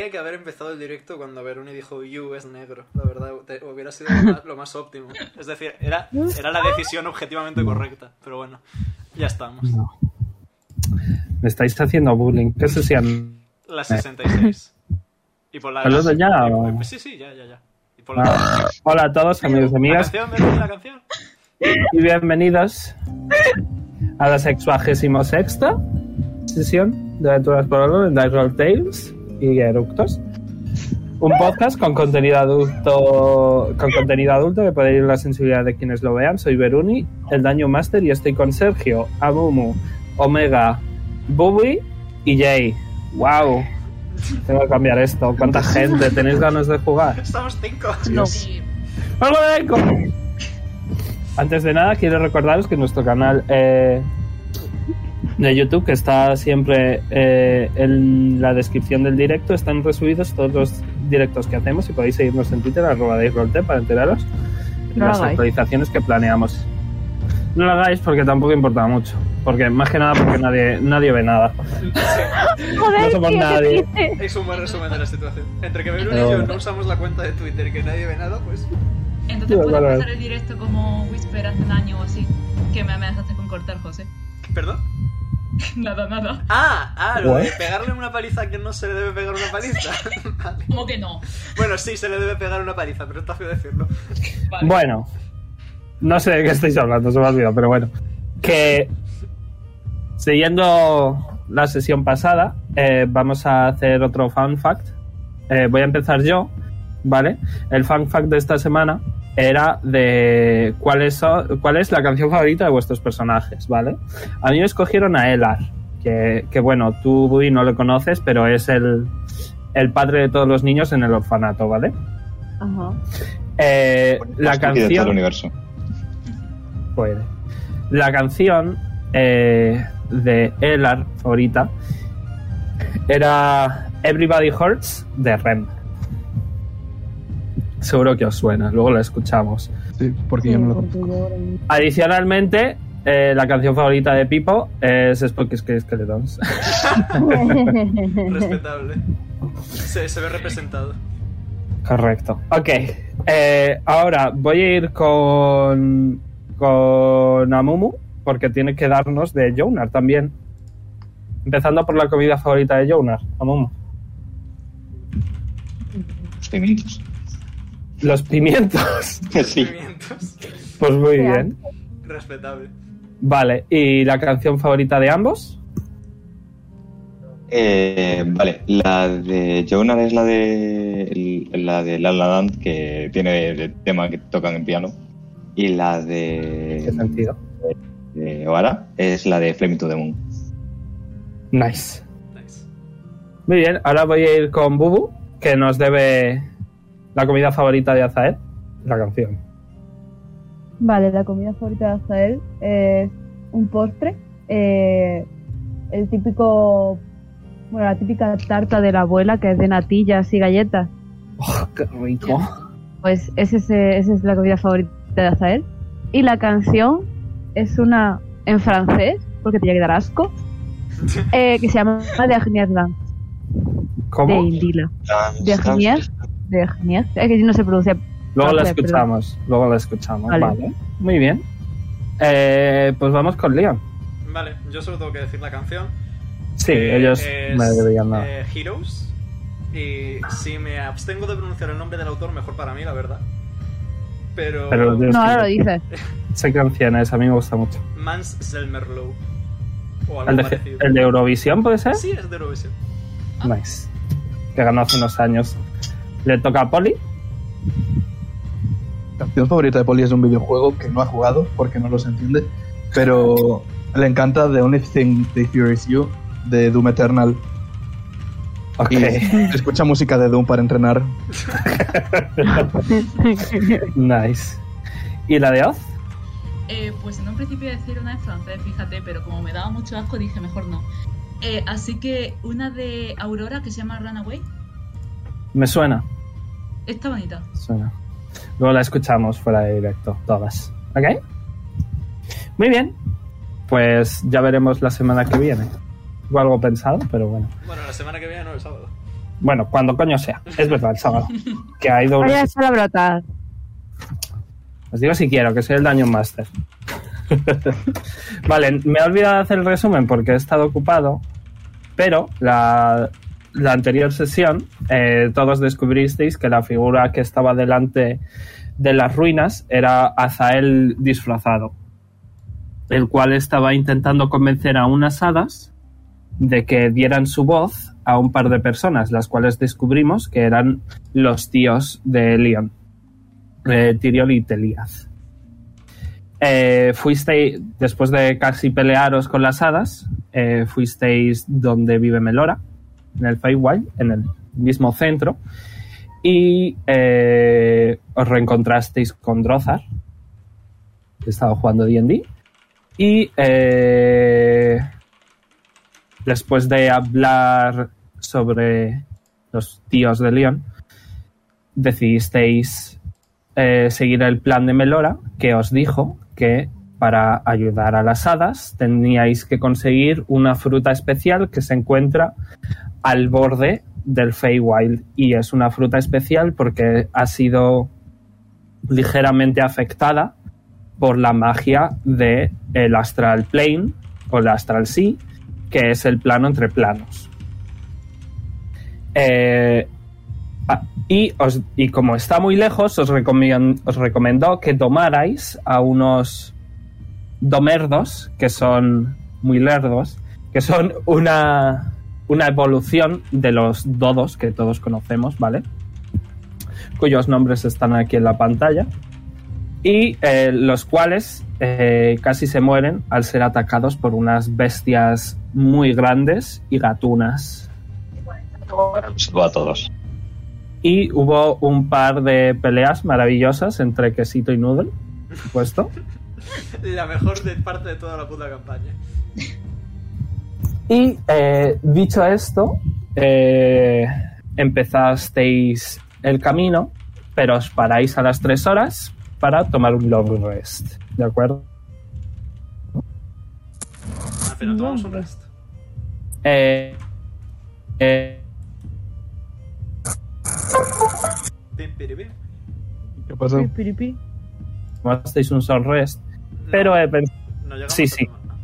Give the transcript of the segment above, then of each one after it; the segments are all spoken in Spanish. tenía que haber empezado el directo cuando Veruni dijo You es negro. La verdad, te- hubiera sido lo más, lo más óptimo. Es decir, era, era la decisión objetivamente correcta. Pero bueno, ya estamos. No. Me estáis haciendo bullying. ¿Qué se hacían? La 66. Y por la ¿Saludo ya y- o- Sí, sí, ya, ya, ya. Y por la, Ah, Hola a todos, amigos y ¿La amigas, canción, Veruni, la canción. y bienvenidos a la sexuagésimo sexta sesión de Aventuras por Oro en Dice Roll Tales y Eructos. Un podcast con contenido adulto con contenido adulto que puede ir la sensibilidad de quienes lo vean. Soy Beruni, el Daño Master, y estoy con Sergio, Amumu, Omega, Bubi y Jay. ¡Wow! Tengo que cambiar esto. ¿Cuánta gente? ¿Tenéis ganas de jugar? Estamos cinco. Sí. ¡Algo de eco! Antes de nada, quiero recordaros que nuestro canal eh, de YouTube, que está siempre eh, en la descripción del directo, están resubidos todos los directos que hacemos y podéis seguirnos en Twitter, arroba DaysRollT, para enteraros de No lo las hagáis. actualizaciones que planeamos. No lo hagáis porque tampoco importa mucho. Porque más que nada porque nadie, nadie ve nada. Joder, No somos tío, qué nadie. triste. Es un buen resumen de la situación. Entre que Veruni Pero y yo bueno. no usamos la cuenta de Twitter y que nadie ve nada, pues. Entonces Sí, puedes vale, vale. pasar el directo como Whisper hace un año o así. Que me amenazaste con cortar, José. ¿Perdón? nada, nada. Ah, ah, lo de What? pegarle una paliza a quien no se le debe pegar una paliza. Vale. ¿Cómo que no? Bueno, sí, se le debe pegar una paliza, pero está feo decirlo. Vale. Bueno, no sé de qué estáis hablando, se me ha olvidado, pero bueno. Que siguiendo la sesión pasada, eh, vamos a hacer otro fan fact. Eh, voy a empezar yo, ¿vale? El fan fact de esta semana era de cuál es, cuál es la canción favorita de vuestros personajes, ¿vale? A mí me escogieron a Elar, que, que bueno, tú, Bui, no lo conoces, pero es el, el padre de todos los niños en el orfanato, ¿vale? Ajá. Eh, la Estúpido de todo el canción... universo. Puede. Pues, La canción eh, de Elar, favorita, era Everybody Hurts de Rem. Seguro que os suena, luego la escuchamos. Sí, porque yo no lo conozco. Adicionalmente, eh, la canción favorita de Pipo es Spooky Scary Skeletons. Respetable. Se, se ve representado. Correcto. Ok, eh, ahora voy a ir con, con Amumu, porque tiene que darnos de Jonar también. Empezando por la comida favorita de Jonar, Amumu. Los pimientos. Los pimientos. Sí. Movimientos. Pues muy Qué bien. Respetable. Vale, ¿y la canción favorita de ambos? Eh, vale, la de Jonar es la de la de La La Land que tiene el tema que tocan en piano y la ¿Qué de, sentido? de Oara es la de Flame to the Moon. Nice. Nice. Muy bien, ahora voy a ir con Bubu, que nos debe la comida favorita de Azael, la canción. Vale, la comida favorita de Azael es un postre. eh, el típico. Bueno, la típica tarta de la abuela que es de natillas y galletas. Oh, ¡Qué rico! Pues ese es, eh, esa es la comida favorita de Azael. Y la canción es una en francés, porque te llega a dar asco, eh, que se llama De Agnias Dance, de ¿Cómo? Indila. ¿De Agnias? De Agnias. Es que no se pronuncia. Luego la Vale, perdón. escuchamos, luego la escuchamos. Vale. Vale. Muy bien. Eh, pues vamos con Leon. Vale, yo solo tengo que decir la canción. Sí, Eh, ellos es, me deberían nada. eh, Heroes. Y si me abstengo de pronunciar el nombre del autor, mejor para mí, la verdad. Pero. Pero los de- No, ahora lo dices. Sé canción es, a mí me gusta mucho. Mans Selmerlow. O algo ¿El de, parecido. el de Eurovisión puede ser? Sí, es de Eurovisión. Ah. Nice. Que ganó hace unos años. Le toca a Poli. Mi canción favorita de Polly es un videojuego que no ha jugado porque no los entiende, pero le encanta The Only Thing They Fear Is You de Doom Eternal. Ok. Y escucha música de Doom para entrenar. nice. ¿Y la de Oz? Eh, pues en un principio iba a decir una en francés, fíjate, pero como me daba mucho asco dije mejor no. Eh, así que una de Aurora que se llama Runaway. Me suena. Está bonita. me suena. Luego la escuchamos fuera de directo, todas. ¿Ok? Muy bien. Pues ya veremos la semana que viene. Tengo algo pensado, pero bueno. Bueno, la semana que viene no, el sábado. Bueno, cuando coño sea. Es verdad, el sábado. Que hay doble. Vaya palabrotas. Os digo si quiero, que soy el Daño Master. vale, me he olvidado de hacer el resumen porque he estado ocupado, pero la, la anterior sesión eh, todos descubristeis que la figura que estaba delante de las ruinas era Azael disfrazado, el cual estaba intentando convencer a unas hadas de que dieran su voz a un par de personas, las cuales descubrimos que eran los tíos de Leon eh, Tiriol y Telías. Eh, fuisteis, después de casi pelearos con las hadas, eh, fuisteis donde vive Melora, en el Feywild, en el mismo centro, y eh, os reencontrasteis con Drozar, que estaba jugando D&D, y eh, después de hablar sobre los tíos de León, decidisteis eh, seguir el plan de Melora, que os dijo que para ayudar a las hadas teníais que conseguir una fruta especial que se encuentra al borde del Feywild. Y es una fruta especial porque ha sido ligeramente afectada por la magia de el Astral Plane o el Astral Sea, que es el plano entre planos. Eh, Ah, y, os- y como está muy lejos, os, recomian- os recomendó que tomarais a unos domerdos, que son muy lerdos, que son una, una evolución de los dodos que todos conocemos, ¿vale? Cuyos nombres están aquí en la pantalla. Y eh, los cuales eh, casi se mueren al ser atacados por unas bestias muy grandes y gatunas. Salvo a todos. Y hubo un par de peleas maravillosas entre Quesito y Noodle, por supuesto. La mejor de parte de toda la puta campaña. Y eh, dicho esto, eh, empezasteis el camino, pero os paráis a las 3 horas para tomar un long rest, ¿de acuerdo? Al final tomamos un rest. Eh, eh, Pim, piripim. ¿Qué pasó? Piripi. tomasteis un short rest, pero eh, no, he pensado no llegamos sí, a sí. tomar nada.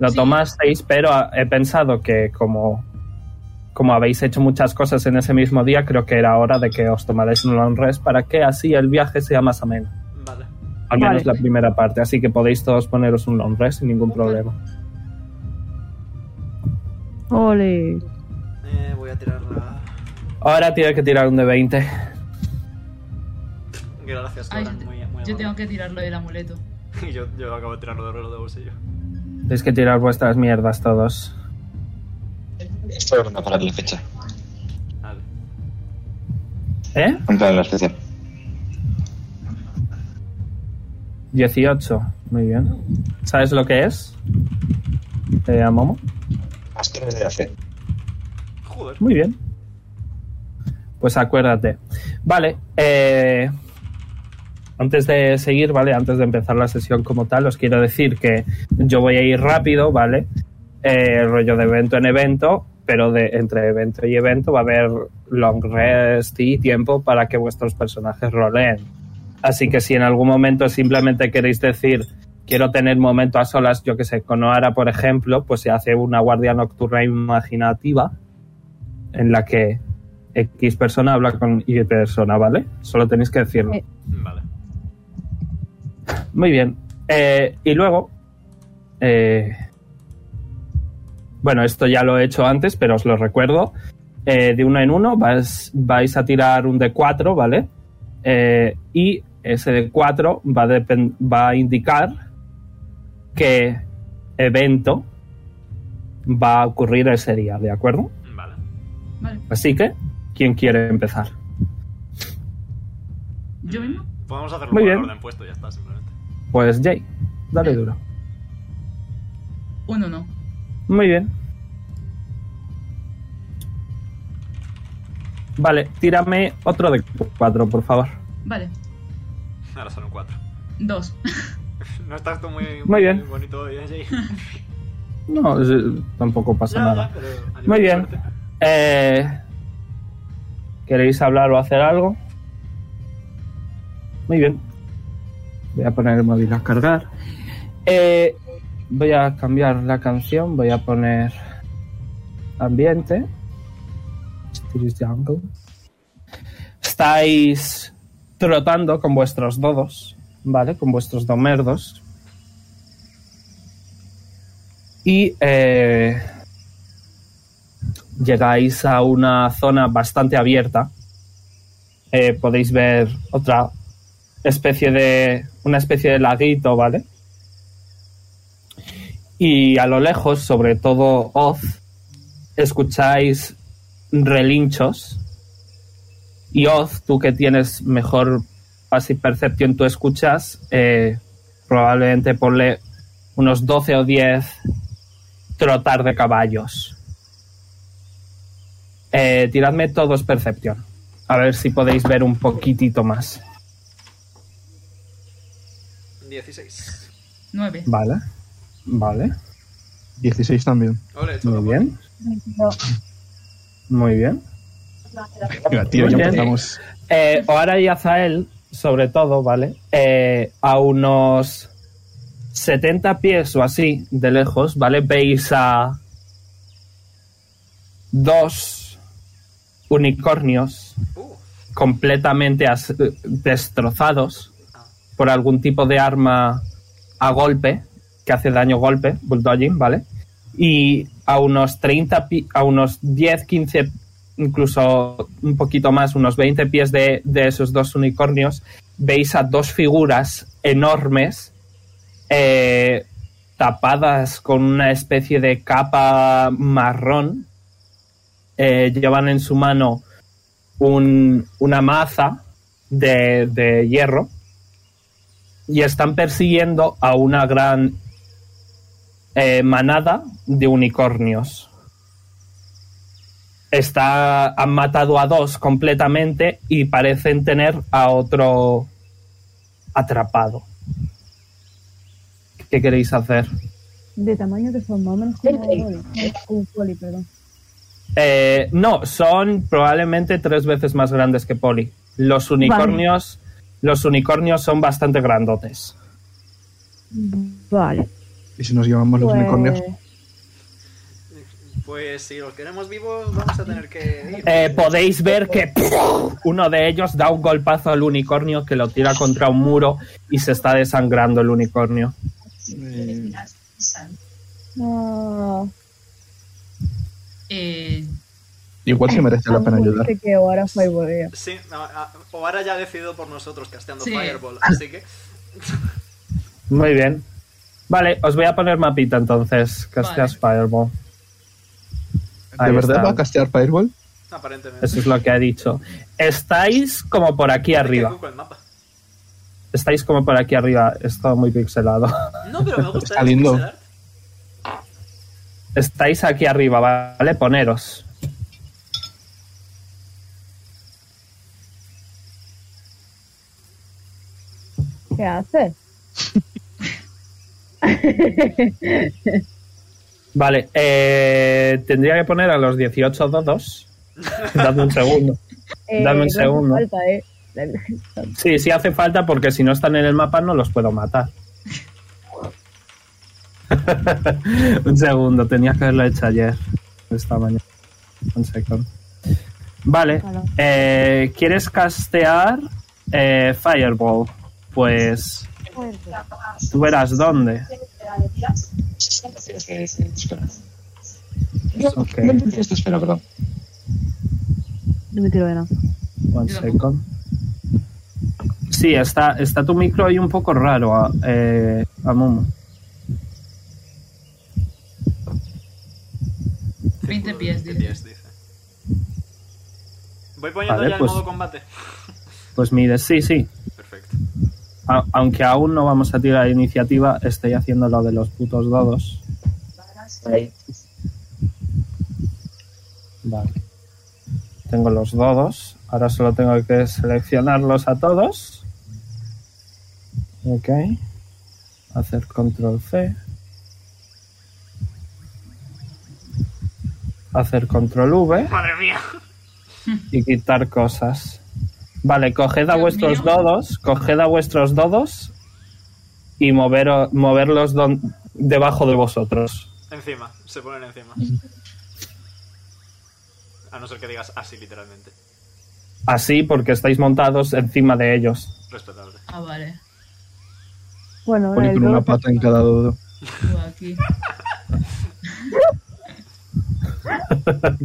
Lo Sí. tomasteis, pero ah, he pensado que como, como habéis hecho muchas cosas en ese mismo día, creo que era hora de que os tomarais un long rest para que así el viaje sea más ameno. Vale. Al Vale. menos la primera parte. Así que podéis todos poneros un long rest sin ningún problema. Ole. Eh, voy a tirar la. Ahora tienes que tirar un de 20. Gracias, Ay, yo Doran, te- muy, muy Yo amable. tengo que tirarlo del amuleto. yo, yo acabo de tirarlo de reloj de bolsillo. Tenéis que tirar vuestras mierdas todos. Esto es una para la fecha. Vale. ¿Eh? En plan, la especial. 18. Muy bien. ¿Sabes lo que es? Eh, a Momo. Más que desde hace. Joder. Muy bien. Pues acuérdate. Vale, eh, antes de seguir, ¿vale? Antes de empezar la sesión como tal, os quiero decir que yo voy a ir rápido, ¿vale? Eh, rollo de evento en evento, pero de entre evento y evento va a haber long rest y tiempo para que vuestros personajes roleen. Así que si en algún momento simplemente queréis decir quiero tener momento a solas, yo que sé, con Oara, por ejemplo, pues se hace una guardia nocturna imaginativa en la que X persona habla con Y persona, ¿vale? Solo tenéis que decirlo. Eh. Vale. Muy bien. Eh, y luego. eh, bueno, esto ya lo he hecho antes, pero os lo recuerdo. Eh, de uno en uno vais, vais a tirar un D4, ¿vale? Eh, y ese D4 va a, depen- va a indicar qué evento va a ocurrir ese día, ¿de acuerdo? Vale. Vale. Así que, ¿quién quiere empezar? ¿Yo mismo? Podemos hacerlo Muy por bien. orden puesto, ya está, simplemente. Pues Jay, dale duro. Uno no. Muy bien. Vale, tírame otro de cuatro, por favor. Vale. Ahora son un 4. Dos. No estás tú muy, Muy bien. bonito hoy, ¿eh, Jay? No, es- tampoco pasa Ya, nada. ya, pero ánimo, Muy bien. suerte. Eh, ¿Queréis hablar o hacer algo? Muy bien. Voy a poner el móvil a cargar. Eh, voy a cambiar la canción, voy a poner ambiente. Still is jungle. Estáis trotando con vuestros dodos, ¿vale? Con vuestros domerdos. Y eh, llegáis a una zona bastante abierta. Eh, podéis ver otra especie de. una especie de laguito, ¿vale? Y a lo lejos, sobre todo Oz, escucháis relinchos. Y Oz, tú que tienes mejor passive perception, tú escuchas, eh, probablemente ponle unos 12 o 10 trotar de caballos. Eh, tiradme todos percepción. A ver si podéis ver un poquitito más. 16. 9. Vale. Vale. 16 también. Ole, todo Muy bien. Tranquilo. Muy bien. Venga, tío, ya Muy bien. empezamos. Eh, Oara y Azael, sobre todo, ¿vale? Eh, a unos 70 pies o así de lejos, ¿vale? Veis a dos unicornios bueno. Uh, completamente as- destrozados por algún tipo de arma a golpe, que hace daño golpe, bulldogging, ¿vale? Y a unos 30, pi- a unos 10, 15, incluso un poquito más, unos 20 pies de, de esos dos unicornios, veis a dos figuras enormes eh, tapadas con una especie de capa marrón. Eh, llevan en su mano un- una maza de, de hierro y están persiguiendo a una gran eh, manada de unicornios. Está, han matado a dos completamente y parecen tener a otro atrapado. ¿Qué queréis hacer? De tamaño que son más o menos como un boli. Un boli, perdón. Eh, no, son probablemente tres veces más grandes que Poli. Los unicornios, los unicornios son bastante grandotes. Vale. ¿Y si nos llevamos los pues- unicornios? pues si los queremos vivos, vamos a tener que. ir. Eh, podéis ver que uno de ellos da un golpazo al unicornio que lo tira contra un muro y se está desangrando el unicornio. eh, No. Eh, Igual se merece la pena ayudar. Que ahora fue boleo. Sí, a- a- Oara ya ha decidido por nosotros casteando Sí. Fireball, así que. Muy bien. Vale, os voy a poner mapita entonces. Casteas Fireball. ¿De Ahí verdad está. va a castear Fireball? Aparentemente. Eso es lo que ha dicho. Estáis como por aquí Hay que arriba. Google el mapa. Estáis como por aquí arriba. Es todo muy pixelado. No, pero me gusta. Está el lindo. pixel art. Estáis aquí arriba, ¿vale? Poneros. ¿Qué haces? Vale, eh, tendría que poner a los 18 dodos. Dame un segundo. Dame un Eh, no segundo. hace falta, eh. Sí, sí hace falta porque si no están en el mapa no los puedo matar. Un segundo, tenía que haberlo hecho ayer. Esta mañana. Un segundo. Vale. eh, ¿Quieres castear eh, Fireball? Pues tú verás dónde. Espera. Ok, Esto espera, perdón. No me tiro de nada. one second. Sí, está, está tu micro ahí un poco raro, a- eh, Amumu. 20 Círculo de pies, dice. dice. Voy poniendo Vale, ya pues- el modo combate. Pues mire, sí, sí. Perfecto. A- aunque aún no vamos a tirar iniciativa, estoy haciendo lo de los putos dados. Vale. Tengo los dados. Ahora solo tengo que seleccionarlos a todos. Ok. Hacer control C. Hacer control V. Madre mía. y quitar cosas. Vale, coged a Dios vuestros mío. dodos, coged a vuestros dodos y movero- moverlos don- debajo de vosotros. Encima, se ponen encima. A no ser que digas así literalmente. Así porque estáis montados encima de ellos. Respetable. Ah, vale. Bueno, ahora Pone el con una dodo- pata en cada dodo. Tú aquí.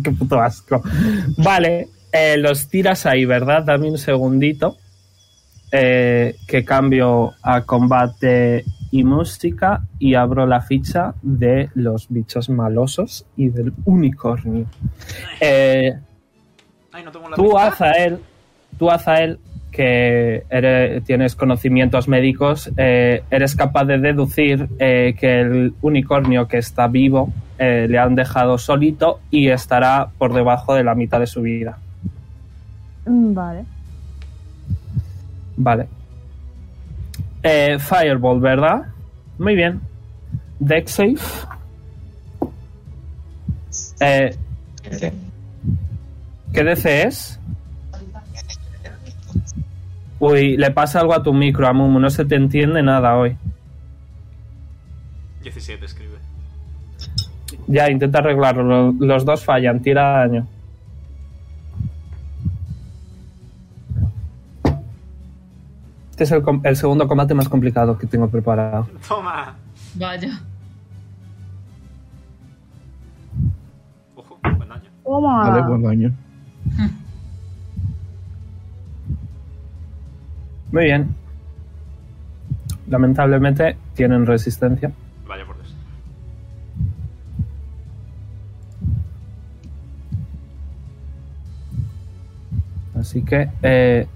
Qué puto asco. Vale, eh, los tiras ahí, ¿verdad? Dame un segundito. eh, que cambio a combate y música y abro la ficha de los bichos malosos y del unicornio. Eh, Ay, no tengo la Tú, pinta. Azael, tú, Azael, que eres- tienes conocimientos médicos, eh, eres capaz de deducir eh, que el unicornio que está vivo eh, le han dejado solito y estará por debajo de la mitad de su vida. Mm, Vale. Vale. Eh, Fireball, ¿verdad? Muy bien. Deck safe. Eh, Sí. ¿Qué DC es? Uy, le pasa algo a tu micro, a Mumu. No se te entiende nada hoy. 17 escribe. Ya, intenta arreglarlo. Lo- Los dos fallan. Tira daño. Este es el, com- el segundo combate más complicado que tengo preparado. Toma. Vaya. Ojo, buen daño. Toma. Vale, buen daño. Muy bien. Lamentablemente tienen resistencia. Vaya por Dios. Así que eh,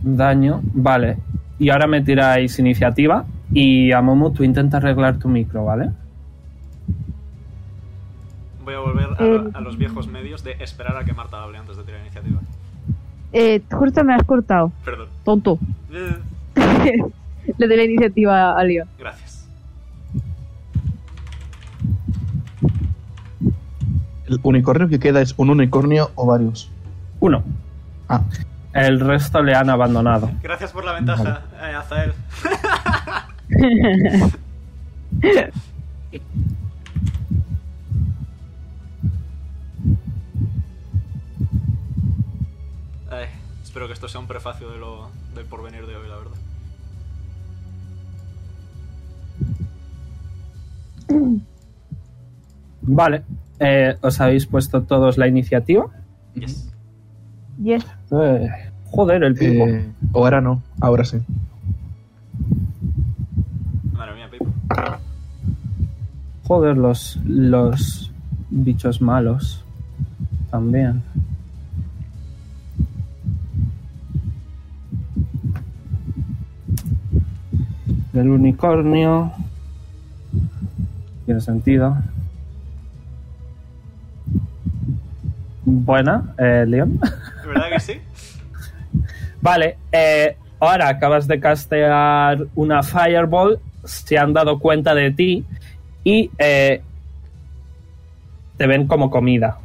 daño, vale. Y ahora me tiráis iniciativa y a Momo tú intenta arreglar tu micro, ¿vale? Voy a volver Eh. a, a los viejos medios de esperar a que Marta hable antes de tirar iniciativa. Eh, justo me has cortado, Perdón. tonto. Eh, Le doy la iniciativa a Leo. Gracias. El unicornio que queda es un unicornio o varios. Uno. Ah, El resto le han abandonado. Gracias por la ventaja, eh, Azael. Ay, espero que esto sea un prefacio de lo, del porvenir de hoy, la verdad. Vale. eh, ¿Os habéis puesto todos la iniciativa? Yes. Yes. Eh, joder, el pico. eh, o ahora no, ahora sí. Madre mía, Pipo. Joder, los, los bichos malos. También. El unicornio. Tiene sentido. Buena, eh, Leon. ¿Verdad que sí? Vale, eh, ahora acabas de castear una Fireball, se han dado cuenta de ti y eh, te ven como comida.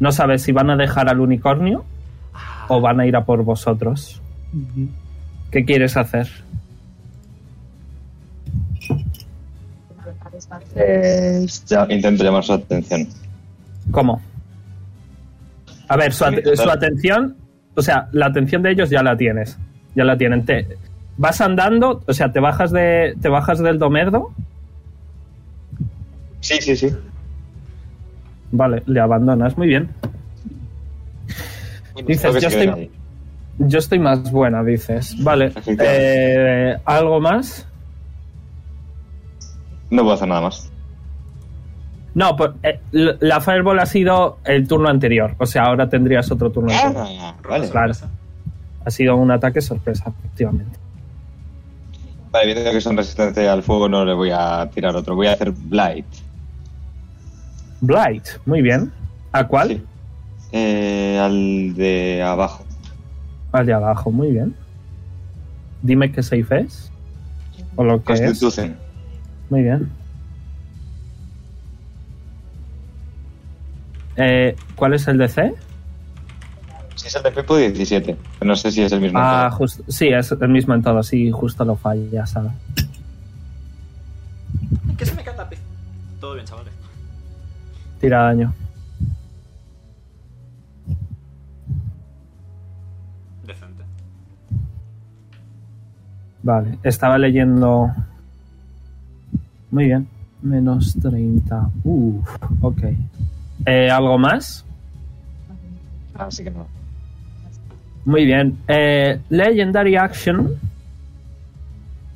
No sabes si van a dejar al unicornio o van a ir a por vosotros. ¿Qué quieres hacer? Eh, ya- intento llamar su atención. ¿Cómo? A ver, su, at- su atención, o sea, la atención de ellos ya la tienes. Ya la tienen. Te, vas andando, o sea, te bajas, de, te bajas del domerdo Sí, sí, sí. Vale, le abandonas. Muy bien. Dices, Creo que yo sí que estoy- nadie. Yo estoy más buena, dices. Vale. Efectivamente. eh, ¿Algo más? No puedo hacer nada más. No, por- eh, l- la Fireball ha sido el turno anterior. O sea, ahora tendrías otro turno. anterior. Ah, Rosa vale. Claro. sorpresa. Ha sido un ataque sorpresa, efectivamente. Vale, viendo que son resistentes al fuego, no le voy a tirar otro. Voy a hacer Blight. Blight, muy bien. ¿A cuál? Sí. Eh, al de abajo. Al de abajo, muy bien. Dime qué safe es. O lo Pues que es. Constitución. Muy bien. Eh, ¿Cuál es el DC? Si es el de Pepo, 17. Pero no sé si es el mismo. Ah, justo, sí, es el mismo en todo, sí, justo lo falla, ¿sabes? Que se me cae el lápiz. Todo bien, chavales. Tira daño. Decente. Vale, estaba leyendo. Muy bien, menos 30. Uf, ok. Eh, ¿Algo más? Así que no. Muy bien. Eh, Legendary Action.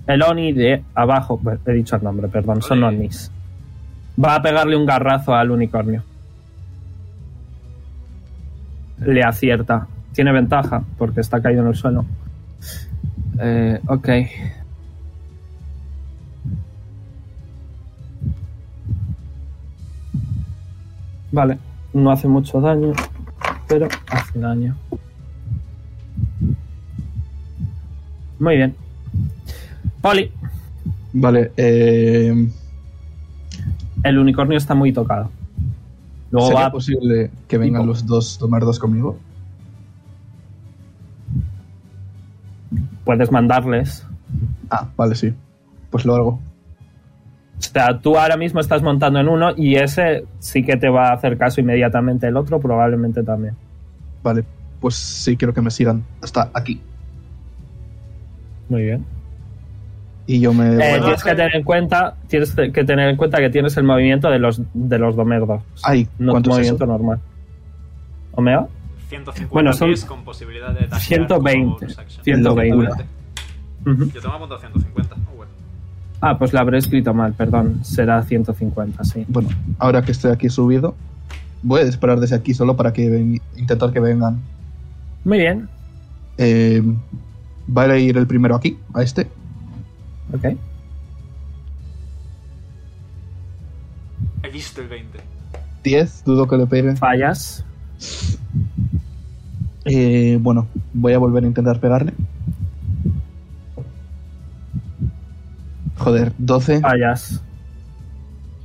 El Oni de abajo. bueno, He dicho el nombre, perdón. Son Ole. Onis. Va a pegarle un garrazo al unicornio. Le acierta. Tiene ventaja porque está caído en el suelo. Eh, ok. Vale. No hace mucho daño, pero hace daño. Muy bien. Oli, Vale, eh, el unicornio está muy tocado. Luego ¿sería va. posible que vengan Tipo. los dos, tomar dos conmigo? Puedes mandarles. Ah, vale, sí. Pues lo hago. O sea, tú ahora mismo estás montando en uno y ese sí que te va a hacer caso inmediatamente. El otro probablemente también. Vale, pues sí, quiero que me sigan hasta aquí. Muy bien. Y yo me... Eh, bueno. tienes que tener en cuenta, tienes que tener en cuenta que tienes el movimiento de los de los domerdos. Ay, no tu ¿cuánto es eso? movimiento normal. ¿Omeo? 150 Bueno, son pies con posibilidad de dashear 120, como bonus action. 120. Ujú. Yo tengo apuntado 150. Oh, bueno. Ah, pues la habré escrito mal, perdón. Será 150, sí. Bueno, ahora que estoy aquí subido, voy a disparar desde aquí solo para que ven- intentar que vengan. Muy bien. Eh, va a ir el primero aquí, a este. Ok. He visto el 20. 10, dudo que le peguen. Fallas. Eh, bueno, voy a volver a intentar pegarle. Joder, 12. Fallas.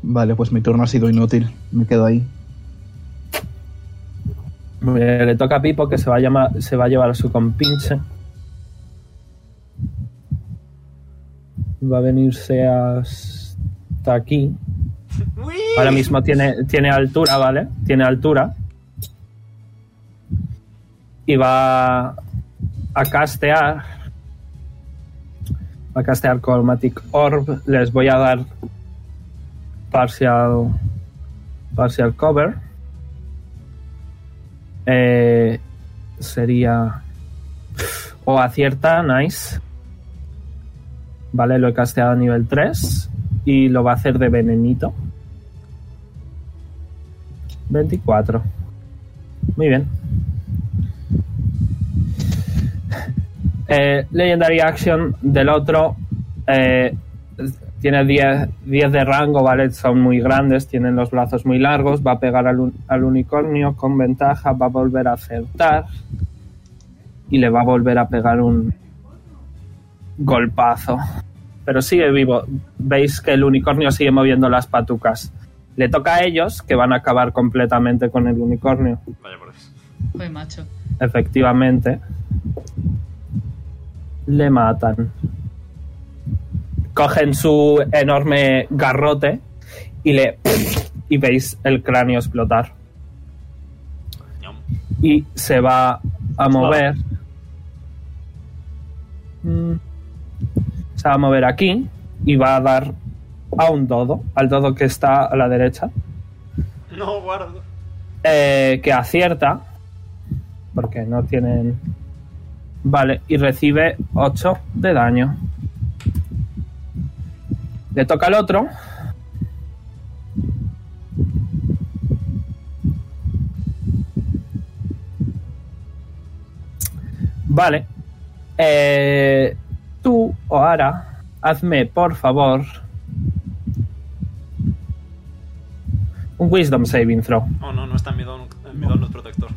Vale, pues mi turno ha sido inútil. Me quedo ahí. Eh, Le toca a Pipo que se va a, llama- se va a llevar a su compinche. Va a venirse hasta aquí. ¡Uy! Ahora mismo tiene, tiene altura, ¿vale? Tiene altura. Y va a castear. Va a castear Colmatic Orb. Les voy a dar partial, partial cover. Eh, sería... O acierta, nice. Vale, lo he casteado a nivel 3 y lo va a hacer de venenito. 24. Muy bien. Eh, Legendary Action del otro eh, tiene 10, 10 de rango, ¿vale? Son muy grandes, tienen los brazos muy largos, va a pegar al, un- al unicornio con ventaja, va a volver a acertar y le va a volver a pegar un golpazo. Pero sigue vivo. Veis que el unicornio sigue moviendo las patucas. Le toca a ellos, que van a acabar completamente con el unicornio. Vaya por Dios. Pues macho. Efectivamente. Le matan. Cogen su enorme garrote y le... Y veis el cráneo explotar. Ñom. Y se va a mover. Mm. Se va a mover aquí y va a dar a un dodo, al dodo que está a la derecha. No guardo. Eh, que acierta. Porque no tienen. Vale, y recibe 8 de daño. Le toca al otro. Vale. Eh, tú, Oara, hazme por favor un Wisdom Saving Throw. Oh, no, no está en mi don, en mi donut protector.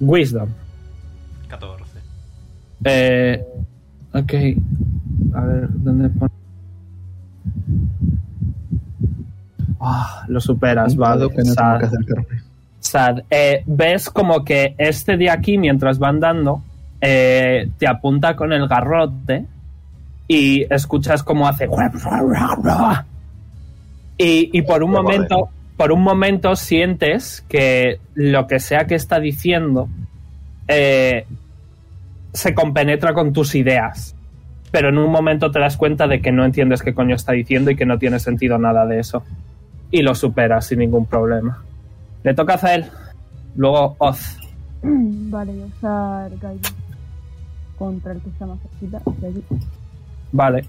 Wisdom. 14. Eh, ok. A ver, ¿dónde pone? Ah, lo superas, Un vale. dado que no tengo Sad. que acercarme. Sad. Eh, ves como que este de aquí, mientras va andando, eh, te apunta con el garrote y escuchas cómo hace. Y, y por un Vale. momento, por un momento sientes que lo que sea que está diciendo eh, se compenetra con tus ideas. Pero en un momento te das cuenta de que no entiendes qué coño está diciendo y que no tiene sentido nada de eso. Y lo superas sin ningún problema. Le toca a Zael. Luego Oz. Mm, Vale, voy a usar Gaia contra el que está más cerquita de allí. Vale.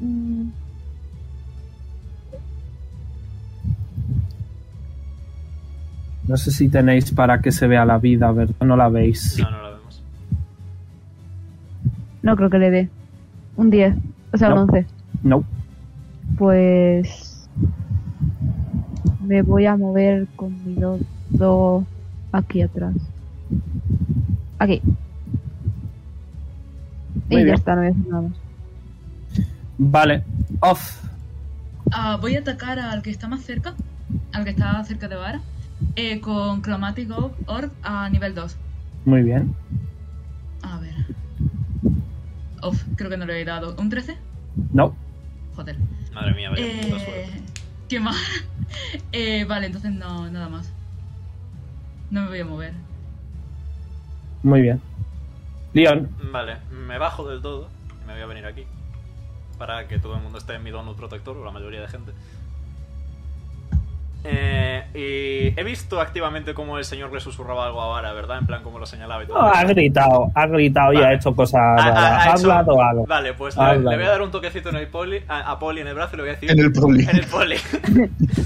Mm. No sé si tenéis para que se vea la vida, ¿verdad? No la veis. No, no la vemos. No creo que le dé. Un 10, o sea, No. un 11. No. Pues. Me voy a mover con mi dedo aquí atrás. Aquí. y Muy bien. ya está, no voy a hacer nada más. Vale. Oz. Ah, voy a atacar al que está más cerca, al que está cerca de Vara, eh, con Chromatic Orb- Orb a nivel 2. Muy bien. A ver. Uf, creo que no le he dado. ¿Un 13? No. Joder. Madre mía, vaya puta Eh, suerte. ¿Qué más? Eh, vale, entonces no, nada más. No me voy a mover. Muy bien. Leon. Vale, me bajo del todo y me voy a venir aquí. Para que todo el mundo esté en mi donut protector, o la mayoría de gente. Eh, y he visto activamente cómo el señor le susurraba algo a Vara, ¿verdad? En plan, cómo lo señalaba y todo. Oh, Ah, ha gritado. Ha gritado y Vale. ha hecho cosas Ha- raras. ha- ha Ah, Ha, hecho- hablado algo. Vale, pues Ah, le, le vale. voy a dar un toquecito en el poli, a, a Poli en el brazo y le voy a decir. En el poli. En el poli.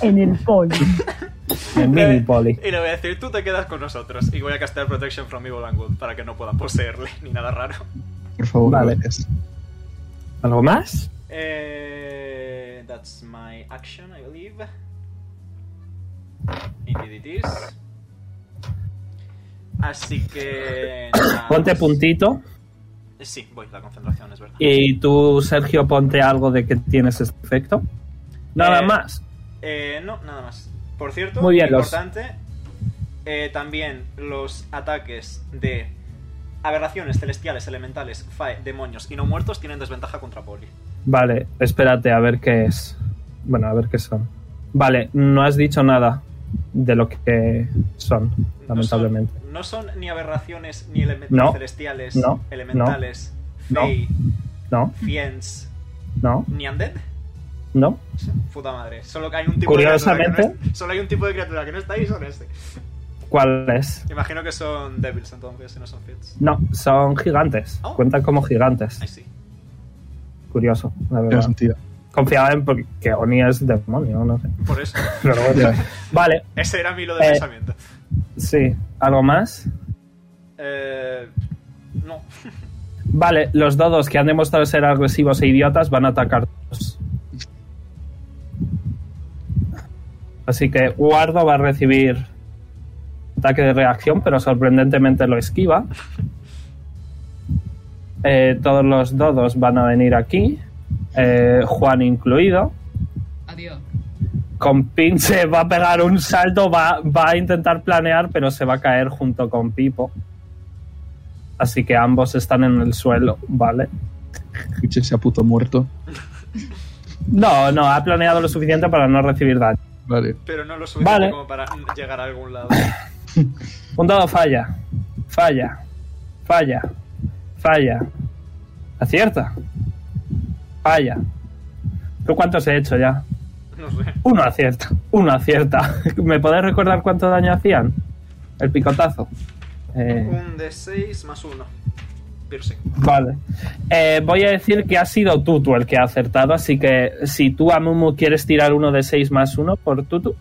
En el polo. En mini poli. Y le voy a decir, tú te quedas con nosotros. Y voy a castear Protection from Evil and Good para que no puedan poseerle ni nada raro. Por favor, Vale. gracias. ¿Algo más? Eh, that's my action, I believe. Indeed it is. Así que. nada Ponte más. puntito. Sí, voy, la concentración es verdad. Y tú, Sergio, ponte algo de que tienes este efecto. Nada Eh, más. Eh, no, nada más. Por cierto, Muy bien, los- importante, eh, también los ataques de aberraciones celestiales, elementales, fae, demonios y no muertos tienen desventaja contra Poli. Vale, espérate a ver qué es. Bueno, a ver qué son. Vale, no has dicho nada de lo que son, No son- lamentablemente. No son, ni aberraciones ni elementos No. celestiales, No. elementales, No. fey, No, fiends, no, ni undead. no. Puta madre. Solo que hay un tipo de criatura. Curiosamente- que no es- solo hay un tipo de criatura que no está ahí y son este. ¿Cuál es? Imagino que son devils entonces, si no son fiends. No, son gigantes. Oh. Cuentan como gigantes. Ahí sí. Curioso, la Tiene verdad. sentido. Confiaba en porque Oni es demonio, no sé. Por eso. Pero bueno. Ya. Vale, Ese era mi hilo de Eh, pensamiento. sí. ¿Algo más? Eh, no. Vale, los dodos que han demostrado ser agresivos e idiotas van a atacar. todos. Así que Guardo va a recibir ataque de reacción, pero sorprendentemente lo esquiva. Eh, todos los dodos van a venir aquí, eh, Juan incluido. Adiós. Con pinche va a pegar un salto, va, va a intentar planear, pero se va a caer junto con Pipo. Así que ambos están en el suelo, ¿vale? Escuché ese puto muerto. No, no, ha planeado lo suficiente para no recibir daño. Vale. Pero no lo suficiente Vale. como para llegar a algún lado. Un dado falla, falla, falla, falla. Acierta, falla. ¿Tú cuántos he hecho ya? No sé. Uno acierta, uno acierta. ¿Me podés recordar cuánto daño hacían? El picotazo. Eh, Un de 6 más 1. Piercing. Vale. Eh, voy a decir que has sido Tutu el que ha acertado, así que si tú, Amumu, quieres tirar uno de 6 más 1 por Tutu.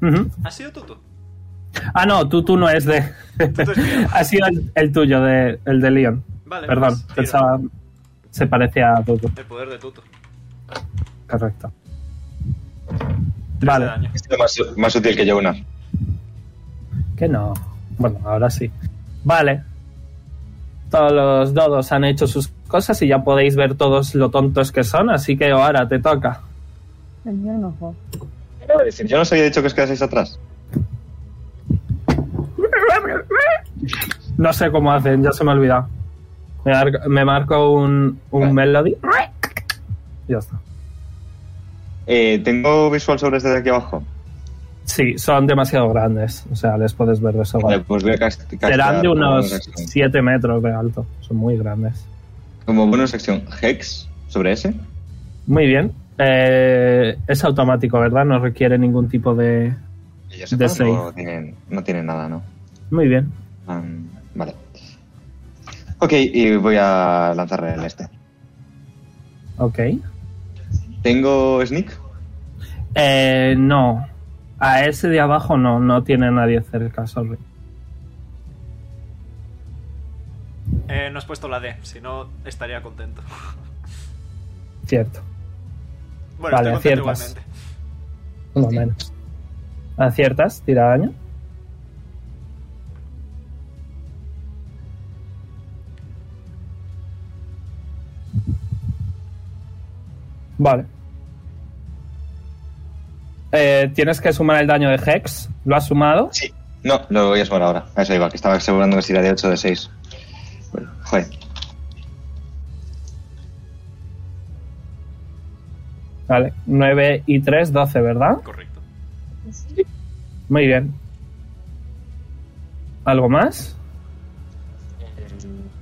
Ujú. ¿Has sido Tutu? Ah, no, Tutu no es de. es mío. ha sido el, el tuyo, de, el de Leon. Vale. Perdón, pues, tiro. pensaba. Se parece a Tutu, El poder de Tutu. Tres correcto. de Vale, daño. Este es más, más útil que Jonar. que no. Bueno, ahora sí. Vale. Todos los dodos han hecho sus cosas y ya podéis ver todos lo tontos que son, así que ahora te toca. El mío no fue. decir, yo no os había dicho que os quedaseis atrás. No sé cómo hacen, ya se me ha olvidado. Me, ar- me marco un, un melody. Ya está. Eh, ¿Tengo visual sobre este de aquí abajo? Sí, son demasiado grandes, o sea, les puedes ver de Vale, sobra. pues voy a cast- castear Serán de como unos bonus action. 7 metros de alto, son muy grandes. Como bonus acción, Hex sobre ese. Muy bien. Eh, es automático, ¿verdad? No requiere ningún tipo de... Que yo De sepa, seis. no, tienen, no tienen nada, ¿no? Muy bien. Am, vale. Ok, y voy a lanzarle el este. Ok. ¿Tengo sneak? Eh, no. A ese de abajo no, no tiene nadie cerca, sorry. Eh, no has puesto la D, si no estaría contento. Cierto. Bueno, Vale, estoy contento aciertas. igualmente. Uno menos. ¿Aciertas? Tira daño. Vale. Eh, tienes que sumar el daño de Hex. ¿Lo has sumado? Sí. No, lo voy a sumar ahora. A Eso iba, que estaba asegurando que si era de 8 o de 6. Bueno, joder. Vale. 9 y 3, 12, ¿verdad? Correcto. Muy bien. ¿Algo más?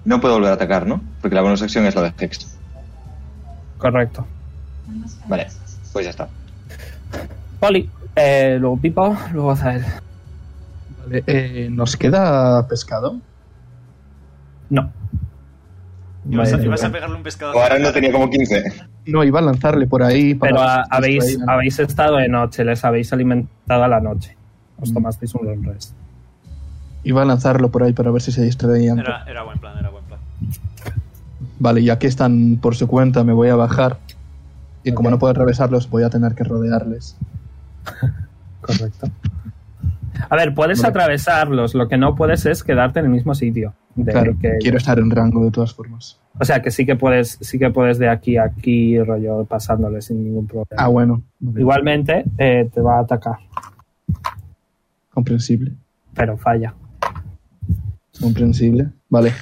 No puedo volver a atacar, ¿no? Porque la bonus acción es la de Hex. Correcto. Vale, pues ya está. Poli. Eh, luego Pipo, luego Zael. Vale, eh, ¿Nos queda pescado? No. Ibas a, Vale, ibas a vale. pegarle un pescado. Ahora no tenía como 15. No, iba a lanzarle por ahí. para- Pero ah, habéis, distraer. habéis estado de noche, les habéis alimentado a la noche. Os Mm. tomasteis un long rest. Iba a lanzarlo por ahí para ver si se distraían. Era, era buen plan, era buen plan. Vale, ya que están por su cuenta, me voy a bajar. Y como Ok. no puedo atravesarlos, voy a tener que rodearles. Correcto. A ver, puedes Vale. atravesarlos, lo que no puedes es quedarte en el mismo sitio. de claro, que- quiero estar en rango de todas formas. O sea que sí que puedes, sí que puedes de aquí a aquí, rollo, pasándoles sin ningún problema. Ah, bueno. vale, Igualmente, eh, te va a atacar, Comprensible. pero falla. Comprensible. Vale.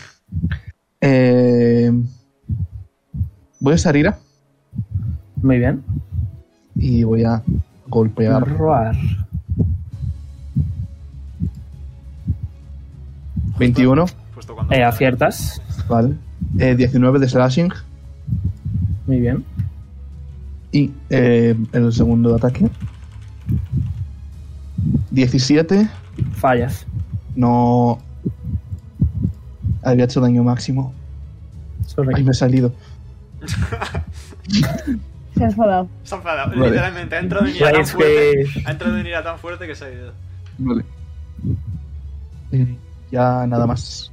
Eh, voy a usar ira Muy bien. y voy a golpear. Roar. 21, Justo cuando. Eh, aciertas. vale. Eh, 19 de slashing Muy bien. y eh, el segundo ataque. 17, Fallas. no. Había hecho daño máximo. Sorry. Ahí me he salido. Se ha enfadado. Se ha enfadado, Vale. literalmente. Ha entrado en ira Vale, tan es fuerte. que- Ha entrado en ira tan fuerte que se ha ido. Vale. Eh, ya nada más.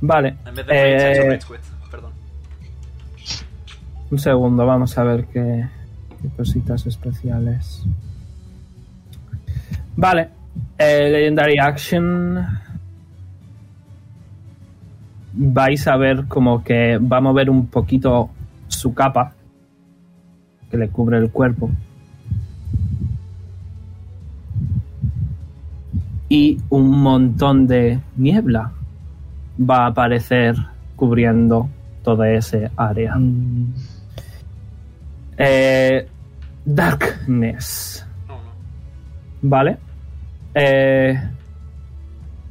Vale. En vez de rage, ha hecho eh, rage quit. Perdón. Un segundo, vamos a ver qué, qué cositas especiales. Vale. eh, Legendary Action. Vais a ver como que va a mover un poquito su capa que le cubre el cuerpo. Y un montón de niebla va a aparecer cubriendo todo ese área. Mm, Eh, darkness. No, no. Vale. Eh,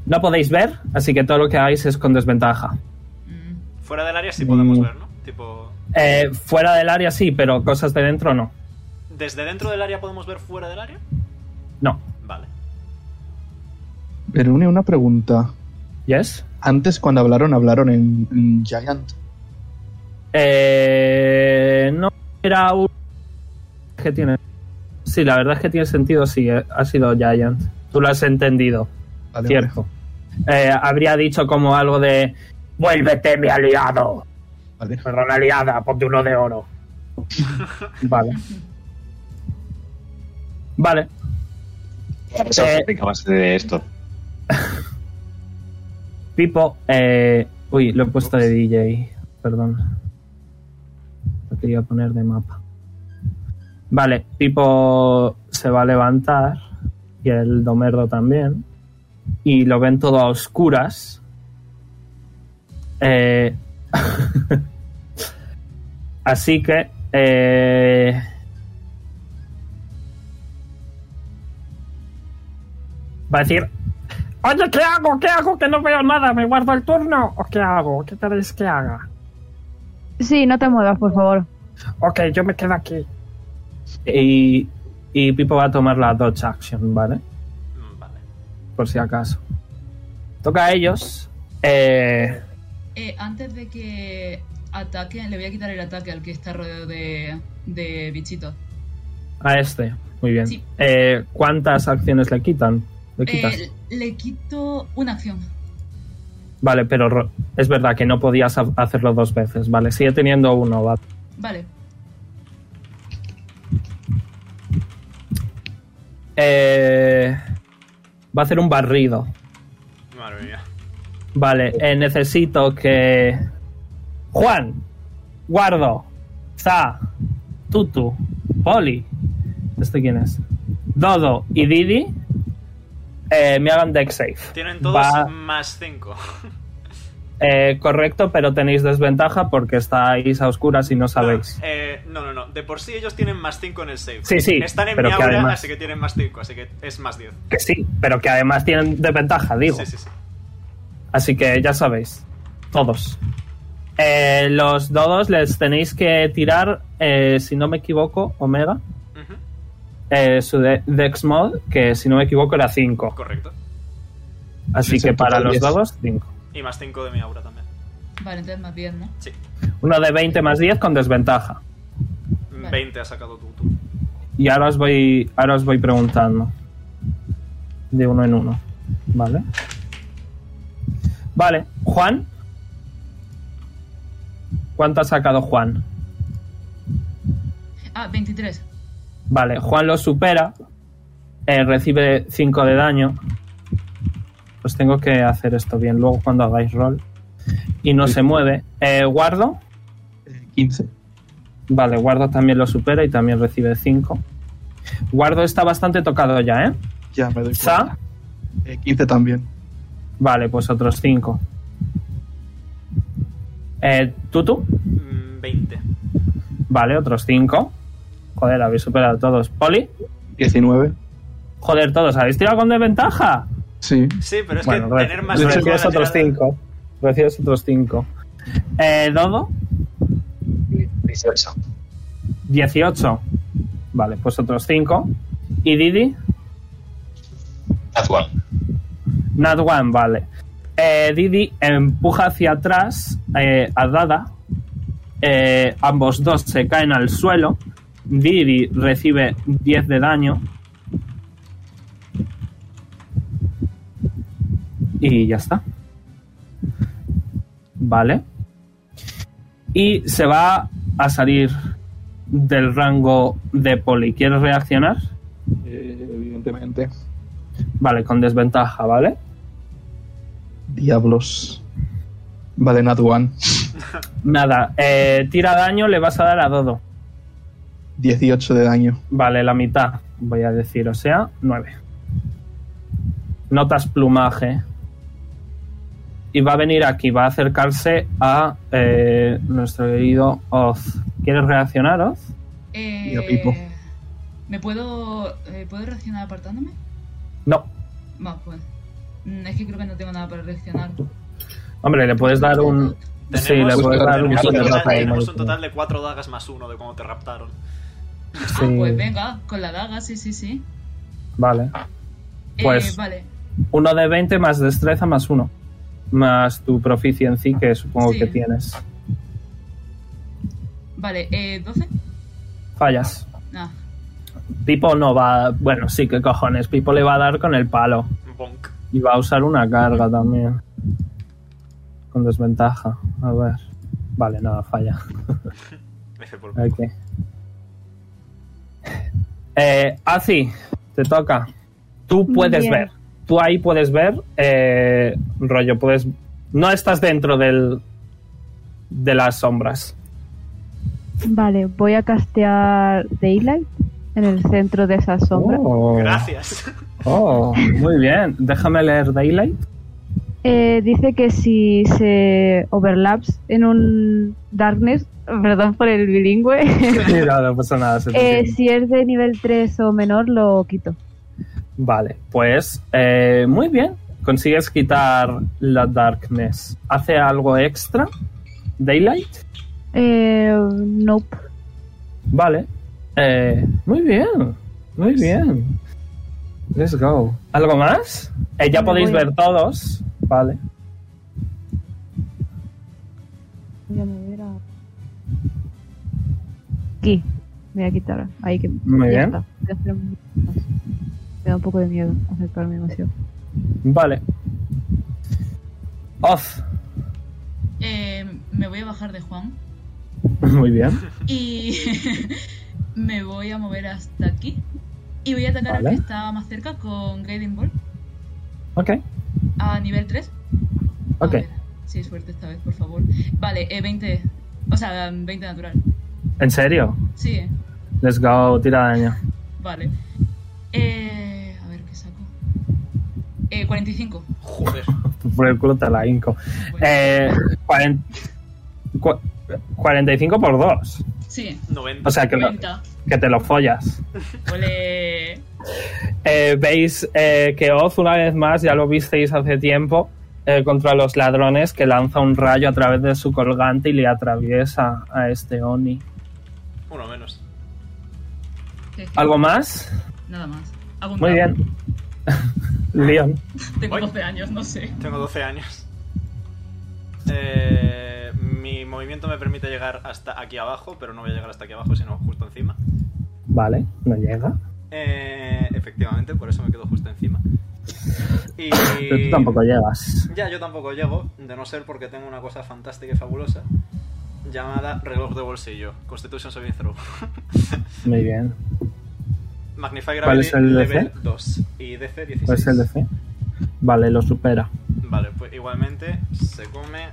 no podéis ver, así que todo lo que hagáis es con desventaja. Mm. Fuera del área sí Mm. podemos ver, ¿no? Tipo. Eh, fuera del área sí, pero cosas de dentro no. ¿Desde dentro del área podemos ver fuera del área? No. Vale. Pero une una pregunta. ¿Yes? Antes cuando hablaron, hablaron en, en Giant. Eh, no era un... que tiene? Sí, la verdad es que tiene sentido, sí, eh, ha sido Giant. Tú lo has entendido. Vale, Cierto. Eh, habría dicho como algo de... Vuélvete mi aliado. Vale. vale. Perdón, aliada, ponte uno de oro. vale. Vale, Eso Eh. explica más de esto. Pipo, eh... Uy, lo he puesto de DJ. Perdón. Lo quería poner de mapa. Vale, tipo se va a levantar y el domerdo también. Y lo ven todo a oscuras. Eh, así que... eh, va a decir... Oye, ¿qué hago? ¿Qué hago? Que no veo nada. ¿Me guardo el turno? ¿O qué hago? ¿Qué queréis que haga? Sí, no te muevas, por favor. Ok, yo me quedo aquí. Y, y Pipo va a tomar la Dodge Action, ¿vale? Mm, Vale. Por si acaso. Toca a ellos. Eh, Eh, antes de que ataquen, le voy a quitar el ataque al que está rodeado de, de bichitos. a este. Muy bien. Sí. Eh, ¿Cuántas acciones le quitan? Le quitas. Eh, le quito una acción. Vale, pero ro- es verdad que no podías ha- hacerlo dos veces, ¿vale? Sigue teniendo uno, va. Vale. Eh, va a hacer un barrido. Madre mía. Vale, eh, necesito que. Juan, Guardo, Za, Tutu, Poli. ¿Este quién es? Dodo y Didi eh, me hagan deck safe. Tienen todos Va- más 5. eh, correcto, pero tenéis desventaja porque estáis a oscuras y no sabéis. Eh, no, no, no. De por sí ellos tienen más 5 en el save. Sí, sí, Están en pero mi que aura, además- así que tienen más 5, así que es más 10. Que sí, pero que además tienen desventaja, digo. Sí, sí, sí. Así que ya sabéis, todos. Eh, los dodos les tenéis que tirar, eh, si no me equivoco, Omega, Ujú, eh, su de- Dex Mod, que si no me equivoco era 5. Correcto. Así Sí, que en para total los 10. dados, 5. Y más 5 de mi aura también. Vale, entonces más bien, ¿no? Sí. Uno de 20 más 10 con desventaja. Vale. 20 ha sacado tú, tú. Y ahora os voy, ahora os voy preguntando. De uno en uno. Vale. Vale, Juan. ¿Cuánto ha sacado Juan? Ah, 23. Vale, Juan lo supera. eh, recibe 5 de daño. Os tengo que hacer esto bien luego cuando hagáis roll. Y no se mueve. Eh, guardo. 15. Vale, guardo también lo supera y también recibe 5. Guardo está bastante tocado ya, ¿eh? Ya me doy Sa. cuenta. Eh, 15 también. Vale, pues otros 5. Eh, Tutu. Mm, 20. Vale, otros 5. Joder, habéis superado todos. Poli. 19. Joder, todos. ¿Habéis tirado con desventaja? Sí. Sí, pero es bueno, que re- tener más de hecho, cinco en la recibes otros tirada- 5. Recibes otros 5. Eh, Dodo, 18. 18. Vale, pues otros 5. Y Didi, That's one. Nat One, vale. Eh, Didi empuja hacia atrás eh, a Dada. Eh, ambos dos se caen al suelo. Didi recibe 10 de daño. Y ya está. Vale. Y se va a salir del rango de Poli. ¿Quieres reaccionar? Eh, evidentemente. Vale, con desventaja, ¿vale? Diablos. Vale, Nat One. Nada, eh, tira daño, le vas a dar a Dodo. 18 de daño. Vale, la mitad, voy a decir, o sea, 9. Notas plumaje. Y va a venir aquí, va a acercarse a eh, nuestro querido Oz. ¿Quieres reaccionar, Oz? Eh, Y a Pipo. ¿Me puedo, eh, puedo reaccionar apartándome? No. Más pues. Mm, Es que creo que no tengo nada para reaccionar. Hombre, le puedes dar un... Sí, le Tenemos- puedes dar un... tenemos montón de total- ratas ahí, Tenemos un total de 4 dagas más 1 de cuando te raptaron. Ah, Sí. pues venga, con la daga, sí, sí, sí. Vale. Eh, Pues- vale, Uno de 20 más destreza más uno. Más tu proficiency que supongo Sí. que tienes. vale, eh, 12. Fallas. Ah, Pipo no va. Bueno, sí, que cojones. Pipo le va a dar con el palo. Bonk. Y va a usar una carga también. Con desventaja. A ver. Vale, nada, falla. F por Ok. Eh, Azi, te toca. Tú puedes Bien. ver. Tú ahí puedes ver. eh, rollo, puedes. No estás dentro del. de las sombras. Vale, voy a castear Daylight en el centro de esa sombra. Oh, Gracias. oh, muy bien. Déjame leer Daylight. Eh, dice que si se overlaps en un darkness, perdón por el bilingüe, Sí, no, no pasa nada. se te eh, entiende. si es de nivel 3 o menor lo quito. Vale, pues eh, muy bien. Consigues quitar la darkness. ¿Hace algo extra? ¿Daylight? Eh, nope. Vale. Eh, muy bien. Muy bien. Let's go. ¿Algo más? Eh, ya Me podéis voy. ver todos. Vale. Voy a mover a- Aquí. Me voy a quitar. Ahí que. Muy ya bien. está. Voy a hacer un- Me da un poco de miedo acercarme demasiado. Vale. Oz. Eh, me voy a bajar de Juan Muy bien. y me voy a mover hasta aquí. Y voy a atacar Vale. al que está más cerca con Guiding Ball Ok. a nivel 3. A Ok. ver, Sí, suerte esta vez, por favor. Vale, eh, 20. O sea, 20 natural. ¿En serio? Sí, eh, Let's go. Tira daño. vale. Eh, a ver qué saco. Eh, 45. Joder. Por el culo te la hinco. Bueno, Eh, cuaren- cua- 45 por 2. sí, 90. O sea que, lo- 90. que te lo follas. Ole. Eh, veis eh, que Oz, una vez más, ya lo visteis hace tiempo, eh, contra los ladrones, que lanza un rayo a través de su colgante y le atraviesa a este Oni. Uno menos. Que es que- ¿Algo más? Nada más. Apuntado. Muy bien. Leon. Tengo Voy. 12 años, no sé. Tengo 12 años. Eh, mi movimiento me permite llegar hasta aquí abajo, pero no voy a llegar hasta aquí abajo, sino justo encima. Vale, no llega. Eh, efectivamente, por eso me quedo justo encima. Y... Pero tú tampoco llegas. Ya, yo tampoco llego, de no ser porque tengo una cosa fantástica y fabulosa llamada reloj de bolsillo, Constitution Saving Throw. Muy bien. Magnify Gravity ¿Cuál es el DC? Level 2 y DC 16. ¿Cuál es Pues el DC? Vale, lo supera. Vale, pues igualmente se come...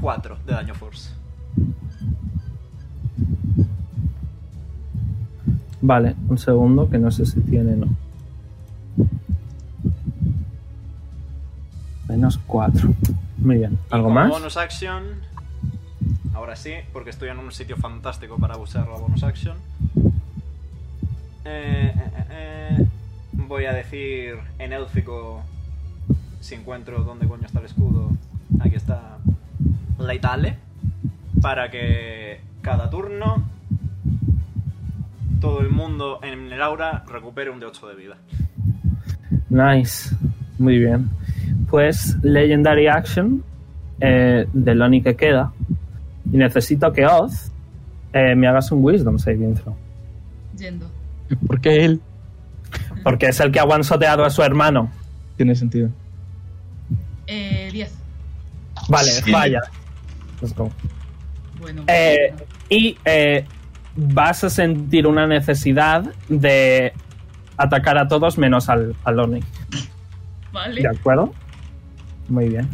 4 eh, de daño force. Vale, un segundo, que no sé si tiene no. Menos 4. Muy bien. Y ¿Algo como más? Bonus action. Ahora sí, porque estoy en un sitio fantástico para usar la bonus action. Eh, eh, eh, eh, voy a decir en élfico si encuentro dónde coño está el escudo. Aquí está la Itale. Para que cada turno todo el mundo en el aura recupere un de 8 de vida. Nice, muy bien. Pues Legendary Action eh, de Lonnie que queda. Y necesito que Oz eh, me hagas un Wisdom Saving Throw. Yendo. ¿Por qué él? Porque es el que ha guansoteado a su hermano. Tiene sentido. Eh, 10. Vale, Sí. falla. Let's go. Bueno. Eh, bueno. y eh, vas a sentir una necesidad de atacar a todos menos al, al Lonnie. Vale. ¿De acuerdo? Muy bien.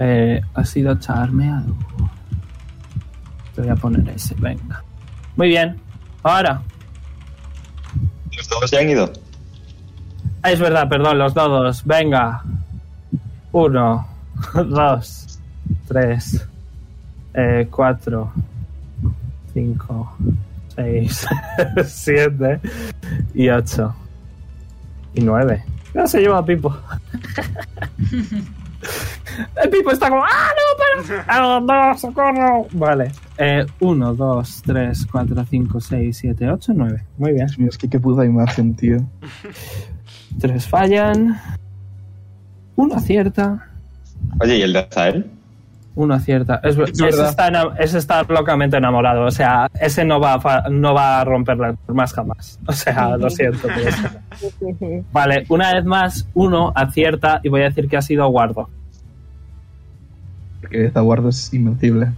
Eh, ha sido charmeado. Te voy a poner ese, venga. Muy bien. Ahora. Los dos ya han ido. Ah, es verdad, perdón, los dados. Venga. Uno, dos, tres, eh, cuatro, cinco, seis, siete y ocho. Y nueve. Ya se lleva a Pipo. El Pipo está como... ¡Ah, no, pero... ¡Ah, no, socorro! Vale. Eh, uno, dos, tres, cuatro, cinco, seis, siete, ocho, nueve. Muy bien. Dios mío, es que qué puta imagen, tío. Tres fallan. Uno acierta. Oye, ¿y el de Azael? Uno acierta. Es, Es ese, verdad. está, ena- ese está locamente enamorado. O sea, ese no va a, fa- no va a romper las formas jamás. O sea, lo siento. pero es- Vale, una vez más, uno acierta y voy a decir que ha sido guardo. Porque esta guarda es invencible.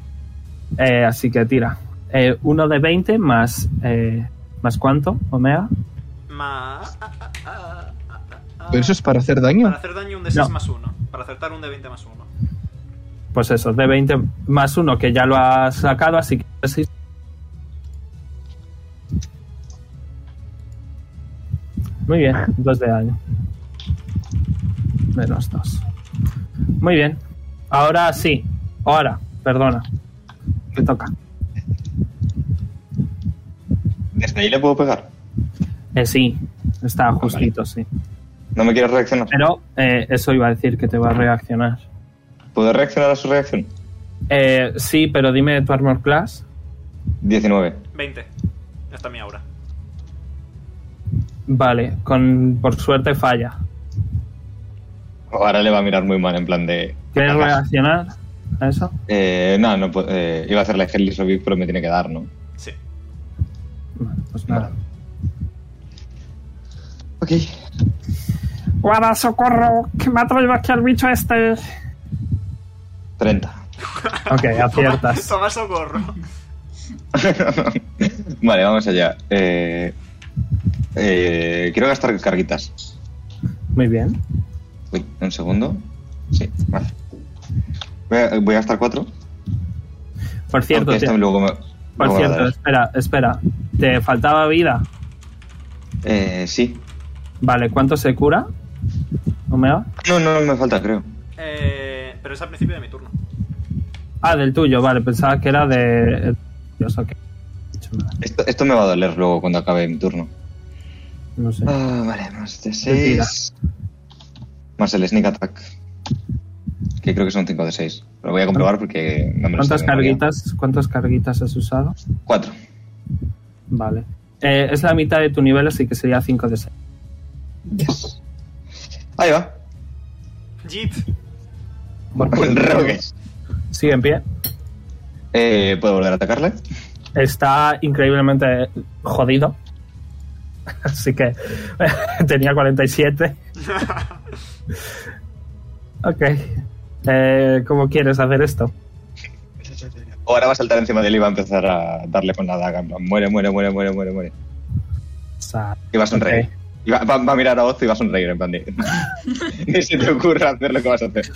Eh, así que tira. Eh, uno de 20 más... eh, ¿Más cuánto, Omega? Ma. ah, ah, ah, ah, ah, Pero eso es para hacer daño. Para hacer daño un de 6 más 1. Para acertar un de 20 más 1. Pues eso, de 20 más 1 que ya lo has sacado, así que sí. Muy bien, 2 de daño. Menos 2. Muy bien. Ahora sí. Ahora, perdona. Te toca. Desde ahí le puedo pegar. Eh, sí, está justito, sí. No me quieres reaccionar. Pero eh, eso iba a decir que te va a reaccionar. ¿Puedo reaccionar a su reacción? Eh, sí, pero dime de tu armor class. 19. 20. Ya está mi aura. Vale, con por suerte falla. Ahora le va a mirar muy mal en plan de... ¿Quieres reaccionar a eso? Eh, no, no puedo- eh, iba a hacer la Hellish Rebuke, pero me tiene que dar, ¿no? Sí. Vale, pues nada. Ok. ¡Guarda, socorro! ¡Que me ha traído aquí al bicho este! 30. Ok, aciertas. Toma socorro. vale, vamos allá. Eh, eh, quiero gastar carguitas. Muy bien. Uy, un segundo. Sí, vale. Voy a, voy a gastar cuatro. Por cierto, aunque esta te- luego me, por luego me la cierto, darás. espera, espera. ¿Te faltaba vida? Eh, sí. Vale, ¿cuánto se cura? ¿Omega? No, no, me falta, creo. Eh, pero es al principio de mi turno. Ah, del tuyo, vale, pensaba que era de. Dios, ok. Esto, esto me va a doler luego cuando acabe mi turno. No sé. Ah, vale, más de Mentira. 6. Más el sneak attack. Que creo que son 5 de 6. Lo voy a comprobar porque no me lo sé ¿Cuántas de memoria. carguitas, ¿Cuántas carguitas has usado? Cuatro. Vale. Eh, es la mitad de tu nivel, así que sería 5 de 6. Yes. Ahí va. Jeep. Rogues. Sigue en pie. Eh, ¿Puedo volver a atacarle? Está increíblemente jodido. Así que tenía 47. ok. Eh, ¿Cómo quieres hacer esto? O ahora va a saltar encima de él y va a empezar a darle con la daga. en plan, Muere, muere, muere, muere, muere, muere. O sea, Y va a sonreír. Y va, va- va a mirar a Oz y va a sonreír en plan de... Ni se te ocurra hacer lo que vas a hacer.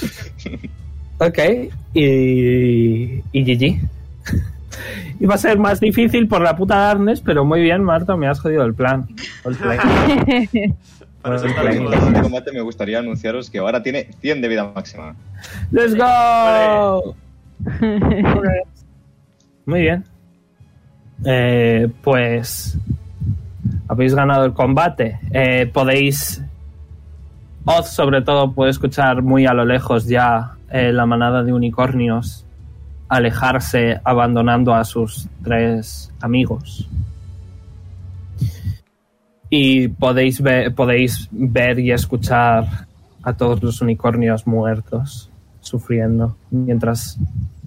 Ok, y, y GG. Iba a ser más difícil por la puta Darnes, pero muy bien, Marta, me has jodido el plan. All play. Para eso está Vale. la En este jugada. combate me gustaría anunciaros que ahora tiene 100 de vida máxima. ¡Let's go! Muy bien. Eh, pues habéis ganado el combate. Eh, podéis... Oz sobre todo puede escuchar muy a lo lejos ya eh, la manada de unicornios alejarse abandonando a sus tres amigos. Y podéis ver, podéis ver y escuchar a todos los unicornios muertos sufriendo mientras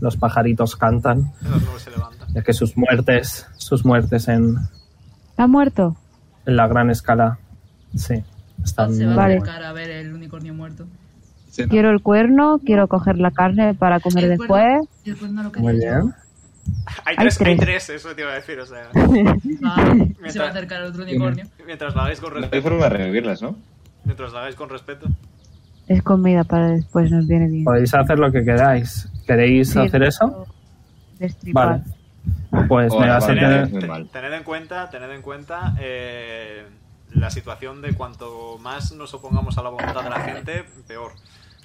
los pajaritos cantan, Las nubes se levantan. ya que sus muertes, sus muertes en, ¿Ha muerto? en la gran escala, sí, están Ah, Se va Vale. a acercar a ver el unicornio muerto. Quiero el cuerno, quiero coger la carne para comer El después. cuerno- el cuerno lo muy quería yo. bien. Hay Hay tres, hay tres. tres, eso te iba a decir. O sea, Vale, se va Mientras- a acercar al otro unicornio. mientras la hagáis con No hay respeto. forma de revivirlas, ¿no? Mientras la hagáis con respeto. Es comida para después, nos viene bien. Podéis hacer lo que queráis. ¿Queréis Sí, hacer eso? Destripar. Vale. Pues me Hola, Ah, vas a vale. tener... Tened, muy te- mal. tened en cuenta, tened en cuenta eh, la situación de cuanto más nos opongamos a la voluntad de la gente, peor.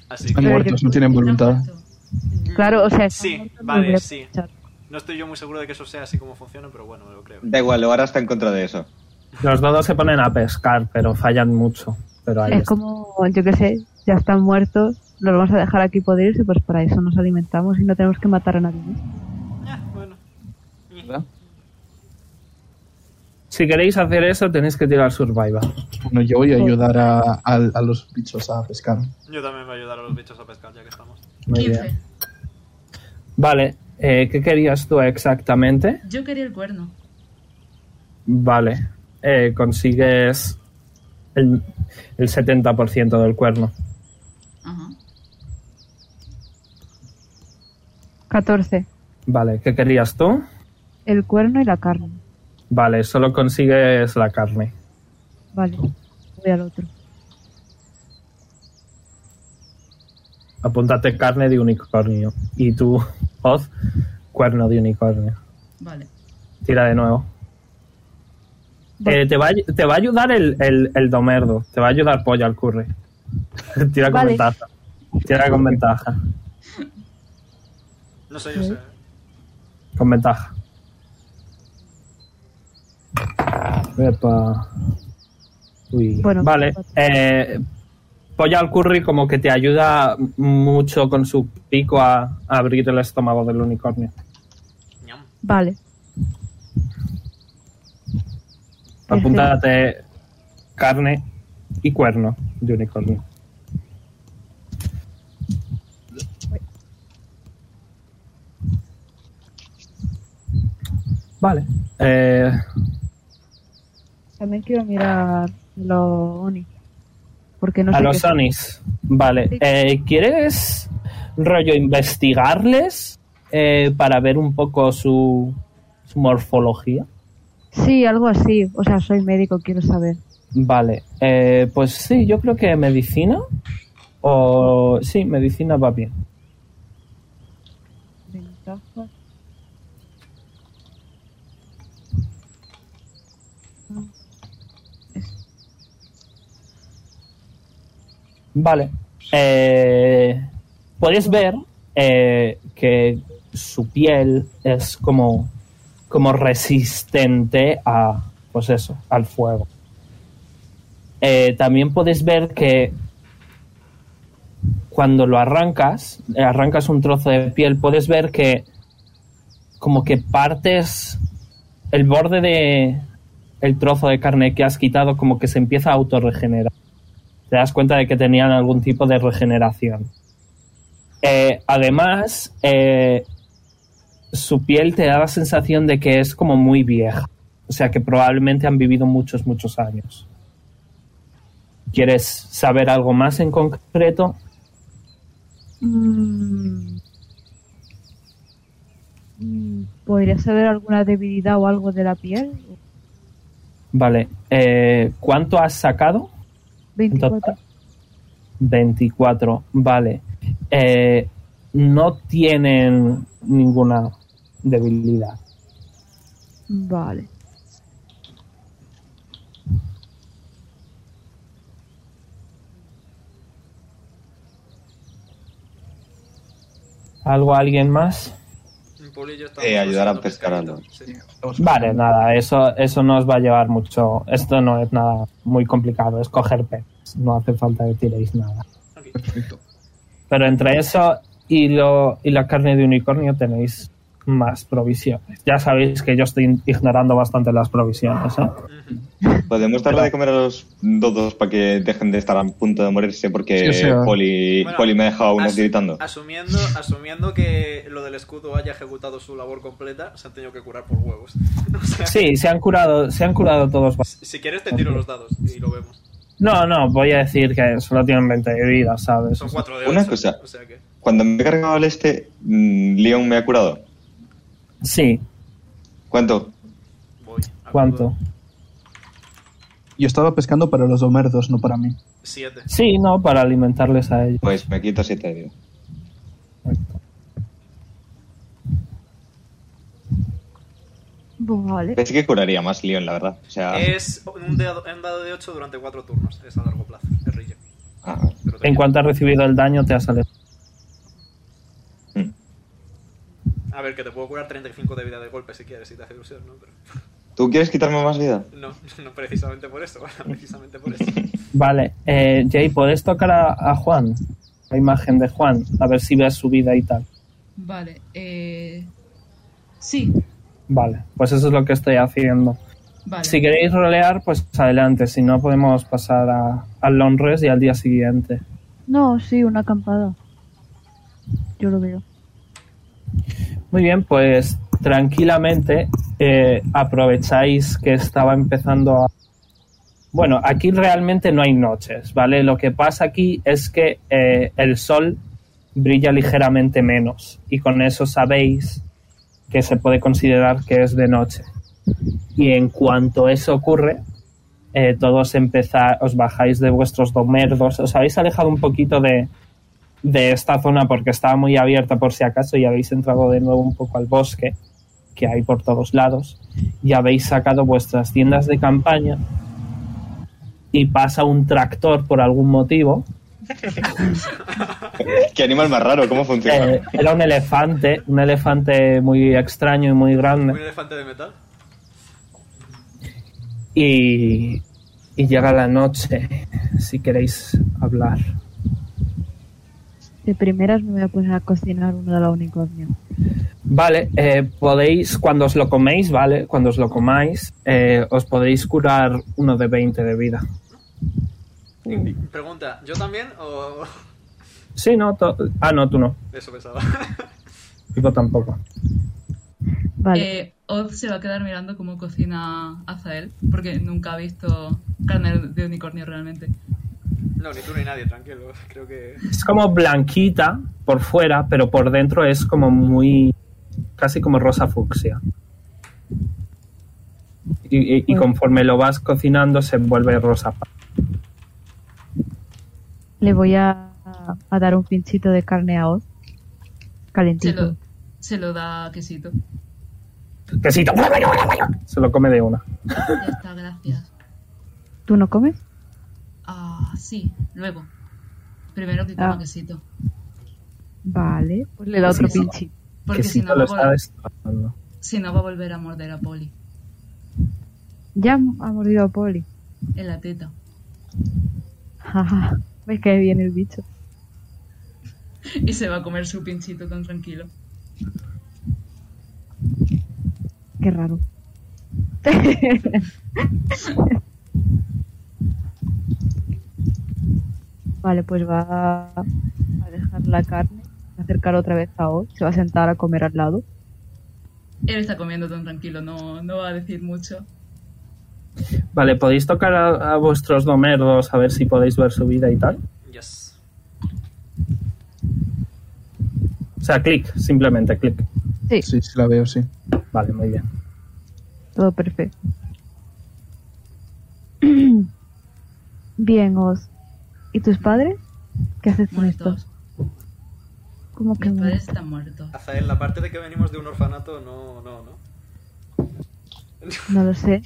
Así Están que muertos, no tienen voluntad. Claro, o sea, Sí, está muerto, no voy vale, a sí. escuchar. No estoy yo muy seguro de que eso sea así como funciona, pero bueno, me lo creo. Da igual, ahora está en contra de eso. Los dados se ponen a pescar, pero fallan mucho. Pero ahí Es está. como, yo qué sé, ya están muertos, los vamos a dejar aquí podrirse, pues para eso nos alimentamos y no tenemos que matar a nadie. más. Ah, bueno. ¿verdad? Si queréis hacer eso, tenéis que tirar survival. Bueno, yo voy a ayudar a, a- a los bichos a pescar. Yo también voy a ayudar a los bichos a pescar ya que estamos. Muy 15. bien. Vale, eh, ¿qué querías tú exactamente? Yo quería el cuerno. Vale. Eh, consigues el, el 70% del cuerno. Ajá. 14. Vale, ¿qué querías tú? El cuerno y la carne. Vale, solo consigues la carne. Vale, voy al otro. Apúntate carne de unicornio. Y tú, Oz, cuerno de unicornio. Vale. Tira de nuevo. Eh, te, va, a- te va a ayudar el, el, el domerdo. Te va a ayudar pollo al curry. Tira con Vale. ventaja. Tira con ventaja. No sé, yo sé. Con ventaja. Epa. Uy. Bueno. vale. Eh, Polla al curry como que te ayuda mucho con su pico a, a abrir el estómago del unicornio. Ñam. Vale. Apúntate carne y cuerno de unicornio. Vale. Eh, También quiero mirar los Oni. Porque no a sé los qué- Onis. Vale. Sí. Eh, ¿Quieres rollo investigarles eh, para ver un poco su, su morfología? Sí, algo así. O sea, soy médico, quiero saber. Vale. Eh, pues sí, yo creo que medicina. O sí, medicina va bien. Ventaja. Vale. Eh, puedes ver eh, que su piel es como, como resistente a, pues eso, al fuego. Eh, también puedes ver que cuando lo arrancas, eh, arrancas un trozo de piel, puedes ver que como que partes el borde de el trozo de carne que has quitado como que se empieza a autorregenerar te das cuenta de que tenían algún tipo de regeneración. Eh, además, eh, su piel te da la sensación de que es como muy vieja. O sea que probablemente han vivido muchos, muchos años. ¿Quieres saber algo más en concreto? Mm. Mm, ¿Podría saber alguna debilidad o algo de la piel? Vale. eh, ¿Cuánto has sacado? 24. 24, vale. Eh, no tienen ninguna debilidad. Vale. ¿Algo alguien más? Poli y yo estamos Eh, ayudar a haciendo pescar a los- pescadito. Sí. Vale, nada, eso, eso no os va a llevar mucho. Esto no es nada muy complicado, es coger peces. No hace falta que tiréis nada. Ok. Perfecto. Pero entre eso y, lo, y la carne de unicornio tenéis más provisiones. Ya sabéis que yo estoy ignorando bastante las provisiones. ¿eh? Ujú. Podemos darle Pues de comer a los dodos para que dejen de estar a punto de morirse porque Sí, o sea. Poli, Bueno, Poli me ha dejado unos As- gritando. Asumiendo, asumiendo que lo del escudo haya ejecutado su labor completa, se han tenido que curar por huevos. O sea, Sí, se han curado, se han curado todos. bast- Si quieres te tiro los dados y lo vemos. No, no, voy a decir que solo tienen 20 de vida, ¿sabes? Son cuatro de Una ocho, cosa. O sea que... Cuando me he cargado al este, mm, Leon me ha curado. Sí, ¿Cuánto? Voy. a ¿cuánto? cubo. Yo estaba pescando para los domerdos, no para mí. Siete. Sí, no, para alimentarles a ellos. Pues me quito siete de vida. Vale. Pensé que curaría más Leon, la verdad. O sea, Es un, deado- un dado de 8 durante 4 turnos. Es a largo plazo. Es rillo. ah, Pero te En queda. cuanto has recibido el daño, te has alejado. mm. A ver, que te puedo curar 35 de vida de golpe si quieres, si te hace ilusión, ¿no? Pero- ¿Tú quieres quitarme más vida? no, no precisamente por eso. precisamente por eso. Vale, eh, Jay, ¿podés tocar a, a Juan? La imagen de Juan, a ver si ves su vida y tal. Vale. Eh... Sí. Vale, pues eso es lo que estoy haciendo. Vale. Si queréis rolear, pues adelante. Si no, podemos pasar a- al long rest y al día siguiente. No, sí, una acampada. Yo lo veo. Muy bien, pues tranquilamente eh, aprovecháis que estaba empezando a... Bueno, aquí realmente no hay noches, ¿vale? Lo que pasa aquí es que eh, el sol brilla ligeramente menos y con eso sabéis que se puede considerar que es de noche. Y en cuanto eso ocurre, eh, todos empezá- os bajáis de vuestros domerdos, os habéis alejado un poquito de, de esta zona porque estaba muy abierta por si acaso y habéis entrado de nuevo un poco al bosque que hay por todos lados y habéis sacado vuestras tiendas de campaña y pasa un tractor por algún motivo. ¿Qué animal más raro? ¿Cómo funciona? Eh, era un elefante, un elefante muy extraño y muy grande. Un elefante de metal. Y, y llega la noche, si queréis hablar. De primeras me voy a poner a cocinar uno de los unicornios. Vale, eh, podéis, cuando os lo coméis, ¿vale? Cuando os lo comáis, eh, os podéis curar uno de 20 de vida. Pregunta, ¿yo también o Sí, no, to- ah, no, tú no, eso pensaba? yo tampoco. Vale. Eh, Oz se va a quedar mirando cómo cocina Azael, porque nunca ha visto carne de unicornio realmente. No, ni tú ni nadie, tranquilo. Creo que... Es como blanquita por fuera, pero por dentro es como muy, casi como rosa fucsia. Y, y- y conforme lo vas cocinando se vuelve rosa. Le voy a, a dar un pinchito de carne a Oz. Se Calentito. lo, se lo da a quesito. Quesito, se lo come de una. Ya está, gracias. ¿Tú no comes? Ah, sí, luego. Primero que coma Ah. quesito. Vale. Pues le da otro Sí, sí. pinchito. Porque si Quesito no, lo va a está vol- destrozando. si no va a volver a morder a Polly Ya ha mordido a Poli. en la teta. Jaja. Me cae bien el bicho. Y se va a comer su pinchito tan tranquilo. Qué raro. vale, pues va a dejar la carne, a acercar otra vez a Oz, se va a sentar a comer al lado. Él está comiendo tan tranquilo, no, no va a decir mucho. Vale, podéis tocar a, a vuestros domerdos a ver si podéis ver su vida y tal. Yes. O sea, clic, simplemente clic. Sí, Sí, sí la veo, sí. Vale, muy bien. todo perfecto. Bien, Oz. ¿Y tus padres? ¿Qué haces con esto? Muertos. ¿Cómo que Mis padres muertos? están muertos. Azael, la parte de que venimos de un orfanato, no, no, no. No lo sé.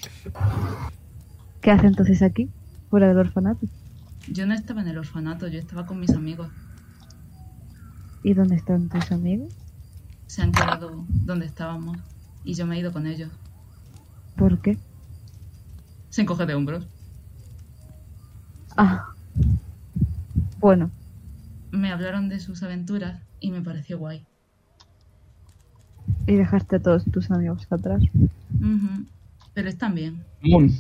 ¿Qué hace entonces aquí? Fuera del orfanato. Yo no estaba en el orfanato, yo estaba con mis amigos. ¿Y dónde están tus amigos? Se han quedado donde estábamos y yo me he ido con ellos. ¿Por qué? Se encoge de hombros. Ah. Bueno, Me hablaron de sus aventuras y me pareció guay. y dejaste a todos tus amigos atrás. Ujú. Pero están bien. Moon.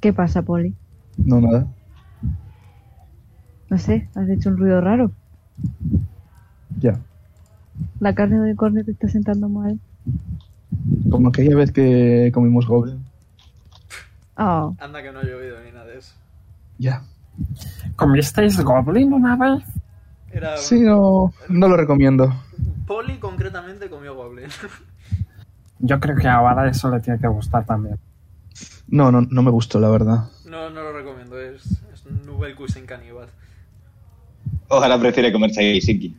¿Qué pasa, Poli? No, nada. No sé, has hecho un ruido raro. Ya. La carne de unicornio te está sentando mal. Como aquella vez que comimos Goblin. Ah, Anda que no ha llovido ni nada de eso. Ya. ¿Comisteis este Goblin una vez? Era... Sí, no, no lo recomiendo. Polly concretamente comió goblin. Yo creo que ahora eso le tiene que gustar también. No, no, no me gustó, la verdad. No, no lo recomiendo, es, es Nouvelle Cuisine Caníbal. Ojalá prefiere comerse a Geisiki.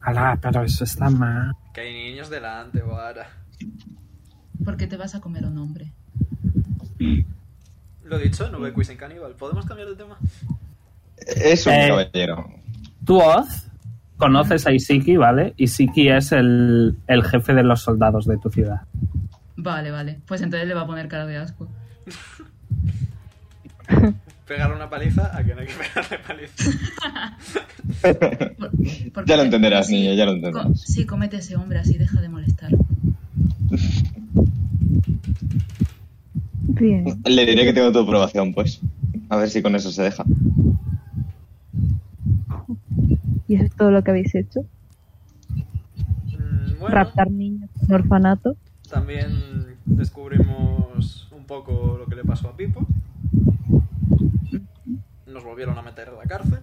Alá, pero eso está mal. Que hay niños delante, vara. ¿Por qué te vas a comer a un hombre? Lo dicho, Nouvelle Cuisine Caníbal. ¿Podemos cambiar de tema? Es un Eh. caballero. Tú, Oz, conoces a Isiki, ¿vale? Isiki es el, el jefe de los soldados de tu ciudad. Vale, vale. Pues entonces le va a poner cara de asco. Pegarle una paliza a quien hay que pegarle paliza. Por- porque- Ya lo entenderás, niño, ya lo Co- entenderás. sí, comete ese hombre así, deja de molestar. bien. Le diré que tengo tu aprobación, pues. A ver si con eso se deja. ¿Y eso es todo lo que habéis hecho? Mm, Bueno, Raptar niños en orfanato. también descubrimos un poco lo que le pasó a Pipo. Nos volvieron a meter a la cárcel.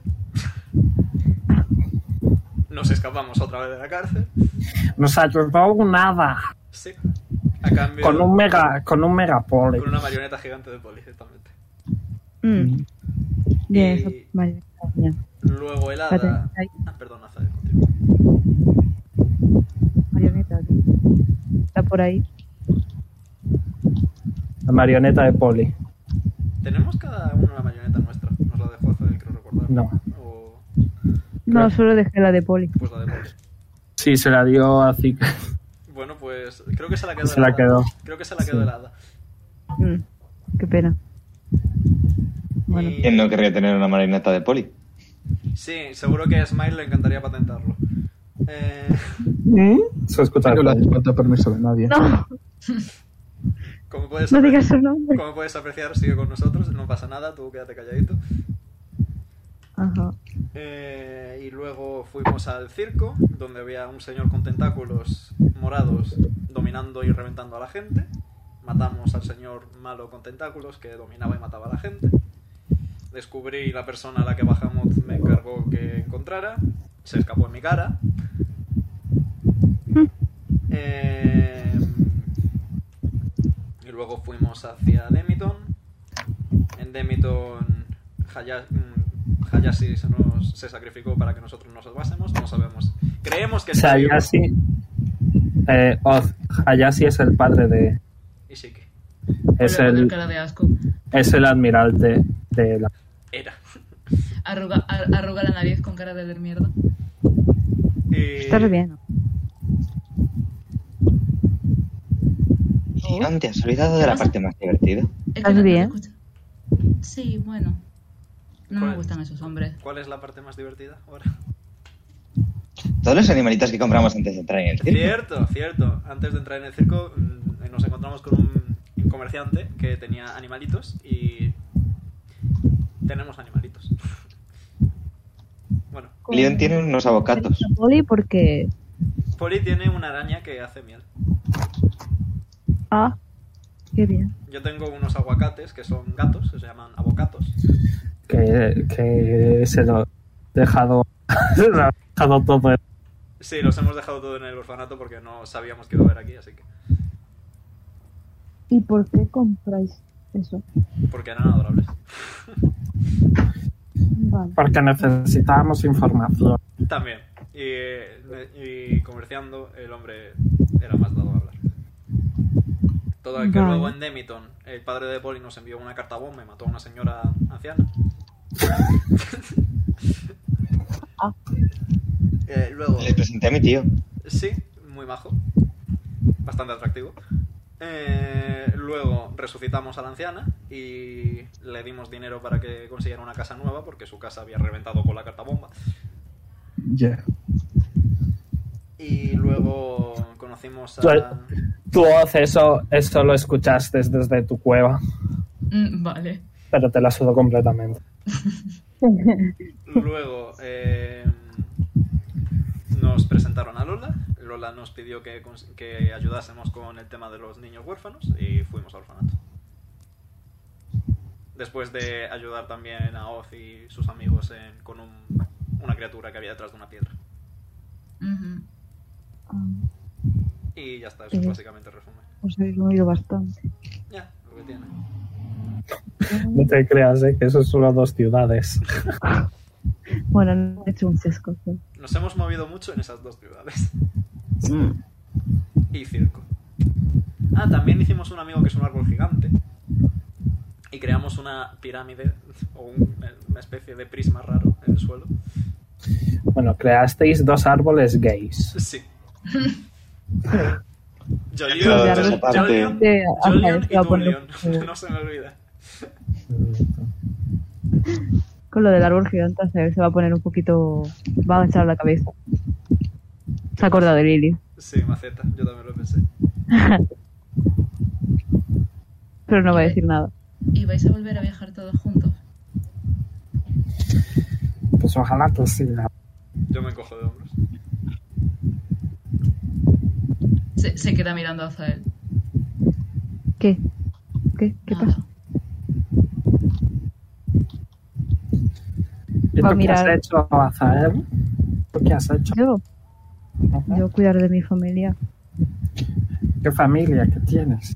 Nos escapamos otra vez de la cárcel. Nos ayudó un hada Sí. A cambio con un mega, con un megapole. con una marioneta gigante de Polly, exactamente. Mm. Bien, Y- eso, vale. Bien. Luego el Espérate, hada. ahí, Ah, perdón, Azael, continúa. marioneta. aquí. Está por ahí. La marioneta de Poli. ¿Tenemos cada uno la marioneta nuestra? ¿Nos la dejó Azael, creo recordar? No. O... No, Claro. solo dejé la de poli. Pues la de Boris. Sí, se la dio a Zika. Bueno, pues creo que se la quedó. Se el la hada. quedó. Creo que se la quedó Sí. el hada. Mm, Qué pena. Bueno. Y- ¿Quién no querría tener una marineta de poli? Sí, seguro que a Smile le encantaría patentarlo. Eh, Se escucha. No le hace falta permiso de nadie. No, como, puedes no apre- digas su nombre. como puedes apreciar, sigue con nosotros, no pasa nada, tú quédate calladito. Ajá. Eh, y luego fuimos al circo, donde había un señor con tentáculos morados dominando y reventando a la gente. Matamos al señor malo con tentáculos que dominaba y mataba a la gente. Descubrí la persona a la que Bahamut me encargó que encontrara. Se escapó en mi cara. Eh, y luego fuimos hacia Demiton. En Demiton Haya- mm, Hayashi se, nos- se sacrificó para que nosotros nos salvásemos. No sabemos. Creemos que está vivo. Hayashi. Eh, Oz. Hayashi es el padre de. Y sí que Es Pero con el, cara de asco. es el almirante de la. era. Arruga, ar- arruga la nariz con cara de ver mierda. Y- Estás bien. Leon, te has olvidado de la parte más divertida. Es ¿Estás que no- no bien? escucha. Sí, bueno. ¿Cuál? No Pues- me gustan esos hombres. ¿Cuál es la parte más divertida ahora? Todos los animalitos que compramos antes de entrar en el circo. Cierto, cierto. Antes de entrar en el circo mm, nos encontramos con un comerciante que tenía animalitos y tenemos animalitos. Bueno, Leon tiene unos avocatos. Poli porque. Poli tiene una araña que hace miel. Ah, qué bien. Yo tengo unos aguacates que son gatos, que se llaman avocatos. Que, que se lo ha dejado. se lo ha dejado todo. Sí, los hemos dejado todo en el orfanato porque no sabíamos que iba a haber aquí, así que... ¿Y por qué compráis eso? Porque eran adorables. Vale. Porque necesitábamos información. También. Y, eh, y comerciando, el hombre era más dado a hablar. Todo que Vale. luego en Demiton, el padre de Poli nos envió una carta bomba y mató a una señora anciana. Eh, luego, Les presenté a mi tío. sí, muy majo. Bastante atractivo. Eh, luego resucitamos a la anciana y le dimos dinero para que consiguiera una casa nueva porque su casa había reventado con la carta bomba. Ya. Y luego conocimos a. Claro. Tu voz, eso, eso lo escuchaste desde tu cueva. Mm, vale. Pero te la sudo completamente. Luego eh, nos presentaron a Lola. Lola nos pidió que, cons- que ayudásemos con el tema de los niños huérfanos y fuimos al orfanato. Después de ayudar también a Oz y sus amigos en- con un- una criatura que había detrás de una piedra. Ujú. Y ya está, eso es Ujú. básicamente el resumen. ah, Os habéis movido bastante. Ya, lo que tiene. No te creas, ¿eh? que eso es solo dos ciudades. Bueno, no he hecho muchas cosas. Nos hemos movido mucho en esas dos ciudades. Y circo. Ah, también hicimos un amigo que es un árbol gigante. Y creamos una pirámide o un- una especie de prisma raro en el suelo. Bueno, creasteis dos árboles gays. Sí. Claro, Jolion, esa Jol- parte. Jolion, Sí, Jolion ajá, y iba a poner- Dunleon. No se me olvida. Mm, Con lo del árbol gigante se se va a poner un poquito. Va a avanzar la cabeza. Se ha acordado de Lily. Sí, maceta, yo también lo pensé. Pero no va a decir nada. ¿Y vais a volver a viajar todos juntos? Pues ojalá que sí. Yo me encojo de hombros. Se, se queda mirando a Azael. ¿Qué? ¿Qué, ¿Qué Nada. pasa? ¿Y Va a tú qué has mirar. hecho, Azael? ¿Tú qué has hecho? Yo, yo cuidar de mi familia. ¿Qué familia que tienes?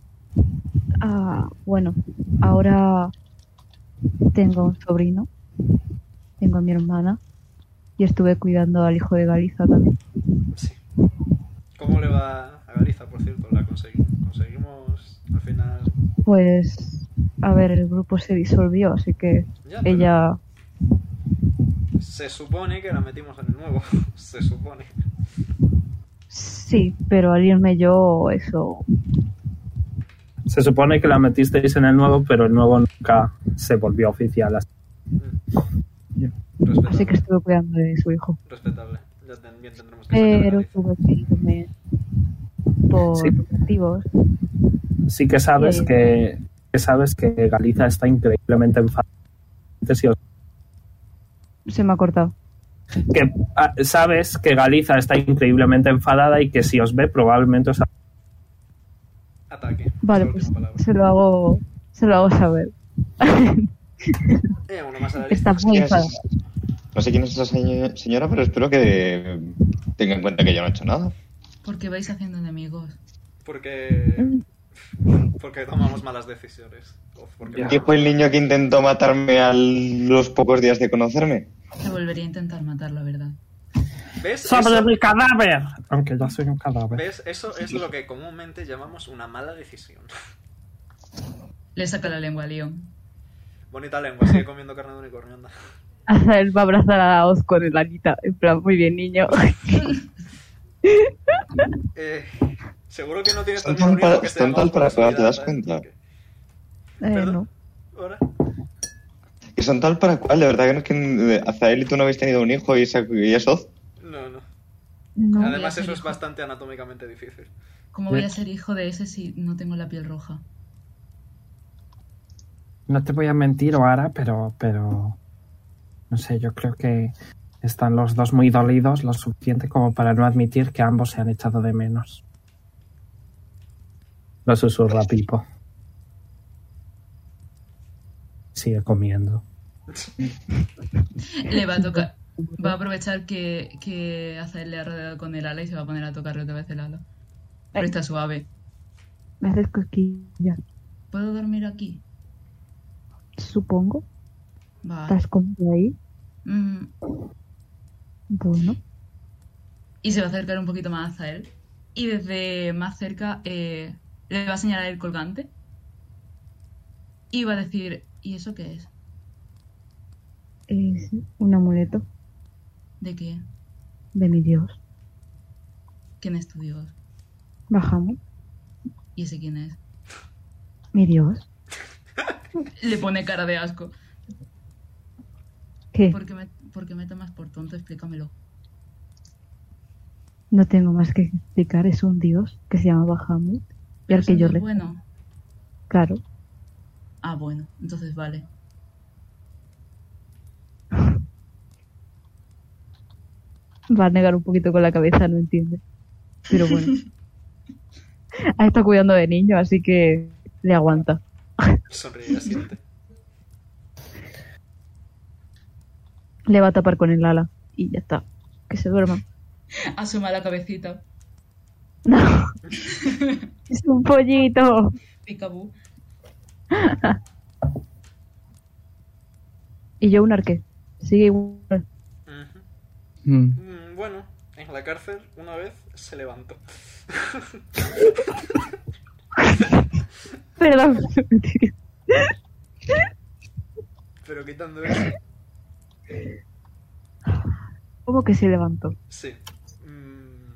Ah, bueno, ahora Tengo un sobrino. Tengo a mi hermana. Y estuve cuidando al hijo de Galiza también. Sí. ¿Cómo le va a Galiza, por cierto? ¿La consegui- conseguimos al final? Pues, a ver, el grupo se disolvió, así que Ya, pero ella... Se supone que la metimos en el nuevo. Se supone. Sí, pero al irme yo, eso... Se supone que la metisteis en el nuevo, pero el nuevo nunca se volvió oficial. así- Respetable. Así que estuve cuidando de su hijo. Respetable. Ya ten- bien tendremos que sacar a Pero Galiza. tuve que irme por Sí. motivos. Sí que sabes Sí. que, que sabes que Galiza está increíblemente enfadada. Sí, o- Se me ha cortado. Que ah, sabes que Galiza está increíblemente enfadada y que si os ve probablemente os Ataque. Vale, La pues última palabra. se lo hago, se lo hago saber. Eh, uno más a la lista. Está muy ¿Quién es enfadado. esa? No sé quién es esa seño- señora, pero espero que tenga en cuenta que yo no he hecho nada. Porque vais haciendo enemigos. Porque. Mm. Porque tomamos malas decisiones. O porque Ya. ¿Quién fue el niño que intentó matarme a los pocos días de conocerme? Te volvería a intentar matar, la verdad. ¿Ves? sobre Eso, mi cadáver. Aunque ya soy un cadáver. ¿Ves? Eso es lo que comúnmente llamamos una mala decisión. Le saca la lengua a Leon. Bonita lengua, sigue comiendo carne de unicornio. Anda. Azael va a abrazar a Oz con el Anita. En plan, muy bien, niño. Eh, seguro que no tienes Son tanto tan miedo pa- que se son tan llama para- oportunidad, te das ¿sabes? cuenta. Eh, no. Ahora, Que son tal para cual, de verdad que no es que Azael y tú no habéis tenido un hijo y, esa- y es Oz. No, no. No. voy a Además, ser eso es hijo. bastante anatómicamente difícil. ¿Cómo Eh. voy a ser hijo de ese si no tengo la piel roja? No te voy a mentir, Oara, pero, pero. No sé, yo creo que están los dos muy dolidos, lo suficiente como para no admitir que ambos se han echado de menos. Lo susurra Pipo. Sigue comiendo. Le va a tocar. Va a aprovechar que, que Azael le ha rodeado con el ala y se va a poner a tocarle otra vez el ala. Pero está suave. Me haces cosquillas. ¿Puedo dormir aquí? Supongo. Vale. ¿Estás conmigo ahí? Mm, Bueno. Y se va a acercar un poquito más a él. Y desde más cerca eh, le va a señalar el colgante. Y va a decir, ¿y eso qué es? Es un amuleto ¿De qué? de mi dios. ¿Quién es tu dios? Bajamos. ¿Y ese quién es? Mi dios. Le pone cara de asco. ¿Qué? ¿Por qué me, por qué me tomas por tonto? Explícamelo. No tengo más que explicar. Es un dios que se llama Bahamut. Y al ¿Eso que yo no es re... bueno? Claro. Ah, bueno. Entonces vale. Va a negar un poquito con la cabeza, no entiende. Pero bueno. ha estado cuidando de niño, así que le aguanta. Sonríe, siente. Le va a tapar con el ala y ya está. Que se duerma. Asoma la cabecita. No. es un pollito. Picabú. Y yo un arqué. Sigue igual. Ujú. Mm. Mm, Bueno, en la cárcel una vez se levantó. Perdón. Pero quitando eso, ¿Cómo que se levantó? sí. Mm,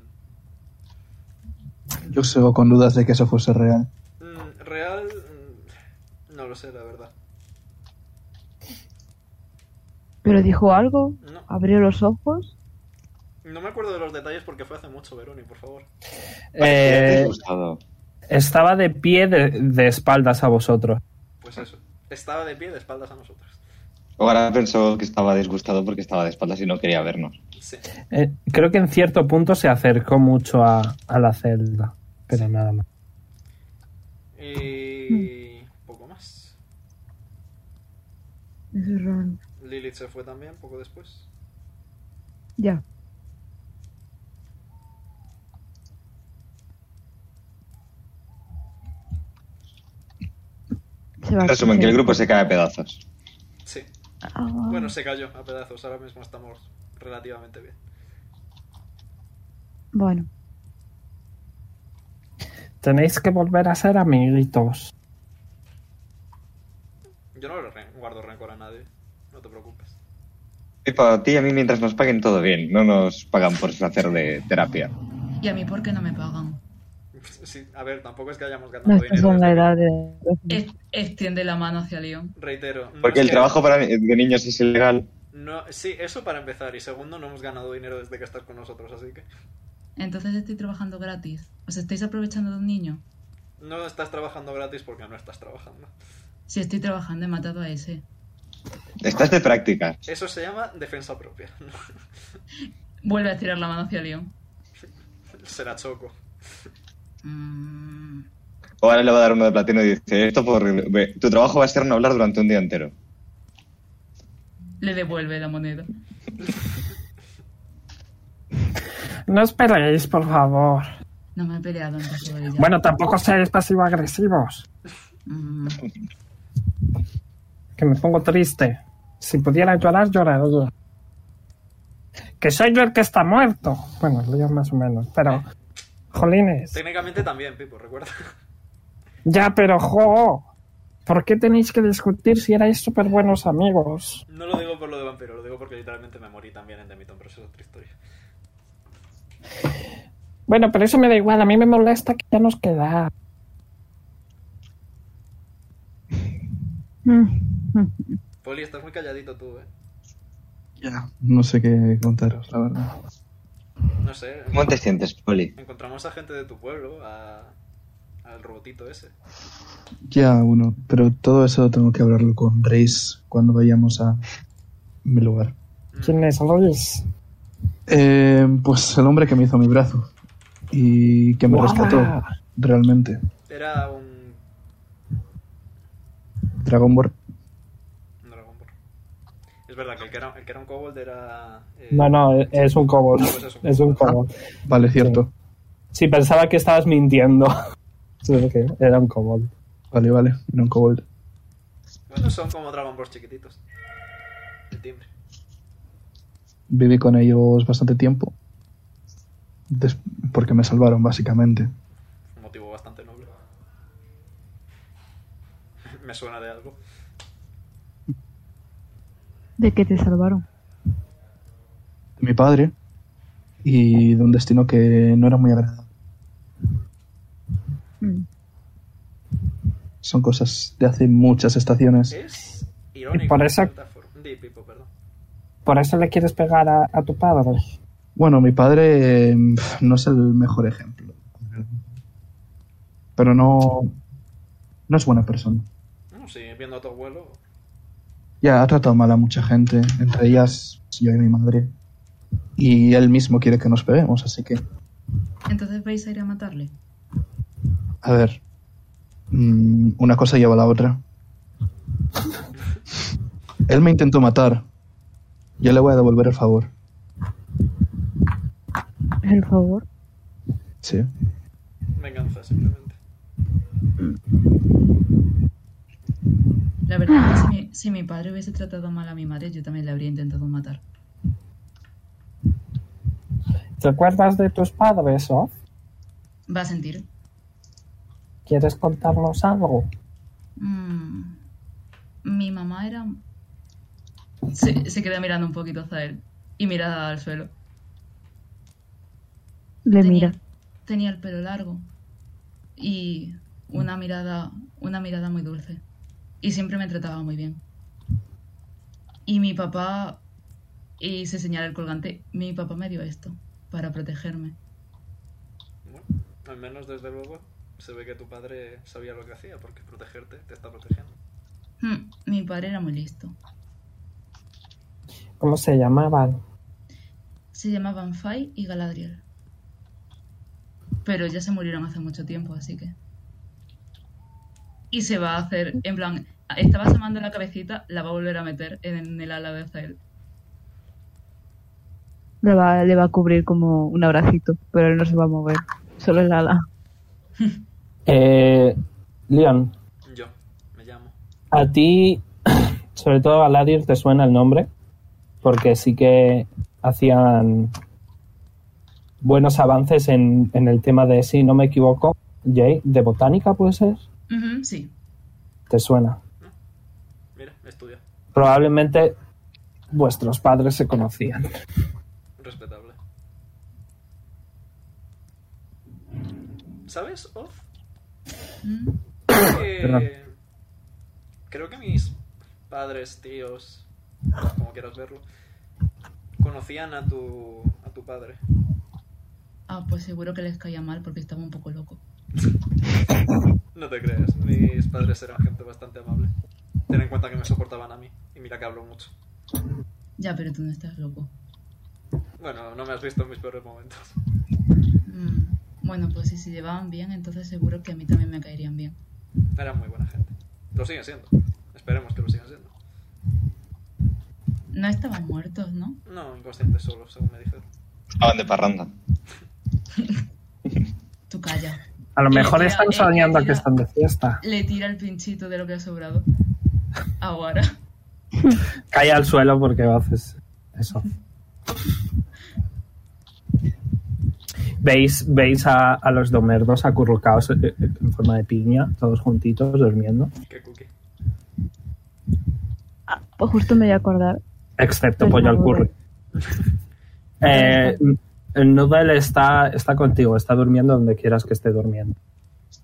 Yo sigo con dudas de que eso fuese real. mm, real, mm, no lo sé, la verdad. ¿Pero dijo algo? No, ¿Abrió los ojos? no me acuerdo de los detalles porque fue hace mucho, Veroni, por favor. Qué Eh, disgustado. estaba de pie de, de espaldas a vosotros. Pues eso. Estaba de pie de espaldas a nosotros. Ahora pensó que estaba disgustado porque estaba de espaldas y no quería vernos. Sí. Eh, creo que en cierto punto se acercó mucho a, a la celda, pero nada más. Y. poco más. Eso es raro. Lilith se fue también poco después. Ya. Se va a- En resumen, que el grupo se cae a pedazos. Ah. Bueno, se cayó a pedazos. Ahora mismo estamos relativamente bien. Bueno. Tenéis que volver a ser amiguitos. Yo no le ren- guardo rencor a nadie. No te preocupes. Y para ti y a mí mientras nos paguen todo bien. No nos pagan por hacer de terapia. ¿Y a mí por qué no me pagan? Sí, a ver, tampoco es que hayamos ganado No estás dinero. en la desde edad de... Es- extiende la mano hacia León. que- Reitero. no Porque es el que- trabajo para, ni- de niños es ilegal. No, sí, eso para empezar. Y segundo, no hemos ganado dinero desde que estás con nosotros, así que. Entonces estoy trabajando gratis. ¿Os estáis aprovechando de un niño? No estás trabajando gratis porque no estás trabajando. Si estoy trabajando, he matado a ese. Estás de prácticas. Eso se llama defensa propia. Vuelve a estirar la mano hacia León. Será choco. Mm, O ahora le va a dar uno de platino y dice, esto por... ve, Tu trabajo va a ser no hablar durante un día entero. le devuelve la moneda. No os peleéis, por favor. No me he peleado en caso de ella. Bueno, tampoco seáis pasivo-agresivos. Mm, Que me pongo triste. Si pudiera llorar, lloraría. Que soy yo el que está muerto. Bueno, lío más o menos, pero... Jolines. Técnicamente también, Pipo, recuerda. Ya, pero jo. ¿Por qué tenéis que discutir si erais súper buenos amigos? No lo digo por lo de vampiro, lo digo porque literalmente me morí también en Demiton, pero eso es otra historia. Bueno, pero eso me da igual. A mí me molesta que ya nos queda. Mm, Poli, estás muy calladito tú, eh. Ya. No sé qué contaros, la verdad. No sé. ¿Cómo te sientes, Poli? Encontramos a gente de tu pueblo, a... al robotito ese. Ya, uno. Pero todo eso tengo que hablarlo con Reis cuando vayamos a mi lugar. Mm. ¿Quién es Luis? Eh, pues el hombre que me hizo mi brazo y que me Guau. rescató realmente. Era un Dragon Ball. un Dragon Ball. Es verdad que el que era, el que era un kobold era... eh, No, no, es un kobold. Ah, pues es un Es un kobold. Vale, cierto. Sí, pensaba que estabas mintiendo. Sí, que Era un kobold. Vale, vale. Era un kobold. Bueno, son como Dragon Balls chiquititos. El timbre. Viví con ellos bastante tiempo. Des- porque me salvaron, básicamente. Un motivo bastante noble. Me suena de algo. ¿De qué te salvaron? De mi padre y de un destino que no era muy agradable. Mm. Son cosas de hace muchas estaciones. Es irónico. Y por de eso- cierta forma. Di, Pipo, perdón. Por eso le quieres pegar a, a tu padre. Bueno, mi padre eh, no es el mejor ejemplo. Pero no. No es buena persona. No, sí, viendo a tu abuelo. Ya ha tratado mal a mucha gente, entre ellas yo y mi madre. Y él mismo quiere que nos peguemos, así que. Entonces vais a ir a matarle. A ver. Mm, una cosa lleva a la otra. Él me intentó matar. Yo le voy a devolver el favor. El favor. Sí. Venganza, simplemente. La verdad es que si mi, si mi padre hubiese tratado mal a mi madre, yo también le habría intentado matar. ¿Te acuerdas de tus padres, Oz? ¿Va a sentir? ¿Quieres contarnos algo? Mm, Mi mamá era... Se, se queda mirando un poquito hacia él y mira al suelo. Le Tenía- mira. Tenía el pelo largo y una mirada, una mirada muy dulce. Y siempre me trataba muy bien. Y mi papá, y se señala el colgante, mi papá me dio esto para protegerme. Bueno, al menos desde luego se ve que tu padre sabía lo que hacía, porque protegerte te está protegiendo. Hmm, mi padre era muy listo. ¿Cómo se llamaban? Se llamaban Fai y Galadriel. Pero ya se murieron hace mucho tiempo, así que. Y se va a hacer, en plan, estaba asomando la cabecita, la va a volver a meter en el ala de Azael. Le va, le va a cubrir como un abracito, pero él no se va a mover. Solo el ala. Eh, Leon, Yo, me llamo. a ti sobre todo a Ladir te suena el nombre, porque sí que hacían buenos avances en, en el tema de, si no me equivoco, Jay, de botánica puede ser, Ujú, sí. te suena. Mira, estudia. Probablemente vuestros padres se conocían. Respetable. ¿Sabes, Oz? Mm. Perdón. que creo que mis padres, tíos, como quieras verlo, conocían a tu a tu padre. Ah, pues seguro que les caía mal porque estaba un poco loco. No te creas, mis padres eran gente bastante amable. Ten en cuenta que me soportaban a mí y mira que hablo mucho. Ya, pero tú no estás loco. Bueno, no me has visto en mis peores momentos. Mm, Bueno, pues si se llevaban bien, entonces seguro que a mí también me caerían bien. Eran muy buena gente. Lo siguen siendo. Esperemos que lo sigan siendo. No estaban muertos, ¿no? No, inconscientes solo, según me dijeron. Estaban de parranda. Tú calla. A lo Eh, mejor mira, están eh, soñando que mira. están de fiesta. Le tira el pinchito de lo que ha sobrado. Ahora. Cae al suelo porque haces eso. Veis, veis a, a los domerdos acurrucados eh, eh, en forma de piña, todos juntitos, durmiendo. Qué cookie. Ah, Pues justo me voy a acordar. Excepto Pues Pollo al no, Curry. Eh, Noodle está, está contigo, está durmiendo donde quieras que esté durmiendo.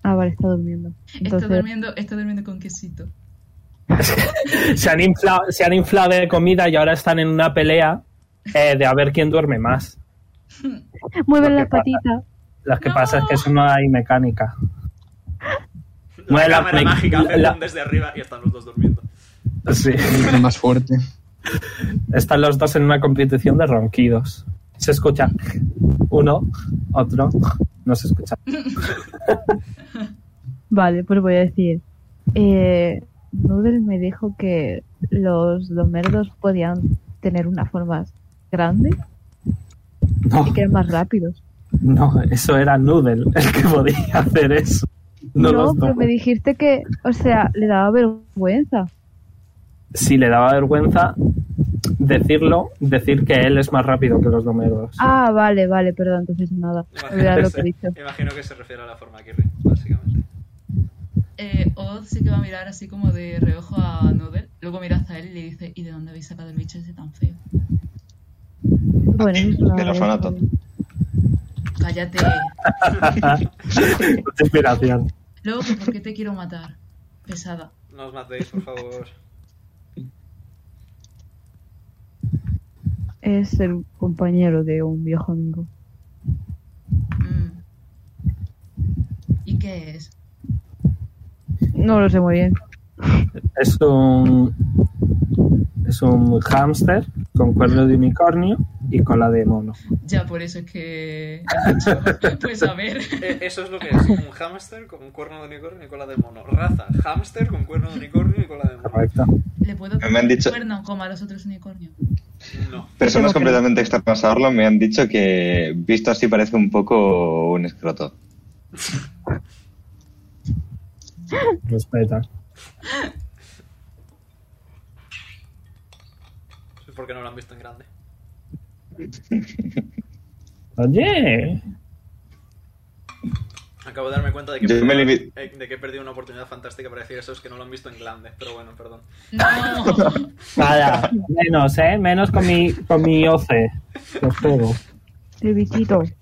Ah, vale, está durmiendo. Está Entonces, durmiendo, está durmiendo con quesito. Se han inflado, se han inflado de comida y ahora están en una pelea eh, de a ver quién duerme más. mueve Lo que las pasa. patitas. Lo que No. pasa es que eso no hay mecánica. La Bueno, la- cámara me- mágica hace la- zoom desde arriba y están los dos durmiendo. Sí. Es más fuerte. Están los dos en una competición de ronquidos. Se escucha uno, otro, no se escucha. Vale, pues voy a decir. Eh, Noodle me dijo que los domerdos podían tener unas formas grandes No, y que eran más rápidos. no, eso era Noodle el que podía hacer eso. No, no, los pero dos. me dijiste que, o sea, le daba vergüenza. Si le daba vergüenza decirlo, decir que él es más rápido que los domeros. Ah, vale, vale, perdón, entonces nada. Olvidar lo que he dicho. Imagino que se refiere a la forma que básicamente. Eh, Oz sí que va a mirar así como de reojo a Nodel. Luego mira hasta él y le dice, ¿y de dónde habéis sacado el bicho ese tan feo? Bueno, eso es una Del orfanato. Cállate. Mucha inspiración. Luego, que ¿por qué te quiero matar? Pesada. No os matéis, por favor. Es el compañero de un viejo amigo. Mm. ¿Y qué es? No lo sé muy bien. Es un. Es un hámster con cuerno de unicornio y cola de mono. Ya, por eso es que... he dicho, pues a ver. Eh, eso es lo que es, un hámster con un cuerno de unicornio y cola de mono. Raza, hámster con cuerno de unicornio y cola de mono. Correcto. ¿Le puedo Me han dicho- el cuerno como a los otros unicornios? No. Personas Tengo que- completamente externas a Orlon me han dicho que, visto así, parece un poco un escroto. Respeta. Es porque no lo han visto en grande. Oye. Acabo de darme cuenta de que, Yo me perdí- limi- eh, de que he perdido una oportunidad fantástica para decir eso, es que no lo han visto en grande. Pero bueno, perdón. No. Nada. Menos, ¿eh? Menos con mi, con mi Pues OC. Lo pego. El bichito.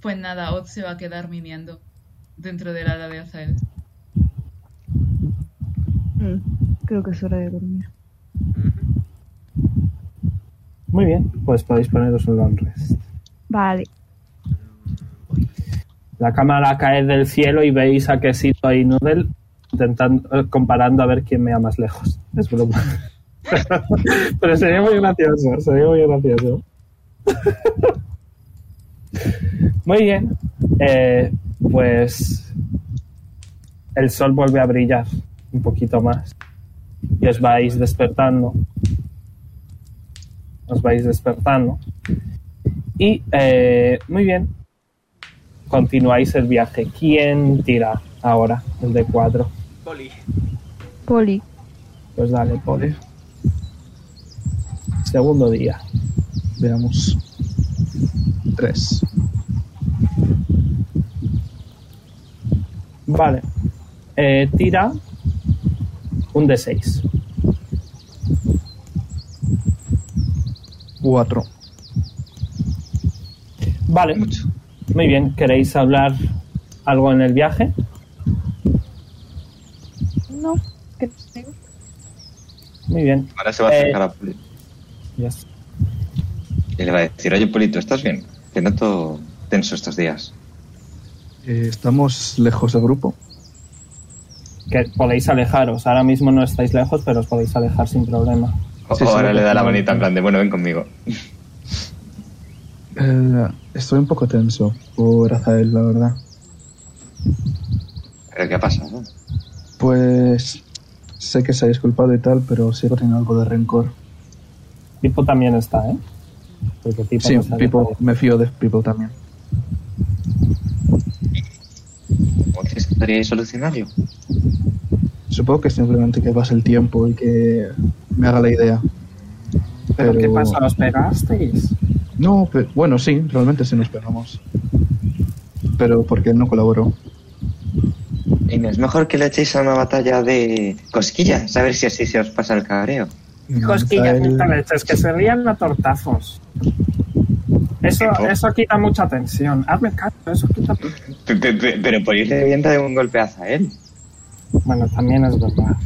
Pues nada, Oz se va a quedar mimiendo dentro del ala de Azael. Mm, creo que es hora de dormir. Ujú. Muy bien. Pues podéis poneros un long rest. Vale. La cámara cae del cielo y veis a Quesito y Noodle intentando, eh, comparando a ver quién me más lejos. Es broma. Pero sería muy gracioso, sería muy gracioso. Muy bien. Eh, pues el sol vuelve a brillar un poquito más. Y os vais despertando. Os vais despertando. Y eh, muy bien, continuáis el viaje. ¿Quién tira ahora el de 4? Poli, Poli. Pues dale, pobre. Segundo día. Veamos. Tres. Vale. Eh, tira un D6. Cuatro. Vale. Muy bien. ¿Queréis hablar algo en el viaje? No, que tengo. Muy bien. Ahora se va a Eh. acercar a Poli. Ya está. Y le va a decir, oye, Polito, ¿estás bien? Te noto tenso estos días. Eh, estamos lejos del grupo. Que podéis alejaros. Ahora mismo no estáis lejos, pero os podéis alejar sin problema. O- Sí, sí, ahora lo le da la confirmo. manita en plan de, bueno, ven conmigo. Eh, estoy un poco tenso por Azael, la verdad. ¿Pero qué ha pasado? Pues sé que se ha disculpado y tal, pero sigo teniendo algo de rencor. Pipo también está, ¿eh? Porque Pipo Sí, no se ha Pipo, alejado. me fío de Pipo también. ¿Cómo crees que podríais solucionarlo? Supongo que simplemente que pase el tiempo y que me haga la idea. ¿Pero qué pero- pasa? ¿Los pegasteis? No, pero bueno, sí, realmente sí nos pegamos. Pero porque él no colaboró. Y no es mejor que le echéis a una batalla de cosquillas, a ver si así se os pasa el cabreo. Cosquillas Azael- leches, que se rían a tortazos. Eso, Pipo. eso quita mucha tensión. Hazme caso, eso quita. Pe- pe- pe- Pero por irle revienta de un golpeazo a él. Bueno, también es verdad.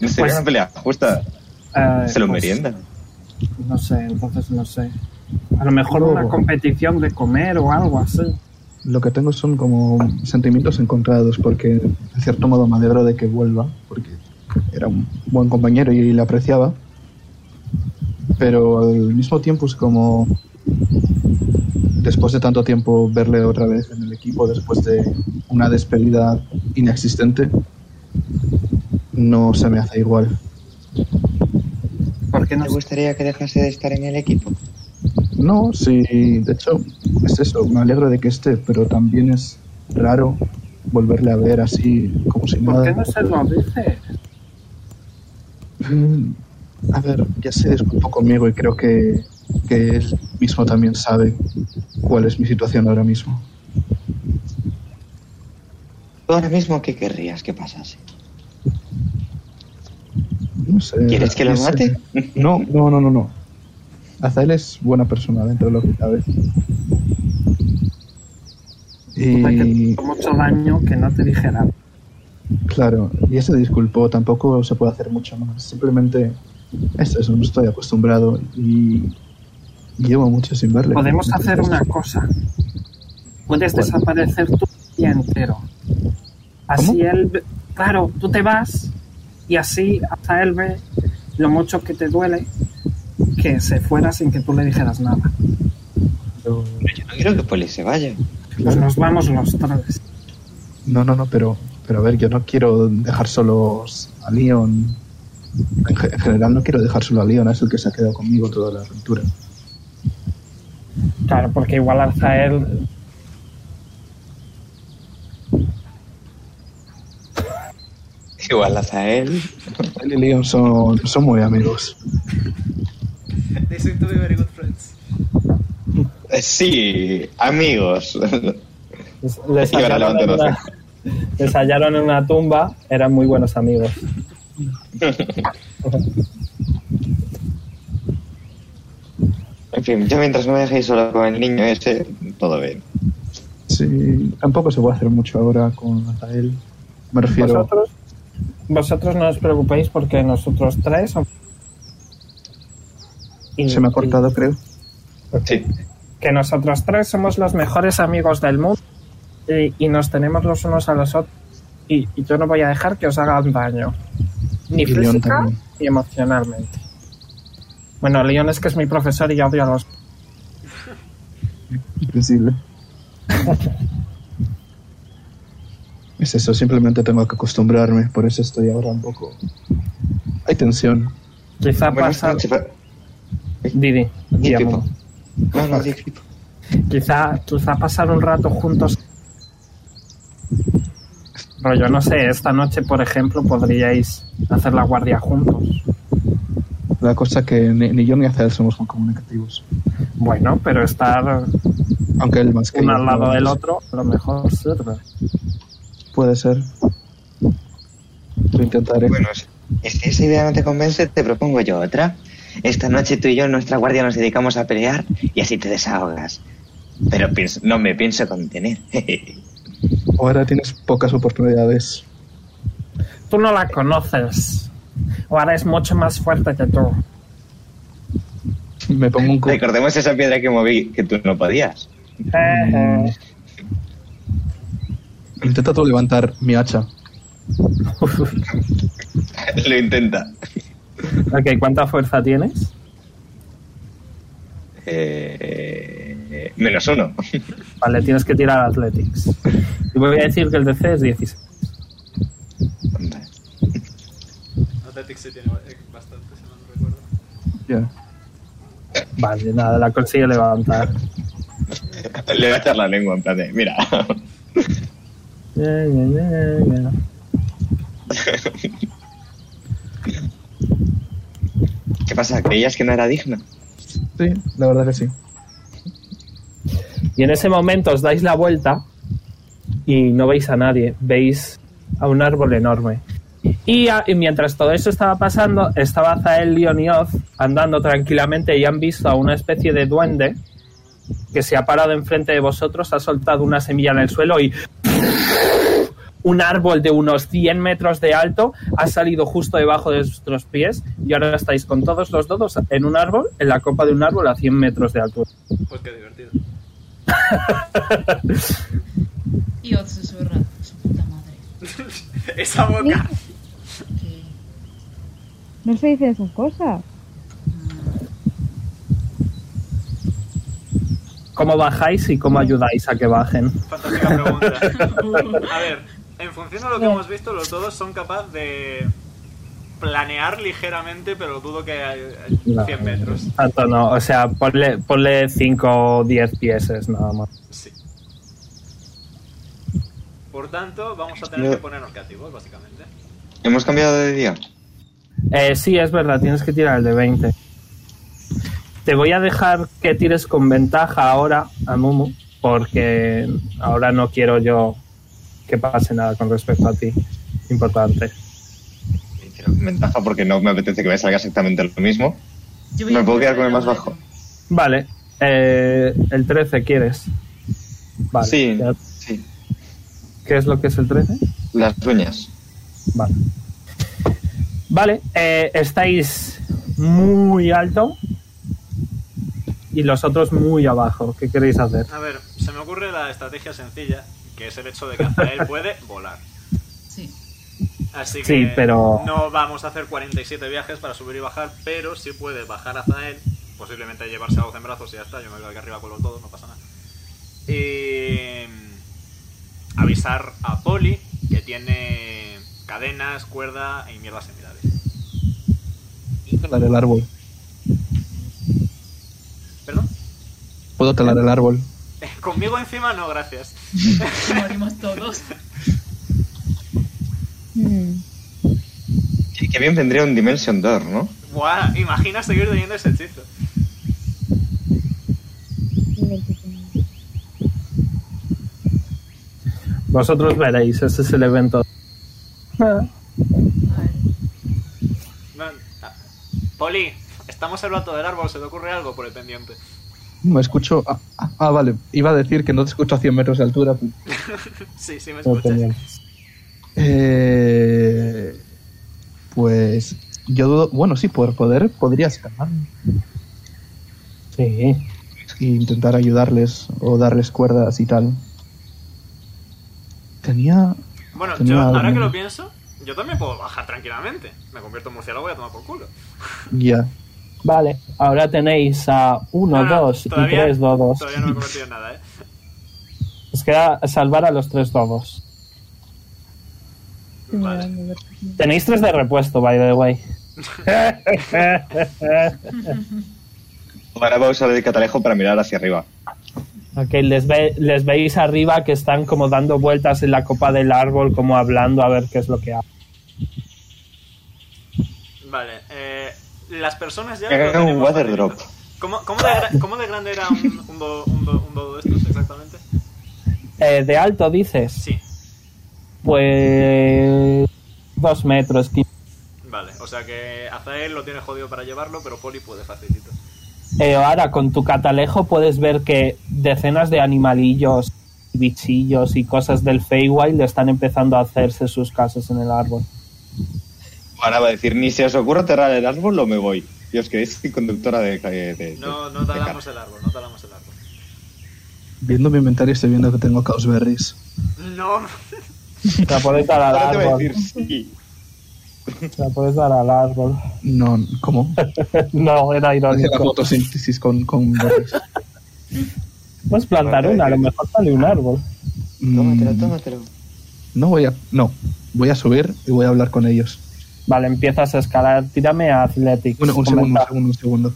No sé, Pues- una pelea justa. Eh, Se lo pues, merienda. No sé, entonces no sé. A lo mejor Luego. una competición de comer o algo así. Lo que tengo son como sentimientos encontrados, porque en cierto modo me alegro de que vuelva, porque era un buen compañero y le apreciaba. Pero al mismo tiempo es como, después de tanto tiempo, verle otra vez en el equipo, después de una despedida inexistente, no se me hace igual. ¿Por qué no ¿Te gustaría que dejase de estar en el equipo? No, sí, de hecho, es eso, me alegro de que esté, pero también es raro volverle a ver así, como si ¿Por nada. qué no se lo dice? Mm, A ver, ya se disculpó conmigo y creo que, que él mismo también sabe cuál es mi situación ahora mismo. ¿Tú ahora mismo qué querrías que pasase? No sé, ¿Quieres que lo no sé. mate? No, no, no, no, no. Azael es buena persona dentro de lo que cabe. Hay que Y hacer mucho daño que no te dijera. claro, ya se disculpó, tampoco se puede hacer mucho más. Simplemente es eso, no estoy acostumbrado y llevo mucho sin verle. Podemos hacer Entonces, una cosa. Puedes ¿Cuál? desaparecer tú el día entero. Así ¿Cómo? él... ve- Claro, tú te vas y así hasta él ve lo mucho que te duele que se fuera sin que tú le dijeras nada. pero- Yo no quiero que Poli se vaya. Pues claro. nos vamos los tres. No, no, no, pero, pero a ver, yo no quiero dejar solos a Leon. En, ge- en general no quiero dejar solo a Leon, es el que se ha quedado conmigo toda la aventura. Claro, porque igual Arzael. Igual a él. Él y Leon son, son muy amigos. They seem to be very good friends. Eh, Sí, amigos. Les Y ahora hallaron, en levanto una, les hallaron en una tumba, eran muy buenos amigos. En fin, yo mientras no me dejéis solo con el niño ese, todo bien. Sí, tampoco se puede hacer mucho ahora con Azael. Me refiero. Vosotros, vosotros no os preocupéis porque nosotros tres. son- Y- Se me ha cortado, creo. Sí. que nosotros tres somos los mejores amigos del mundo y, y nos tenemos los unos a los otros. Y, y yo no voy a dejar que os hagan daño, ni Y Leon física también. ni emocionalmente. Bueno, León es que es mi profesor y odio a los. Invencible. es eso, simplemente tengo que acostumbrarme, por eso estoy ahora un poco. Hay tensión. Quizá Buenas pasa. noches, pa- Didi, di, llamo. Pipo. No, no, di, Pipo. Quizá, quizá pasar un rato juntos Rollo, no sé, esta noche, por ejemplo, podríais hacer la guardia juntos. La cosa que ni, ni yo ni Azael somos muy comunicativos. Bueno, pero estar Aunque él más que uno yo, al lado pero- del otro a lo mejor sirve. Puede ser. Lo intentaré. Bueno, si- si esa idea no te convence, te propongo yo otra. Esta noche tú y yo en nuestra guardia nos dedicamos a pelear y así te desahogas. Pero pienso- no me pienso contener. Ahora tienes pocas oportunidades. Tú no la conoces. Ahora es mucho más fuerte que tú. Me pongo un co- Recordemos esa piedra que moví que tú no podías. Eh, eh. Mm. Intenta tú levantar mi hacha. Lo intenta. ok, ¿cuánta fuerza tienes? Eh, menos uno. Vale, tienes que tirar Athletics. Y voy a decir que el DC es 16. Vale. Athletics sí tiene eh, bastante, si no me recuerdo. Ya. Vale, nada, la consigue levantar. Le va a echar la lengua en plan de, mira. Ya, ya, ya, ya. ¿Qué pasa? ¿Creías que no era digna? Sí, la verdad que sí. Y en ese momento os dais la vuelta y no veis a nadie, veis a un árbol enorme. Y, a- y mientras todo eso estaba pasando, estaba Zael, Leon y Oz andando tranquilamente y han visto a una especie de duende que se ha parado enfrente de vosotros, ha soltado una semilla en el suelo y un árbol de unos 100 metros de alto ha salido justo debajo de vuestros pies y ahora estáis con todos los dodos en un árbol, en la copa de un árbol a 100 metros de altura. Pues qué divertido. Y Oz susurra, su puta madre. Esa boca. Que... No se dice esas cosas. ah, ¿Cómo bajáis y cómo ayudáis a que bajen? Fantástica pregunta. A ver, en función de lo que hemos visto, los todos son capaces de planear ligeramente, pero dudo que a a 100 metros. Tanto no, o sea, ponle, ponle 5 o 10 pieses nada más. Sí. Por tanto, vamos a tener que ponernos creativos, básicamente. Hemos cambiado de día. Eh, sí, es verdad, tienes que tirar el de 20. Te voy a dejar que tires con ventaja ahora a Mumu, porque ahora no quiero yo que pase nada con respecto a ti. Importante. Pero Ventaja porque no me apetece que me salga exactamente lo mismo. yo voy Me a puedo intentar quedar con el más hablar bajo. Vale, eh, el 13 quieres. Vale. Sí. ya- Sí. ¿Qué es lo que es el 13? Las uñas. Vale. Vale, eh, estáis muy alto y los otros muy abajo. ¿Qué queréis hacer? A ver, se me ocurre la estrategia sencilla, que es el hecho de que Azael puede volar. Sí. Así que Sí, pero- no vamos a hacer 47 viajes para subir y bajar, pero sí puede bajar hasta él, posiblemente llevarse a Oz en brazos y ya está, yo me voy aquí arriba con los todos, no pasa nada. Y mm, avisar a Poli, que tiene cadenas, cuerda y mierdas similares. Puedo talar el árbol. ¿Perdón? Puedo talar el árbol. Conmigo encima no, gracias. Morimos todos. Mm. Y Qué bien vendría un Dimension Door, ¿no? Buah, imagina seguir teniendo ese hechizo. Vosotros veréis, ese es el evento. Vale. No, ah. Poli, estamos al plato del árbol, ¿se te ocurre algo por el pendiente? Me escucho. Ah, ah, ah, vale. Iba a decir que no te escucho a 100 metros de altura. pues. Sí, sí, me No escuchas. tenía. Eh, pues. Yo dudo. Bueno, sí, por poder podría escalar Sí, e intentar ayudarles o darles cuerdas y tal. Tenía. Bueno, Tenía yo, algo, ahora que ¿no? lo pienso, yo también puedo bajar tranquilamente. Me convierto en murciélago y a tomar por culo. Ya. Vale, ahora tenéis a uno, No, no, dos y todavía- tres dodos. Todavía no me he convertido en nada, ¿eh? Os queda salvar a los tres dodos. Vale. Tenéis tres de repuesto, by the way. Ahora va a usar el catalejo para mirar hacia arriba. Ok, les, ve- les veis arriba que están como dando vueltas en la copa del árbol, como hablando a ver qué es lo que hace. Vale. eh, las personas ya... Que haga lo Eh, un tenemos water facilito. drop. ¿Cómo, cómo de, gra- cómo de grande era un, un, do- un do- un dodo de estos exactamente? Eh, de alto dices, Sí. pues dos metros. qui- Vale. O sea que Azael lo tiene jodido para llevarlo, pero Poli puede facilito. Eh, ahora con tu catalejo puedes ver que decenas de animalillos, bichillos y cosas del Feywild están empezando a hacerse sus casas en el árbol. Ahora va a decir, ni se os ocurra aterrar el árbol o me voy. Y os quedéis sin conductora de... de- de- No, de no talamos carro. el árbol, no talamos el árbol. Viendo mi inventario estoy viendo que tengo Chaos Berries. No, La puedes dar al Ahora te va a árbol. decir sí. La puedes dar al árbol. No, ¿cómo? no, era Hace la irónico. fotosíntesis con, con berries. Puedes plantar una, a lo mejor sale un árbol. Mm, Tómatelo, tómatelo. No voy a... No. Voy a subir y voy a hablar con ellos. Vale, empiezas a escalar. Tírame a Athletics. Bueno, un Comenta. segundo, un segundo, un segundo.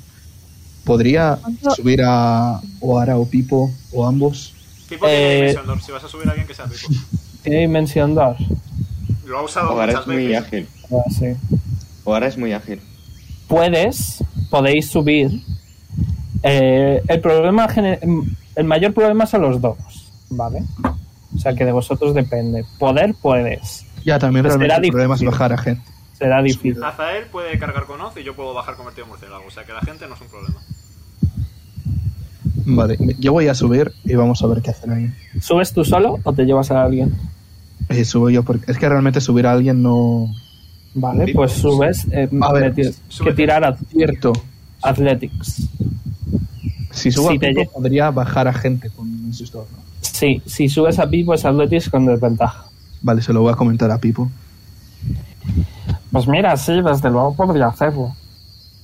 ¿Podría ¿Cuánto? subir a Oara o Pipo o ambos? Tipo tiene Eh, Dimension Door, si vas a subir a alguien que sea rico. Tiene dimensión 2. Lo ha usado Ahora muchas es muy veces. ágil. Sí. Ahora es muy ágil. puedes, podéis subir. Eh, el problema, gene- el mayor problema son los dos, ¿vale? O sea que de vosotros depende. Poder puedes, Ya, también Pues realmente será el problema es difícil. bajar a gente. será difícil. Azael puede cargar con Oz y yo puedo bajar convertido en murciélago, o sea que la gente no es un problema. Vale, yo voy a subir y vamos a ver qué hacen ahí. ¿Subes tú solo o te llevas a alguien? Eh, subo yo porque es que realmente subir a alguien no... Vale, Sí, pues subes. eh, A ver, me tienes que súbete. tirar a Cierto. Athletics. Si subo Sí, a te Pipo lle- podría bajar a gente con un susto, ¿no? Sí, si subes a Pipo es Athletics con desventaja. Vale, se lo voy a comentar a Pipo. Pues mira, sí, desde luego podría hacerlo.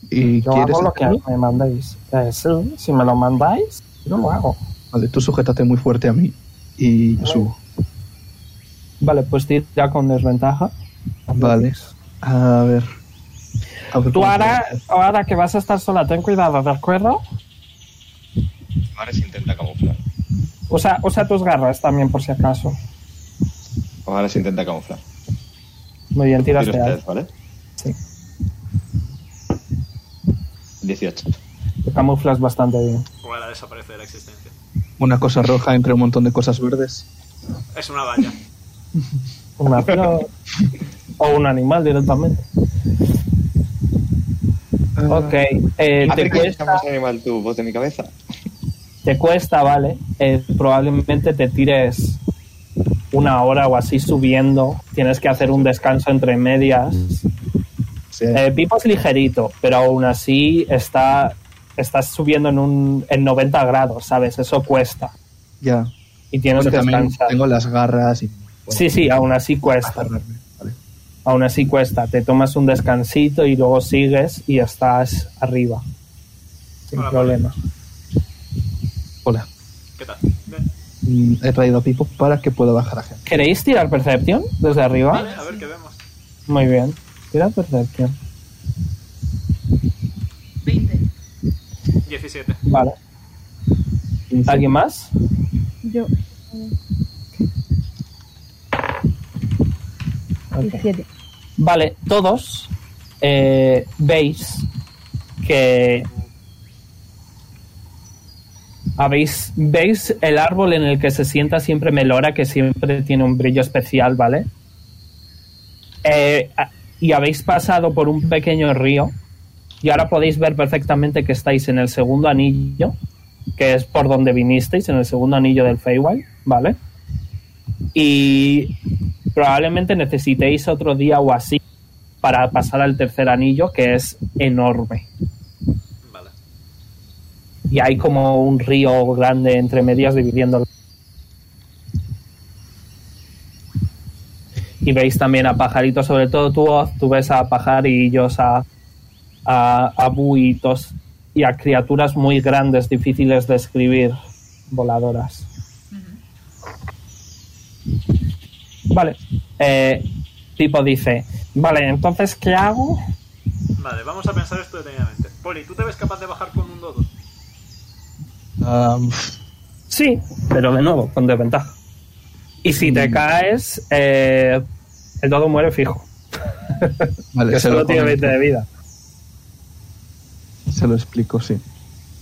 ¿Y Yo quieres hago lo que hacerlo? me mandéis. Eh, sí, si me lo mandáis, yo lo hago. Vale, tú sujétate muy fuerte a mí y yo subo. Vale, pues tira con desventaja. Vale. A ver. A ver Tú cómo ahora, ahora que vas a estar sola, ten cuidado, ¿de acuerdo? Ahora se intenta camuflar. Usa, usa tus garras también, por si acaso. Ahora se intenta camuflar. Muy bien, Tiro tiras de ustedes, alto. ¿vale? Sí. 18. Te camuflas bastante bien. Ojalá desaparece de la existencia. Una cosa roja entre un montón de cosas verdes. Es una valla. Una flor o un animal directamente. Ok, eh, te, África, cuesta, llamas animal tu voz de mi cabeza? te cuesta, ¿vale? Eh, probablemente te tires una hora o así subiendo. Tienes que hacer un descanso entre medias. Sí. Eh, Pipo es ligerito, pero aún así está estás subiendo en un en 90 grados, ¿sabes? Eso cuesta ya. y tienes Porque que también descansar. tengo las garras y. Sí, sí, aún así cuesta, agarrarme, Vale. aún así cuesta. Te tomas un descansito y luego sigues y estás arriba. Sin Hola, problema. Hola. ¿Qué tal? Mm, He traído a Pipo para que pueda bajar a gente. ¿Queréis tirar Percepción desde arriba? Vale, Eh, a ver qué vemos. Muy bien. Tira Percepción. 20. 17. Vale. ¿Alguien más? Yo, Ok. 17. Vale, todos eh, veis que habéis veis el árbol en el que se sienta siempre Melora, que siempre tiene un brillo especial, ¿vale? Eh, a- y habéis pasado por un pequeño río y ahora podéis ver perfectamente que estáis en el segundo anillo, que es por donde vinisteis, en el segundo anillo del Feywild, ¿vale? Y probablemente necesitéis otro día o así para pasar al tercer anillo, que es enorme. Vale. Y hay como un río grande entre medias dividiéndolo. Y veis también a Pajarito, sobre todo tú, Oz, tú ves a pajarillos, a, a, a buitos y a criaturas muy grandes, difíciles de escribir, voladoras. Vale. Eh, tipo dice, vale, entonces, ¿qué hago? Vale, vamos a pensar esto detenidamente. Poli, ¿tú te ves capaz de bajar con un dodo? Ah, Sí, pero de nuevo, con desventaja. Y si te caes, eh, el todo muere fijo. Vale, que se solo lo tiene comento. 20 de vida. Se lo explico, sí.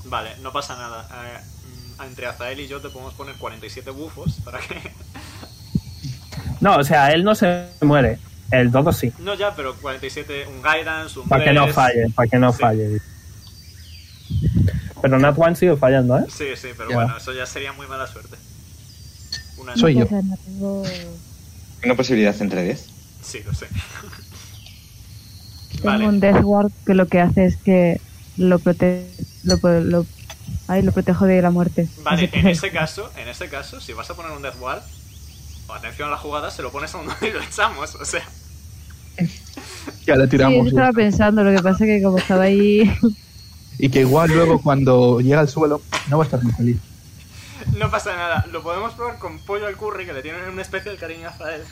Vale, no pasa nada. Eh, mm, entre Azael y yo te podemos poner 47 bufos para que... No, o sea, él no se muere. El todo sí. No ya, pero 47, un guidance, un... Para que no bless. falle, para que no Pues, Sí. falle. Pero Nat One sigue fallando, ¿eh? Sí, sí, pero Ya. bueno, eso ya sería muy mala suerte. Una Soy yo. O sea, no tengo- Una posibilidad entre 10. Sí, lo sé. Tengo vale. un Death Ward que lo que hace es que lo protege. Lo, pro- lo- ay, lo protejo de la muerte. Vale, Así que- en ese caso, en ese caso, si vas a poner un Death Wall, atención a la jugada, se lo pones a uno y lo echamos, o sea. Ya le Sí, yo tiramos. estaba pensando, lo que pasa que como estaba ahí. y que igual luego cuando llega al suelo no va a estar muy feliz. No pasa nada, lo podemos probar con pollo al curry, que le tienen una especie de cariño a Fael.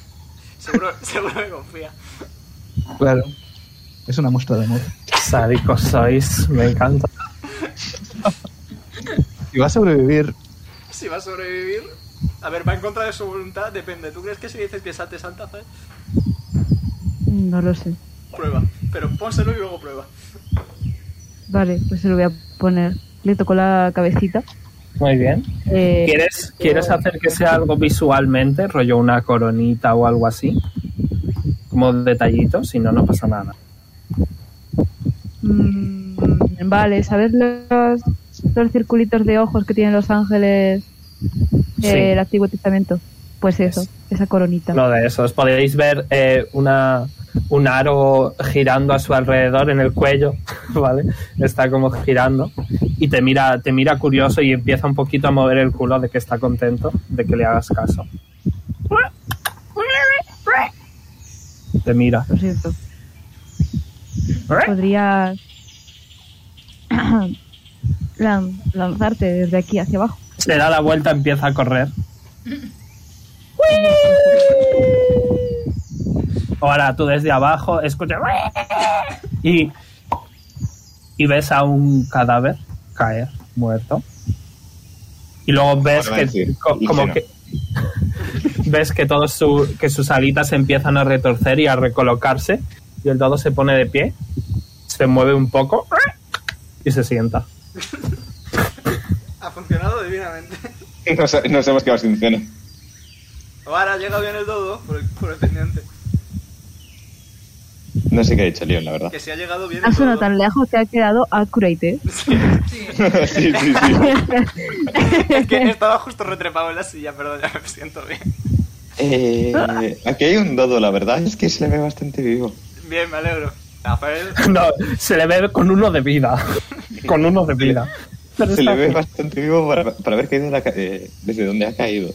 Seguro, seguro que confía. Claro. Es una muestra de amor. Sádicos sois, me encanta. Si va a sobrevivir, Si va a sobrevivir, a ver, va en contra de su voluntad, depende. ¿Tú crees que si dices que salte, salta, Fael? No lo sé. Prueba, pero pónselo y luego prueba. Vale, pues se lo voy a poner. Le tocó la cabecita. Muy bien. Eh, ¿Quieres, ¿Quieres hacer que sea algo visualmente, rollo una coronita o algo así? Como detallito, si no, no pasa nada. mm, vale, ¿sabes los, los circulitos de ojos que tienen los ángeles del Sí. Antiguo Testamento? Pues eso, esa coronita. Uno de esos. Podéis ver eh, una, un aro girando a su alrededor en el cuello, ¿vale? Está como girando y te mira, te mira curioso y empieza un poquito a mover el culo de que está contento de que le hagas caso. Te mira. Lo siento. Pues Podrías lan- lanzarte desde aquí hacia abajo. Se da la vuelta, empieza a correr. Ahora tú desde abajo escuchas y, y ves a un cadáver caer muerto. Y luego ves Ahora va a que decir, co- y como que no. que ves que todos su- que sus alitas empiezan a retorcer y a recolocarse y el dado se pone de pie, se mueve un poco y se sienta. Ha funcionado divinamente. No, sa- no sabemos qué va a funcionar. Ahora ha llegado bien el dodo por el, por el pendiente. No sé qué ha dicho Leon, la verdad. Que si ha llegado bien el Has sonado dodo. Ah, tan lejos que ha quedado accurate, ¿eh? Sí. sí, sí, sí. Es que estaba justo retrepado en la silla, perdón, ya me siento bien. Eh, aquí hay un dodo, la verdad es que se le ve bastante vivo. Bien, me alegro. Rafael, No, se le ve con uno de vida. Con uno de vida. Pero Se está le ve bien. bastante vivo para, para haber caído la ca- eh, desde donde ha caído.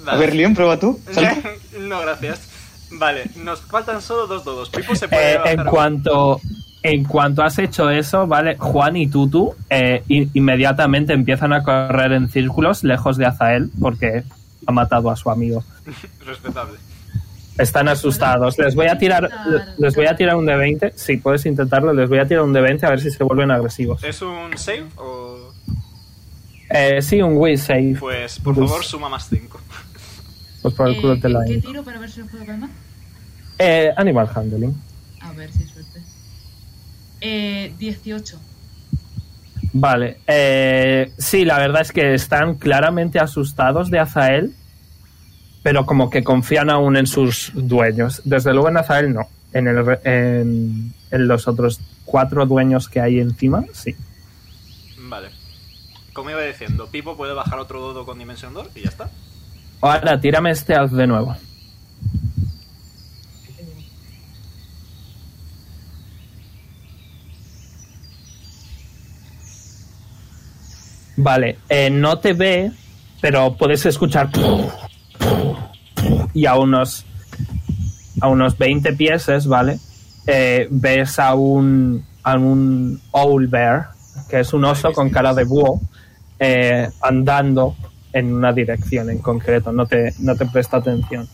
A vale. ver, Leon, prueba tú. Salta. no, gracias. Vale, nos faltan solo dos dodos. Pipo se puede Eh, rebajar en a- cuanto en cuanto has hecho eso, ¿vale? Juan y Tutu eh, in- inmediatamente empiezan a correr en círculos lejos de Azael porque ha matado a su amigo. Respetable. Están asustados. Les voy a tirar les voy a tirar un de 20. Si puedes intentarlo, les voy a tirar un de 20 a ver si se vuelven agresivos. ¿Es un save o...? Eh, sí, un will save. Pues, por Pues- favor, suma más 5. Pues por el culo Eh, te la ¿Qué digo. tiro para ver si lo puedo calmar? Eh, Animal Handling. A ver si hay suerte. Eh, 18. Vale. eh, sí, la verdad es que están claramente asustados de Azael, pero como que confían aún en sus dueños. Desde luego en Azael no. En, el re- en- en los otros cuatro dueños que hay encima, sí. Vale. Como iba diciendo, Pipo puede bajar otro dodo con Dimension Door y ya está. Ahora, tírame este haz de nuevo. Vale, eh, no te ve, pero puedes escuchar. Y a unos. A unos 20 pieses, ¿vale? Eh, ves a un. A un owl bear, que es un oso con cara de búho, eh, andando en una dirección en concreto. No te, no te presta atención.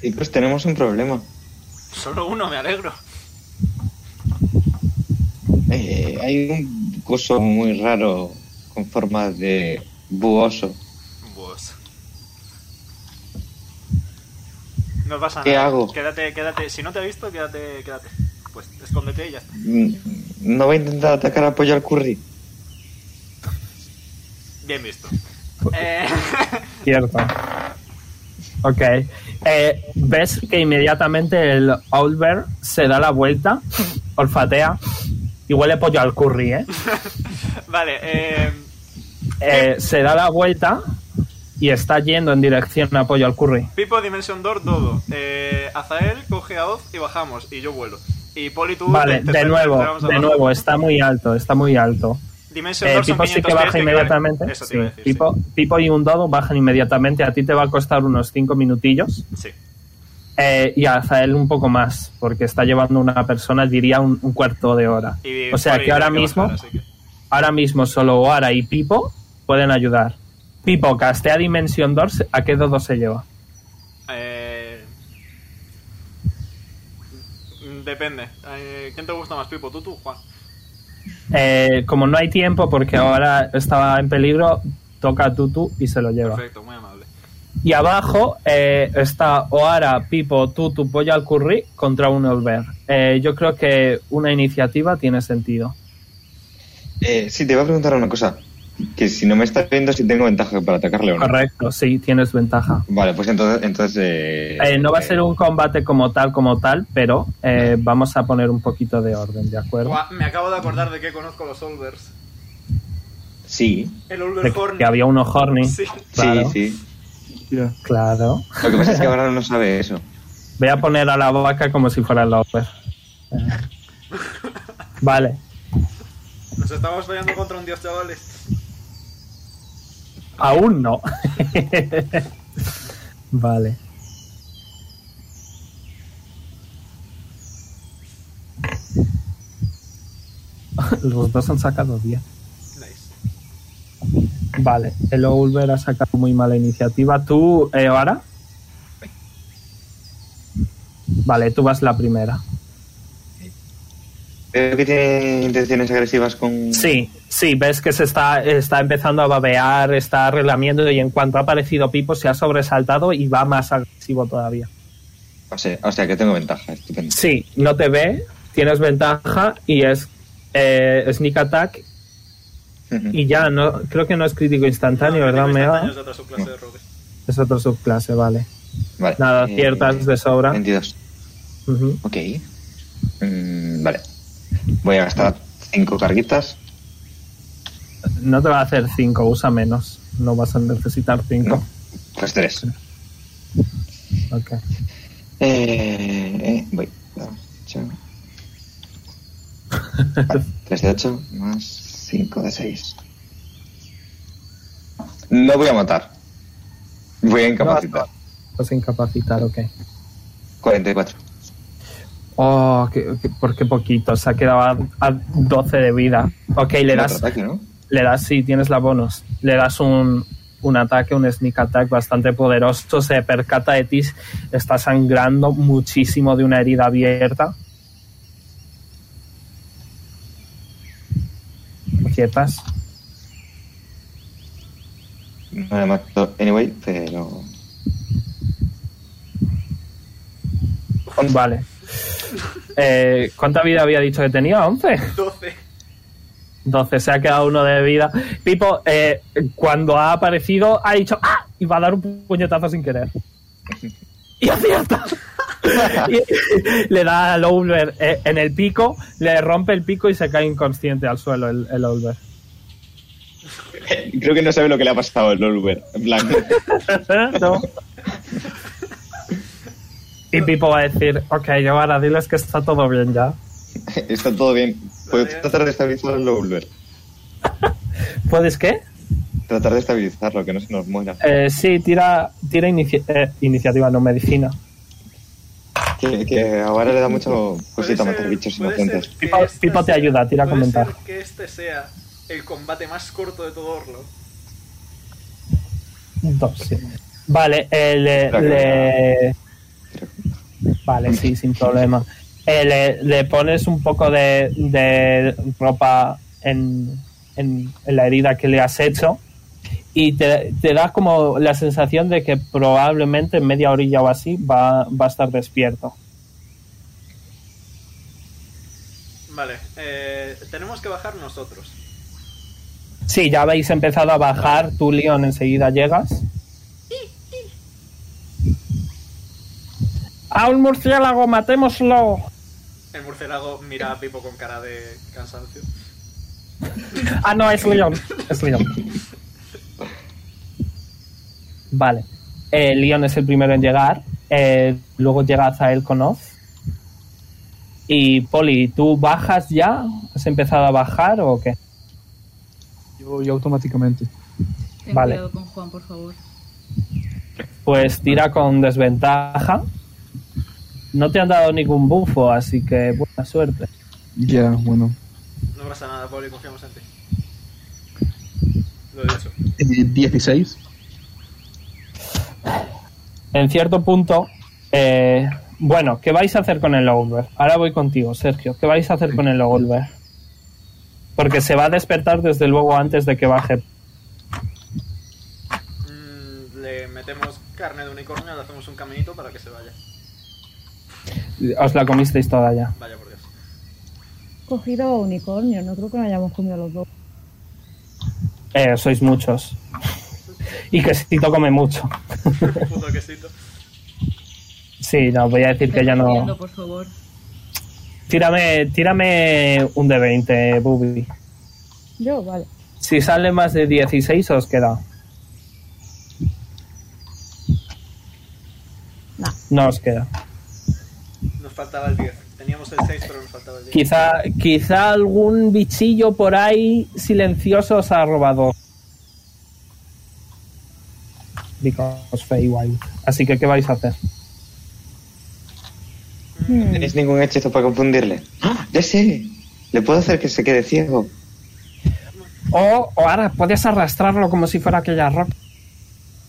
Chicos, tenemos un problema. Solo uno, me alegro. Eh, hay un coso muy raro con forma de buoso todos. No pasa nada. ¿Qué hago? Quédate, quédate. Si no te ha visto, quédate, quédate. Pues escóndete y ya está. Mm, No voy a intentar atacar a pollo al curry. Bien visto. Pues- Eh, Cierto. Ok. Eh, Ves que inmediatamente el Owlbear se da la vuelta, olfatea y huele pollo al curry, ¿eh? vale, eh, Eh, Se da la vuelta y está yendo en dirección a pollo al curry. Pipo, Dimension Door, todo. Eh, Azael, coge a Oz y bajamos. Y yo vuelo. Y Poli, tú. Vale, te- te- de te- te nuevo, vamos a de bajar. nuevo, está muy alto, está muy alto. Dimension Eh, Door son Pipo sí que 500 baja pies, inmediatamente. Eso te Sí, iba a decir, Pipo, Pipo y un dodo bajan inmediatamente. A ti te va a costar unos 5 minutillos. sí. Sí. Eh, y a Azael un poco más, porque está llevando una persona, diría, un, un cuarto de hora. Y o sea Poli que ahora tiene mismo, bajar, así que- ahora mismo solo Oara y Pipo pueden ayudar. Pipo, castea Dimension Doors, ¿a qué dodo se lleva? Eh, mm, Depende. Eh, ¿Quién te gusta más, Pipo? ¿Tú, tú, Juan? Eh, como no hay tiempo, porque ahora estaba en peligro, toca a Tutu y se lo lleva. Perfecto, muy amable. Y abajo eh, está Oara, Pipo, Tutu, Pollo al Curry contra un Olver. Eh, yo creo que una iniciativa tiene sentido. Eh, Sí, te voy a preguntar una cosa. Que si no me estás viendo, si tengo ventaja para atacarle o no. Correcto, sí, tienes ventaja. Vale, pues entonces... entonces eh, Eh, no va a eh, ser un combate como tal, como tal, pero eh, vamos a poner un poquito de orden, ¿de acuerdo? Buah, me acabo de acordar de que conozco los Olvers. Sí, El De Olver Horn. que había uno horny. Sí. Claro, sí, sí. Ya. Claro. Lo que pasa es que ahora no sabe eso. Voy a poner a la vaca como si fuera el Olver. Eh. Vale. Nos estamos peleando contra un dios, chavales. Aún no. vale. Los dos han sacado 10. Nice. Vale, el Oulver ha sacado muy mala iniciativa. ¿Tú, eh, Oara? Vale, tú vas la primera. Veo que tiene intenciones agresivas con... Sí, sí, ves que se está, está empezando a babear, está relamiendo y en cuanto ha aparecido Pipo se ha sobresaltado y va más agresivo todavía. O sea, o sea, que tengo ventaja, estupendo. Sí, no te ve, tienes ventaja y es eh, sneak attack y ya, no creo que no es crítico instantáneo, No, ¿verdad, tiene Mega? instantáneo, es otra subclase de rogues. Es otro subclase, vale. Vale. Nada, eh, ciertas de sobra. 22. Ujú. Ok. Mm, vale. Voy a gastar cinco carguitas. No te va a hacer 5, usa menos. No vas a necesitar 5. Pues tres. Ok. Eh, eh, voy. Ocho. Vale, tres de ocho más cinco de seis. No voy a matar. Voy a incapacitar. Vas a incapacitar, ok. 44. Oh, qué, qué- por qué poquito. Se ha quedado a, a 12 de vida. Ok, le Un das, otro ataque, ¿no? le das, sí, tienes la bonus. Le das un, un ataque, un sneak attack bastante poderoso. Se percata de ti, está sangrando muchísimo de una herida abierta. Quietas. No le mato anyway, pero... Once. Vale. Eh, ¿Cuánta vida había dicho que tenía? 11. 12. 12, se ha quedado uno de vida. Pipo, eh, cuando ha aparecido, ha dicho ¡Ah! Y va a dar un puñetazo sin querer. Y acierta. Y le da al Olver eh, en el pico, le rompe el pico y se cae inconsciente al suelo el, el Olver. Creo que no sabe lo que le ha pasado al Lolver. En plan, No. Y Pipo va a decir, ok, yo ahora diles que está todo bien ya. está todo bien. Puedo tratar de estabilizar al Lolver. ¿Puedes qué? Tratar de estabilizarlo, que no se nos muera. Eh, sí, tira, tira inici- eh, iniciativa, no medicina. Que, que ahora le da mucho Puede cosita matar ser- bichos puede inocentes. ser que Pipo- esta Pipo te sea- ayuda, tira a puede comentar. ser que este sea el combate más corto de todo Orlo. Dos, sí. Vale, eh, le- Espera que le- Vale, sí, sin problema. Eh, le, le pones un poco de, de ropa en, en- en la herida que le has hecho y te, te da como la sensación de que probablemente en media orilla o así va, va a estar despierto. Vale, eh, tenemos que bajar nosotros. Sí, ya habéis empezado a bajar, tú, Leon, enseguida llegas. ¡A un murciélago, matémoslo! El murciélago mira a Pipo con cara de cansancio. Ah, no, es Leon. Es Leon. Vale. Eh, Leon es el primero en llegar. Eh, luego llega Zael con Oz. Y Poli, ¿tú bajas ya? ¿Has empezado a bajar o qué? Yo, yo automáticamente. Ten Vale. cuidado con Juan, por favor. Pues tira con desventaja. No te han dado ningún bufo, así que buena suerte. Ya, bueno. No pasa nada, Poli, confiamos en ti. Lo he dicho. Eh, 16. En cierto punto, eh, bueno, ¿qué vais a hacer con el over? Ahora voy contigo, Sergio. ¿Qué vais a hacer con el over? Porque se va a despertar desde luego antes de que baje. Mm, le metemos carne de unicornio, le hacemos un caminito para que se vaya. Os la comisteis toda ya. Vaya por Dios. Cogido unicornio, no creo que nos hayamos comido los dos. Eh, sois muchos. Y que Sito come mucho. Puto quesito. Sí, no, voy a decir que Ten ya cuidado, no. por favor. Tírame, tírame un de 20, Bubi. Yo, vale. Si sale más de 16, os queda. No. No os queda. Nos faltaba el 10. Teníamos el 6, pero nos faltaba el 10. Quizá, quizá algún bichillo por ahí silencioso os ha robado. Because Feywild. Así que, ¿qué vais a hacer? No Mm. tenéis ningún hechizo para confundirle. ¡Ah! Ya sé. Le puedo hacer que se quede ciego. O, o ahora puedes arrastrarlo como si fuera aquella roca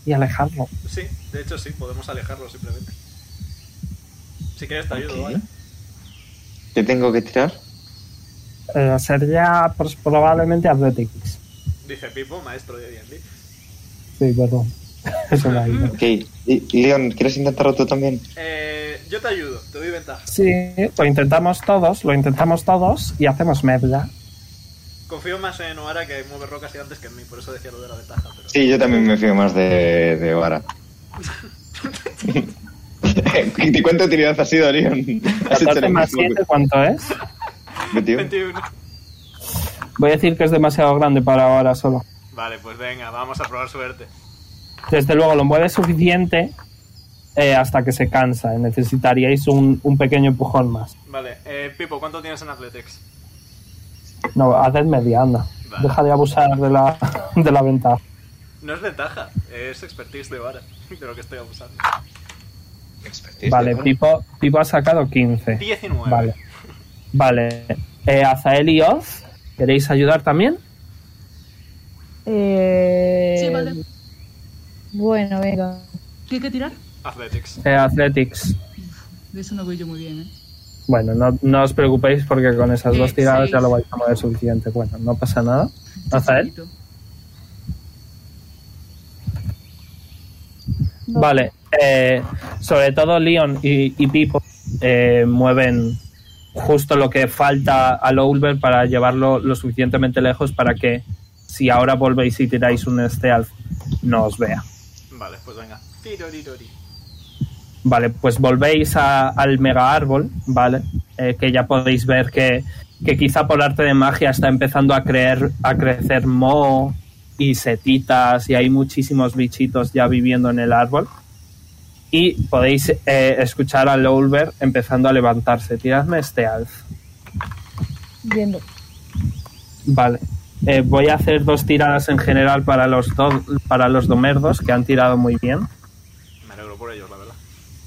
y alejarlo. Sí, de hecho sí, podemos alejarlo simplemente. Si quieres te ayudo, Ok. ¿vale? ¿Yo tengo que tirar? Eh, sería pues, probablemente Athletics. Dice Pipo, maestro de D&D. Sí, perdón. Eso me ha ido. Ok. Y, Leon, ¿quieres intentarlo tú también? Eh, yo te ayudo, te doy ventaja. Sí, lo intentamos todos, lo intentamos todos y hacemos mezcla. Confío más en Oara que mueve rocas gigantes que en mí, por eso decía lo de la ventaja. Pero... Sí, yo también me fío más de, de Vara. ¿Y cuánto tiradas has sido, Leon? Has hecho 14 lo más mismo 7, ¿cuánto es? que- tío. 21. Voy a decir que es demasiado grande para ahora solo. Vale, pues venga, vamos a probar suerte. Desde luego, lo mueve suficiente eh, hasta que se cansa. Necesitaríais un, un pequeño empujón más. Vale, eh, Pipo, ¿cuánto tienes en Athletics? No, haced media, anda. Vale. Deja de abusar de la, de la ventaja. No es ventaja, es expertise de Oara, de lo que estoy abusando. Vale, Pipo, Pipo ha sacado 15. 19. Vale. Vale. Eh, Azael y Oz, ¿queréis ayudar también? Eh, Sí, vale. Bueno, venga. ¿Qué hay que tirar? Athletics. Eh, Athletics. De eso no voy yo muy bien, ¿eh? Bueno, no, no os preocupéis porque con esas dos Eh, tiradas ya seis. lo vais a mover suficiente. Bueno, no pasa nada. Azael. Chiquito. No. Vale, eh, sobre todo Leon y, y Pipo eh, mueven justo lo que falta al Owlbear para llevarlo lo suficientemente lejos para que si ahora volvéis y tiráis un stealth no os vea. Vale, pues venga. Tirorirori. Vale, pues volvéis a- al mega árbol, ¿vale? Eh, que ya podéis ver que, que quizá por arte de magia está empezando a, creer, a crecer moho y setitas y hay muchísimos bichitos ya viviendo en el árbol. Y podéis eh, escuchar al Owlbear empezando a levantarse. Tiradme este alf. Yendo. Vale. Eh, voy a hacer dos tiradas en general para los, do- para los domerdos que han tirado muy bien. Me alegro por ellos, la verdad.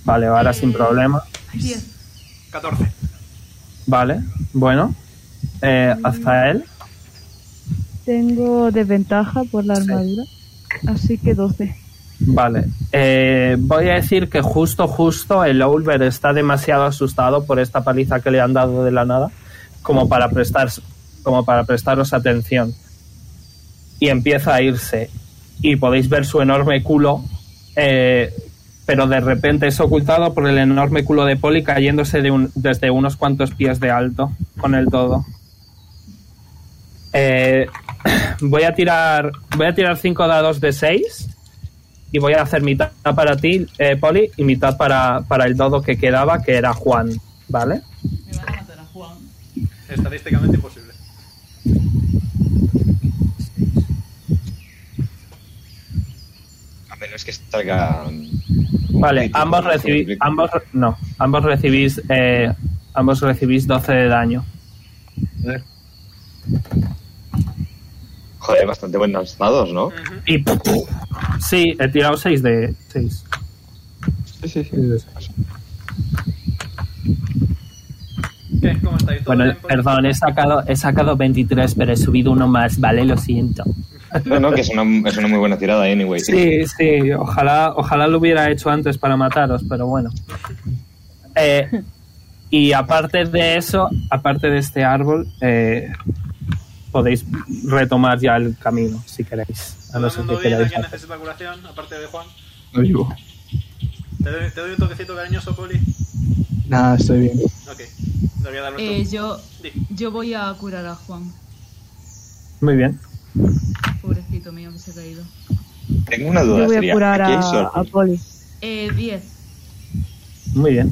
Vale, ahora Eh. sin problema. Ay, diez. 14. Vale, bueno. Eh, Azael, Tengo desventaja por la armadura, así que 12. vale. Eh, voy a decir que justo, justo el Olver está demasiado asustado por esta paliza que le han dado de la nada como para, prestar, como para prestaros atención. Y empieza a irse. y podéis ver su enorme culo, eh, pero de repente es ocultado por el enorme culo de Poli cayéndose de un- desde unos cuantos pies de alto con el todo. Eh, voy a tirar voy a tirar 5 dados de 6 y voy a hacer mitad para ti, eh, Poli, y mitad para, para el dodo que quedaba, que era Juan, ¿vale? Me van a matar a Juan. Estadísticamente imposible. A menos que salga. Vale, ambos recibís. recibís Ambos, no, ambos recibís. eh, ambos recibís 12 de daño. Joder, bastante buenos dados, ¿no? Y. Sí, he tirado 6 de 6. Sí, sí, sí. ¿Qué? ¿Cómo estáis? ¿Todo Bueno, bien, por- perdón, he sacado, he sacado 23, pero he subido uno más, ¿vale? Lo siento. No, no, que es una, es una muy buena tirada, anyway. Sí, sí, ojalá, ojalá lo hubiera hecho antes para mataros, pero bueno. Eh, y aparte de eso, aparte de este árbol, eh, podéis retomar ya el camino si queréis. A ¿Todo no el ser mundo que bien? queráis. ¿Alguien necesita curación? Aparte de Juan. No vivo. ¿Te doy, te doy un toquecito cariñoso, Poli? Nada, estoy bien. Ok. Te voy a dar los Eh, dos. yo, Di. yo voy a curar a Juan. Muy bien. Pobrecito mío que se ha caído. Tengo una Yo duda. voy a sería, curar ¿aquí hay a, sol? a Poli. Eh, 10. Muy bien.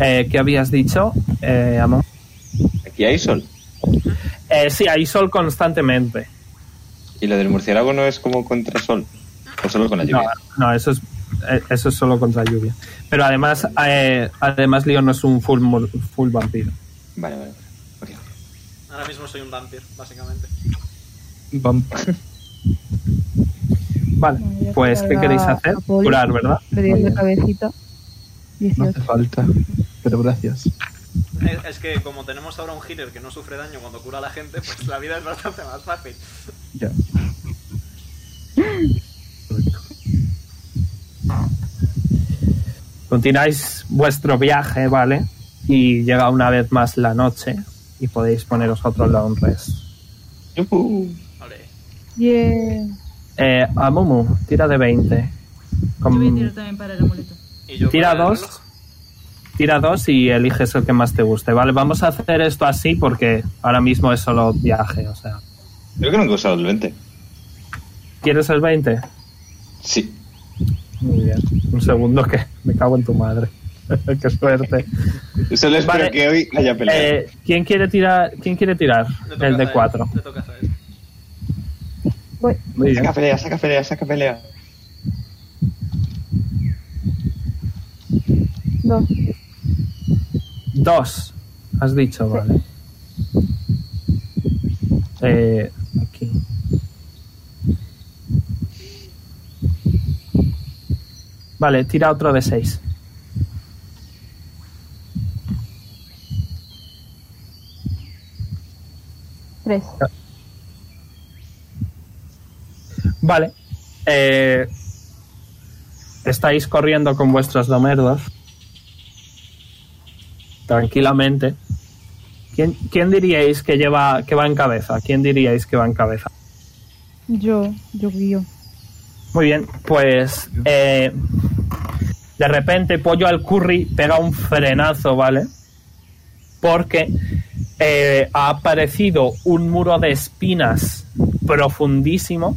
Eh, ¿Qué habías dicho, eh, Amon? Aquí hay sol. Eh, sí, hay sol constantemente. Y lo del murciélago no es como contra sol. O solo con la No, lluvia. no, eso es eh, eso es solo contra lluvia. Pero además, eh, además Leon no es un full, mur- full vampiro. Vale, vale. vale. Ok. Ahora mismo soy un vampir, básicamente. Vam- Vale, Bueno, ya pues ¿qué curar a- queréis hacer? a Paul. Curar, ¿verdad? Le di de Vale. cabecita. No hace 18. falta. Pero gracias. Es, es que como tenemos ahora un healer que no sufre daño cuando cura a la gente, pues la vida es bastante más fácil. Ya. Continuáis vuestro viaje, ¿vale? Y llega una vez más la noche y podéis poneros otro long rest. Yujú. Vale. Yeah. Eh, Amumu, tira de 20. Yo voy a Con- tirar también para el amuleto. Y yo Tira para el dos. reloj. Tira dos y eliges el que más te guste, ¿vale? Vamos a hacer esto así porque ahora mismo es solo viaje, o sea. Creo que nunca he usado el 20. ¿Quieres el 20? Sí. Muy bien. Un segundo que me cago en tu madre. Qué suerte. Solo espero Vale. que hoy haya peleado. Eh, ¿Quién quiere tirar? ¿Quién quiere tirar? Le toca El a de Zael, 4. Le toca a Zael. Voy. Muy bien. Saca pelea, saca pelea, saca pelea. 2. Dos. Has dicho, vale. Eh, aquí. Vale, tira otro de 6. Tres. Vale. Eh, estáis corriendo con vuestros domerdos. Tranquilamente. ¿Quién, quién diríais que lleva que va en cabeza? ¿Quién diríais que va en cabeza? Yo, yo guío. Muy bien, pues eh, de repente Pollo al Curry pega un frenazo, ¿vale? Porque eh, ha aparecido un muro de espinas profundísimo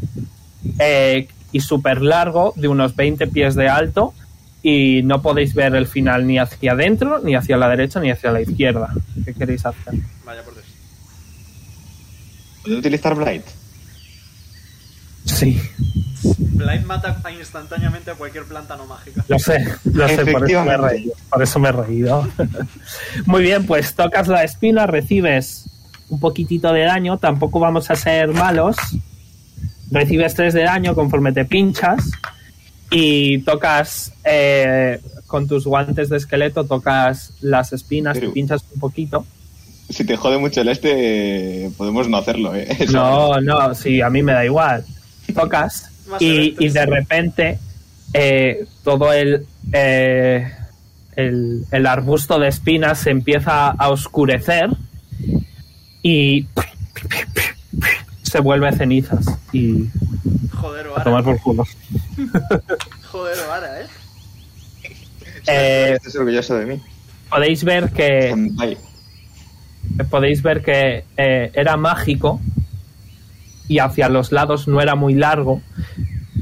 eh, y súper largo, de unos 20 pies de alto, y no podéis ver el final ni hacia adentro, ni hacia la derecha, ni hacia la izquierda. ¿Qué queréis hacer? Vaya por Dios. ¿Puedo utilizar Blight? Sí, Blight mata a- instantáneamente a cualquier planta no mágica. Lo sé, lo sé, por eso me he Efectivamente. reído. por eso me he reído. Muy bien, pues tocas la espina, recibes un poquitito de daño, tampoco vamos a ser malos. Recibes 3 de daño conforme te pinchas y tocas eh, con tus guantes de esqueleto, tocas las espinas, te Pero- pinchas un poquito. Si te jode mucho el este, podemos no hacerlo, ¿eh? Eso. No, no, sí, a mí me da igual. Tocas Más y, adelante, y de sí. repente eh, todo el, eh, el, el arbusto de espinas se empieza a oscurecer y se vuelve cenizas y Joder, a Oara. tomar por culo. Joder, Oara, eh. Eh, Estás orgulloso de mí. podéis ver eh. que Senpai. podéis ver que eh, era mágico y hacia los lados no era muy largo,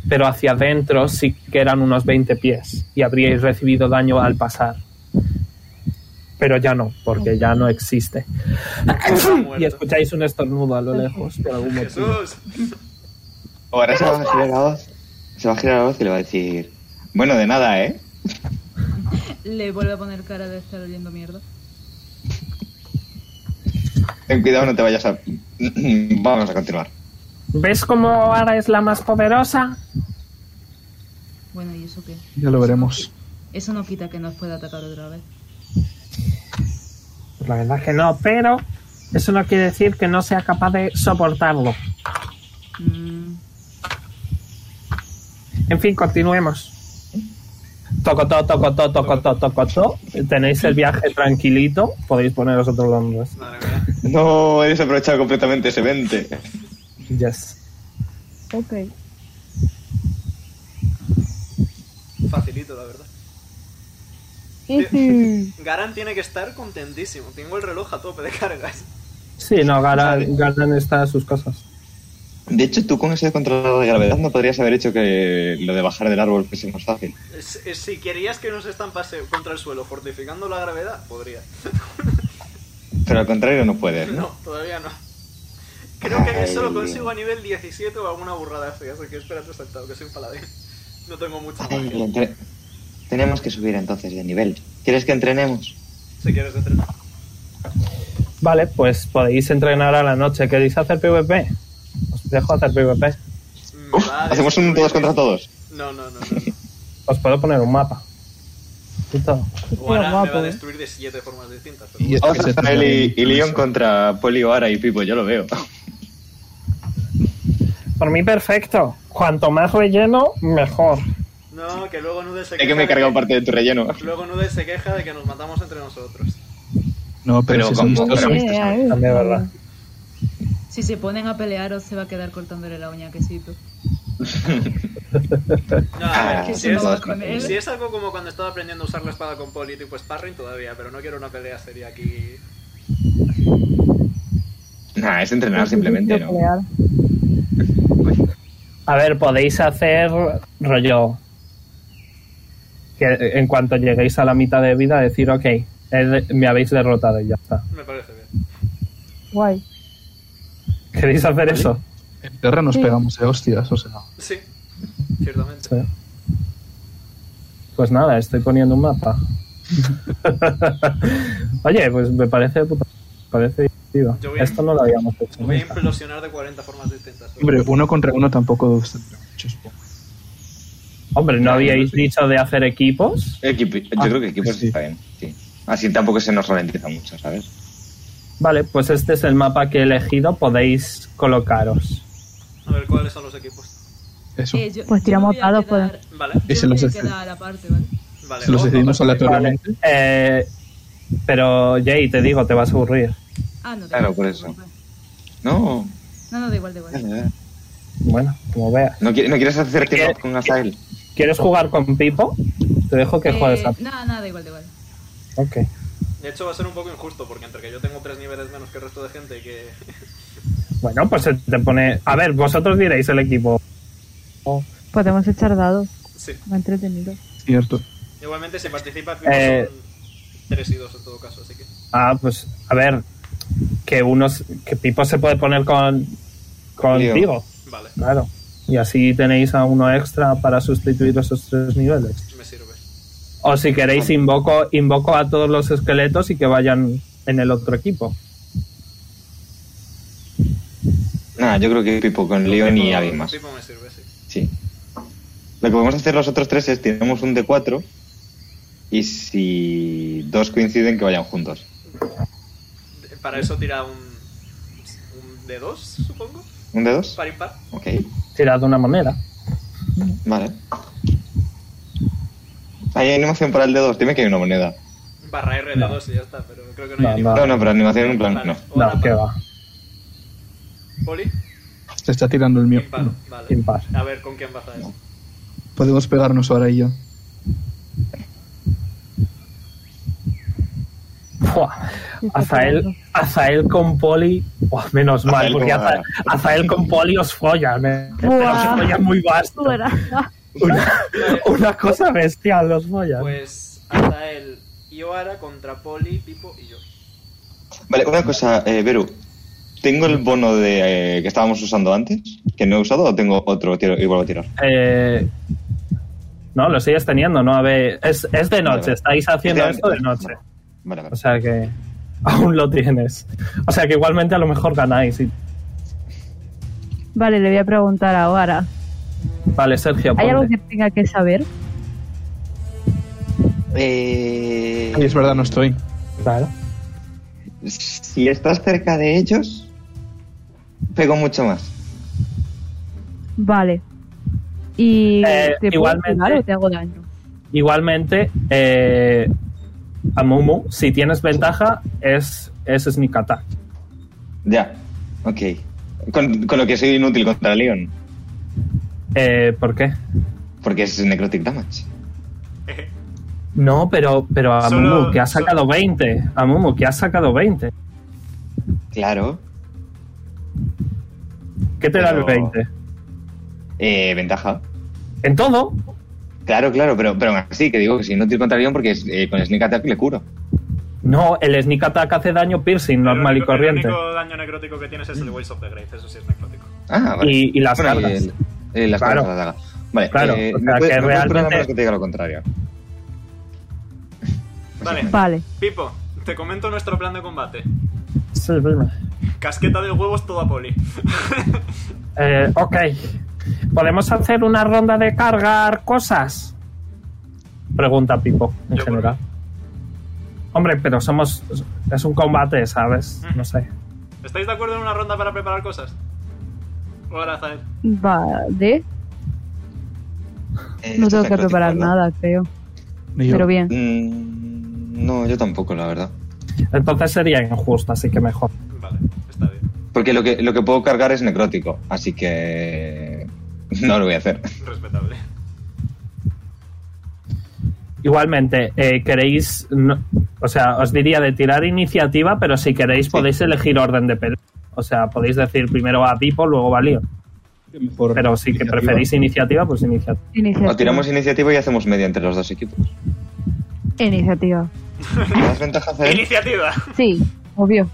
pero hacia adentro sí que eran unos 20 pies y habríais recibido daño al pasar. Pero ya no, porque ya no existe. Está Y muerto. escucháis un estornudo a lo lejos por algún motivo. Jesús. Ahora Se va a girar la voz. Se va a girar la voz y le va a decir... Bueno, de nada, ¿eh? Le vuelve a poner cara de estar oliendo mierda. Ten cuidado, no te vayas a... Vamos a continuar. ¿Ves cómo ahora es la más poderosa? Bueno, ¿y eso qué? Ya lo veremos. Eso no quita que nos pueda atacar otra vez. La verdad que no, pero eso no quiere decir que no sea capaz de soportarlo. Mm, En fin, continuemos. Tocotó, tocotó, tocotó, tocotó. Tenéis el viaje tranquilito. Podéis poneros otros nombres. Madre mía. No, he desaprovechado completamente ese 20. Yes. Ok. Facilito, la verdad. Easy. Garan tiene que estar contentísimo. Tengo el reloj a tope de cargas. Sí, no, Garan, Garan está a sus cosas. De hecho, tú con ese control de gravedad no podrías haber hecho que lo de bajar del árbol fuese más fácil. Es- es- Si querías que nos estampase contra el suelo fortificando la gravedad, podría. Pero al contrario no puedes, ¿no? No, todavía no. Creo que eso lo Ay. consigo a nivel 17 o alguna burrada así, así que espérate sentado, que soy un paladín. No tengo mucha Ay, magia. entre- Tenemos que subir entonces de nivel. ¿Quieres que entrenemos? Si quieres entrenar. Vale, pues podéis entrenar a la noche. ¿Queréis hacer PvP? Os dejo hacer PvP. Me Uf, va a hacemos un destruir. todos contra todos. No, no, no. no, no. Os puedo poner un mapa. Y todo. O ahora me guapo, va a eh. destruir de siete formas distintas. pero Y bueno. esto que Vamos a se hacer tira el- y de- Leon contra Poli, Oara y Pipo, yo lo veo. Por mí, perfecto. Cuanto más relleno, mejor. No, que luego Nude se Sé que me de he cargado parte de tu relleno. Luego Nude se queja de que nos matamos entre nosotros. No, Pero pero, si son como- vistosos. pero- Eh, También es verdad. Si se ponen a pelear, os se va a quedar cortándole la uña a quesito. No, a ver, Ah, que que si, se es, va a sí, comer. si es algo como cuando estaba aprendiendo a usar la espada con Poli, tipo sparring todavía, pero no quiero una pelea seria aquí. Nah, es entrenar Ah, simplemente, ¿no? A ver, podéis hacer rollo. Que en cuanto lleguéis a la mitad de vida, decir, ok, he de- me habéis derrotado y ya está. Me parece bien. Guay. ¿Queréis hacer eso? En tierra nos pegamos de hostias, o sea. Sí, ciertamente. Sí. Pues nada, estoy poniendo un mapa. Oye, pues me parece, puta- parece divertido. Yo voy a- Esto no lo habíamos hecho. Voy a nunca. implosionar de 40 formas distintas. Hombre, uno contra uno tampoco se tendrá mucho, supongo. Hombre, ¿no habíais dicho de hacer equipos? Equipo- yo Ah, creo que equipos sí. está bien, sí. Así tampoco se nos ralentiza mucho, ¿sabes? Vale, pues este es el mapa que he elegido. Podéis colocaros. A ver, ¿cuáles son los equipos? Eso. Eh, yo- Pues yo tiramos me voy a dados, quedar- pues. Vale, yo Ese me los voy a decide. quedar aparte, ¿vale? vale. Se los ojo, decidimos ojo, aleatoriamente. Vale, eh, pero Jay, te digo, te vas a aburrir. Ah, no. da Claro, igual, por no eso. te preocupes. No, No, no, da igual, da dale, igual. dale. Bueno, como veas. ¿No, qui- no quieres hacer ¿Qué- tiempo con Azael? ¿Quieres jugar con Pipo? Te dejo que Eh, juegues a Nada, nada, da igual, da igual. Ok. De hecho, va a ser un poco injusto, porque entre que yo tengo tres niveles menos que el resto de gente y que. Bueno, pues se te pone. A ver, vosotros diréis el equipo. Podemos echar dados. sí. Me ha entretenido. Cierto. Igualmente, si participa, Eh. son 3 y 2 en todo caso, así que. Ah, pues, a ver. Que unos. Que Pipo se puede poner con. Contigo, Vale, claro. Y así tenéis a uno extra para sustituir esos tres niveles. me sirve. O si queréis, invoco, invoco a todos los esqueletos y que vayan en el otro equipo. Nah, yo creo que Pipo con Leon y Tipo- alguien más. tipo me sirve, sí. Sí. Lo que podemos hacer los otros tres es tenemos un D4 y si dos coinciden que vayan juntos. De- Para eso tira un. un D2, supongo. ¿Un D2? Par impar. Ok, Tirad de una manera. vale. Hay animación para el D2, dime que hay una moneda. Barra R de 2 y ya está, pero creo que no hay No, ningún no. No, no, pero animación en plan, Vale, no. hola, No, que va. Poli. Te está tirando el mío. Impar, vale. Impar. A ver con quién vas a ir. Podemos pegarnos ahora y yo. Buah. Azael, Azael con Poli. Buah, menos mal, Azael porque con- Aza- Azael con Poli os follan. eh. Pero os Buah. follan muy vasto. Fuera. Una, una cosa bestial, los follan. Pues Azael y Oara contra Poli, Pipo y yo. Vale, una cosa, eh, Beru. ¿Tengo el bono de eh, que estábamos usando antes? ¿Que no he usado o tengo otro tiro, y vuelvo a tirar? Eh, no, lo sigues teniendo, ¿no? A ver, es, es de Vale, noche, vale. estáis haciendo Vale, esto de vale. noche. Vale, vale. O sea que aún lo tienes. O sea que igualmente a lo mejor ganáis. y- Vale, le voy a preguntar ahora. Vale, Sergio, ¿Hay algo ponle. que tenga que saber? Eh, Y es verdad, no estoy. Claro. si estás cerca de ellos, pego mucho más. Vale. Y Eh, te puedo igualmente- pegar o te hago daño. Igualmente, eh, a Mumu, si tienes ventaja, es, es sneak attack. Ya, ok. Con, con lo que soy inútil contra Leon, Eh, ¿Por qué? porque es necrotic damage. No, pero, pero a Solo- Mumu, que ha sacado 20. A Mumu, que ha sacado 20. Claro. ¿Qué te da el Pero- 20? Eh, ventaja. En todo. Claro, claro, pero, pero aún así, que digo que soy inútil contra Leon porque es- eh, con Sneak Attack le curo. No, el sneak attack hace daño piercing normal El y único- corriente. El único daño necrótico que tienes es el Ways of the Grave, eso sí es necrótico. Ah, vale. Y- y las cargas. el- eh, las Claro. cargas, la daga. Vale, Claro, eh, o no sea, puedes- que no puedes curar a realmente- menos que te diga lo contrario. Vale, Vale. Pipo, te comento nuestro plan de combate. Sí, dime. Casqueta de huevos todo a Poli. Eh, ok. ¿Podemos hacer una ronda de cargar cosas? Pregunta Pipo, en Yo general. Hombre, pero somos. Es un combate, ¿sabes? No sé. ¿Estáis de acuerdo en una ronda para preparar cosas? Hola, Azael. Vale. Eh, No esto tengo es que necrotic, preparar ¿verdad? nada, creo. Ni yo. Pero bien. Mm, no, yo tampoco, la verdad. Entonces sería injusto, así que mejor. Vale, está bien. Porque lo que, lo que puedo cargar es necrótico, así que. No lo voy a hacer. Respetable. Igualmente, eh, queréis. no- o sea, os diría de tirar iniciativa, pero si queréis podéis elegir orden de pelea. O sea, podéis decir primero a Pipo, luego a Leon. Por Pero si que iniciativa. preferís iniciativa, pues iniciativa. Iniciativa. O tiramos iniciativa y hacemos media entre los dos equipos. Iniciativa. ¿Me das ventaja, Zael? ¡Iniciativa! Sí, obvio.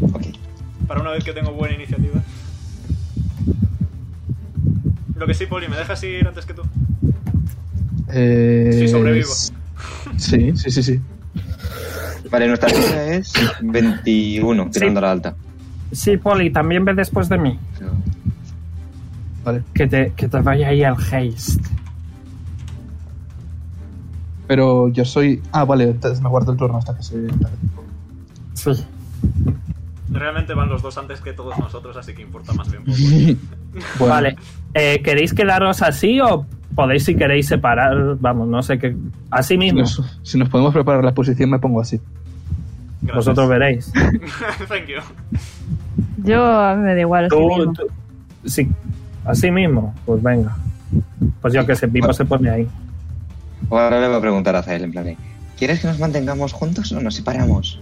Ok. Para una vez que tengo buena iniciativa. Lo que sí, Poli, ¿me dejas ir antes que tú? Eh, Sí, sobrevivo. Sí, sí, sí, sí. Vale, nuestra tira es 21, tirando a la alta. Sí, Poli, también ve después de mí. Vale. Que te, que te vaya ahí el haste. Pero yo soy. Ah, vale, entonces me guardo el turno hasta que se. Sí. Realmente van los dos antes que todos nosotros, así que importa más bien poco. Bueno, Vale. Eh, ¿Queréis quedaros así o podéis, si queréis, separar? Vamos, no sé qué. Así Si mismo. nos, si nos podemos preparar la posición, me pongo así. Gracias. Vosotros veréis. Thank you. Yo a mí me da igual. así Tú- mismo. tú- sí. Así mismo. Pues venga. Pues yo que sé, Pipo se pone ahí. Ahora le voy a preguntar a Rafael, Zael, en plan, eh, ¿Quieres que nos mantengamos juntos o nos separamos?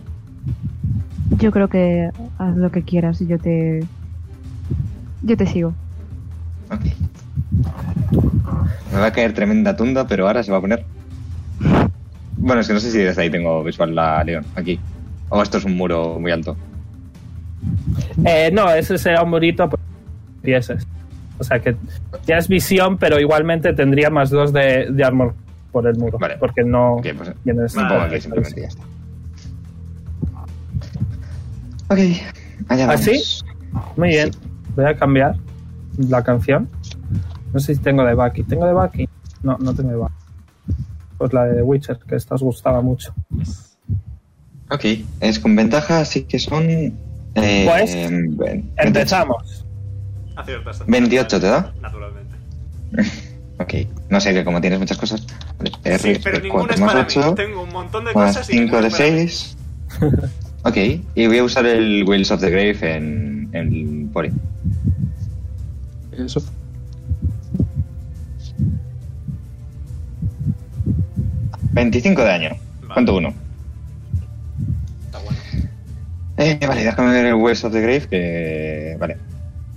Yo creo que haz lo que quieras y yo te. Yo te sigo. ok. Me va a caer tremenda tunda, pero ahora se va a poner. Bueno, es que no sé si desde ahí tengo visual la León, aquí. O esto es un muro muy alto. Eh, no, ese será un murito. Pues, pieses. O sea que ya es visión, pero igualmente tendría más dos de, de armor por el muro. Vale. Porque no. Ok, pues tienes- me pongo aquí Vale. simplemente y ya está. Ok, allá vamos. ¿Así? ¿Ah, Muy bien. Voy a cambiar la canción. No sé si tengo de Bucky. ¿Tengo de Bucky? No, no tengo de Bucky. Pues la de The Witcher, que esta os gustaba mucho. Ok. Es con ventaja, así que son. eh, Pues, ven- 28. Empezamos. Aciertas. aciertas. 28 te da. Naturalmente. Ok, no sé, que como tienes muchas cosas. vale, Sí, R, pero ninguno 4 es más para 8, mí. Tengo un montón Pues, de más cosas y 5 ninguno de es para mí. 6. Ok, y voy a usar el Wheels of the Grave en, en Pori. Eso. Vale. 25 de daño. Vale. ¿Cuánto uno? Está bueno. Eh, vale, déjame ver el West of the Grave, que... Vale.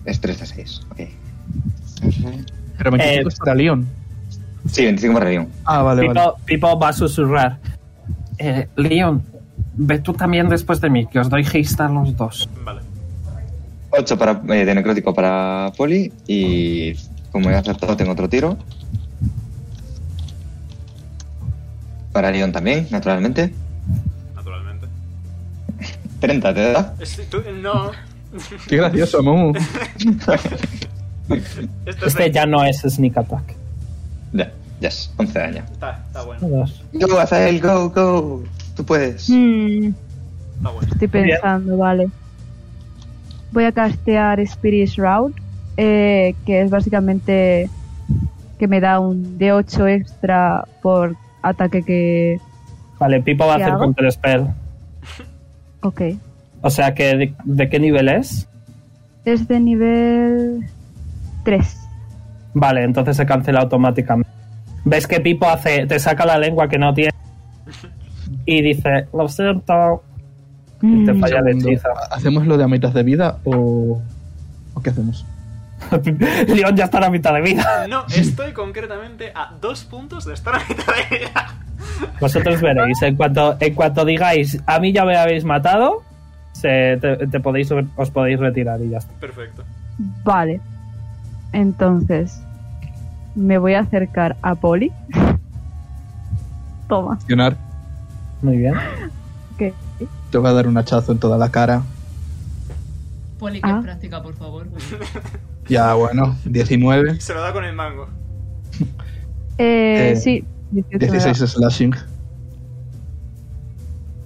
Es 3 de 6, ok. Pero 25 está León. Sí, 25 para Leon. Ah, vale, Pipo, vale. Pipo va a susurrar. Eh, Leon, ve tú también después de mí, que os doy haste a los dos. Vale. 8 para, eh, de necrótico para Poli y como he acertado tengo otro tiro. Para Leon también, naturalmente. Naturalmente. 30, ¿te da? Es- tú- no. Qué gracioso, Momo. Esto Este ya no es sneak attack. Ya, ya es 11 de daño. Está, está bueno. Dos. Go, Azael, go, go. Tú puedes. Hmm, Está bueno. estoy Muy bien. pensando, vale. Voy a castear Spirit Shroud, eh, que es básicamente que me da un D8 extra por ataque que... Vale, Pipo va a ¿Qué hacer hago? counter spell. Ok. O sea que, de, ¿de qué nivel es? Es de nivel 3. Vale, entonces se cancela automáticamente. Ves que Pipo hace, te saca la lengua que no tiene y dice, lo siento. Mm, Y te falla el Segundo, hechizo. ¿Hacemos lo de a mitad de vida o, o qué hacemos? Leon ya está a la mitad de vida. No, estoy concretamente a dos puntos de estar a mitad de vida. Vosotros veréis, en cuanto, en cuanto digáis, a mí ya me habéis matado, se- te- te podéis, os podéis retirar y ya está. Perfecto. Vale. Entonces, me voy a acercar a Poli. Toma. Leonard, Muy bien. ok. te voy a dar un hachazo en toda la cara. Poli, que Ah. práctica, por favor. Ya, bueno, 19, Se lo da con el mango. Eh, Eh, sí. 18 me da. 16 slashing.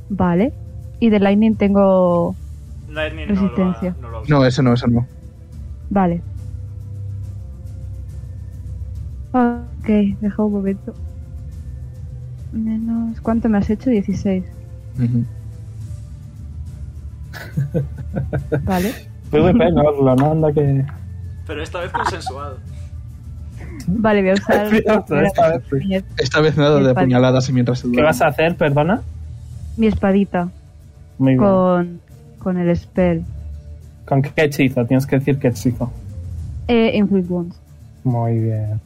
Vale. Y de Lightning tengo... Lightning no lo ha, Resistencia. no lo ha usado. No, ese no, ese no. Vale. Ok, deja un momento. Menos... ¿Cuánto me has hecho? 16. Ujú. Vale. PvP, no, no, anda que. Pero esta vez consensuado. Vale, voy a usar... Cierto, esta vez pues. fui. Esta vez nada de Espadita. puñaladas y mientras se ¿Qué vas a hacer, perdona? Mi espadita Muy bien. ¿Con, con, con el spell. qué hechizo? Tienes que decir qué hechizo. Eh, Inflict Wounds. Muy bien.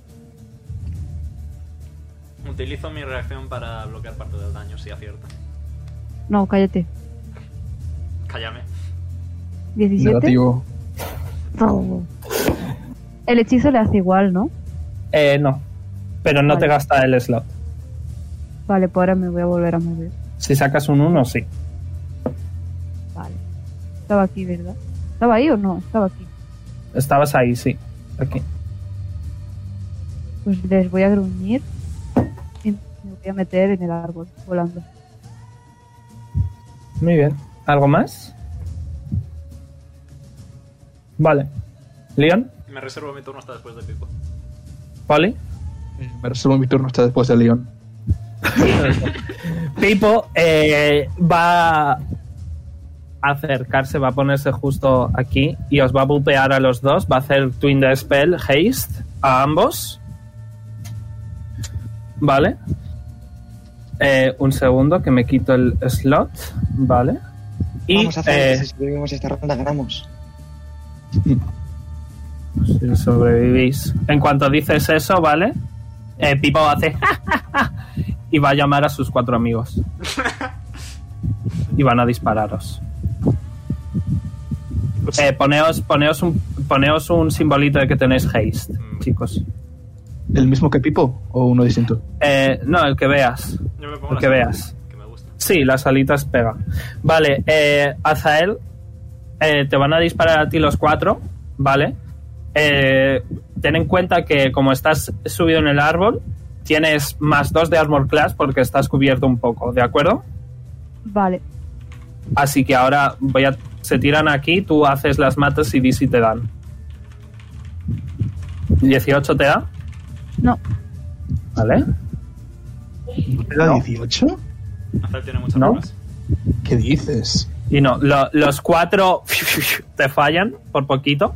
Utilizo mi reacción para bloquear parte del daño, si acierta. No, cállate. Cállame. 17. Negativo. Brr. El hechizo le hace igual, ¿no? Eh, no. Pero no Vale. te gasta el slot. Vale, pues ahora me voy a volver a mover. Si sacas un 1, sí. Vale. Estaba aquí, ¿verdad? ¿Estaba ahí o no? Estaba aquí. Estabas ahí, sí. Aquí. Pues les voy a gruñir y me voy a meter en el árbol volando. Muy bien. ¿Algo más? Vale. Leon, Me reservo mi turno hasta después de Pipo. Polly. Me resuelvo mi turno hasta después de León. Pipo eh, va a acercarse, va a ponerse justo aquí y os va a bupear a los dos. Va a hacer Twin the Spell Haste a ambos. Vale. Eh, un segundo que me quito el slot. Vale. Y Vamos a hacer eh, si sobrevivimos esta ronda, ganamos. si sobrevivís. En cuanto dices eso, ¿vale? Eh, Pipo hace y va a llamar a sus cuatro amigos. y van a dispararos. Eh, poneos, poneos, un, poneos un simbolito de que tenéis haste, chicos. ¿El mismo que Pipo o uno distinto? Eh, no, el que veas. Yo me pongo Que las- veas. Que me gusta. Sí, las alitas pega. Vale, eh, Azael, eh, te van a disparar a ti los cuatro, ¿vale? Eh, ten en cuenta que como estás subido en el árbol, tienes más dos de armor class porque estás cubierto un poco, ¿de acuerdo? Vale, Así que ahora voy a, se tiran aquí, tú haces las matas y di si te dan. 18 te da, no, ¿vale? ¿Era No. 18? Azael tiene muchas ¿No? armas. ¿Qué dices? Y no, lo- los cuatro te fallan por poquito.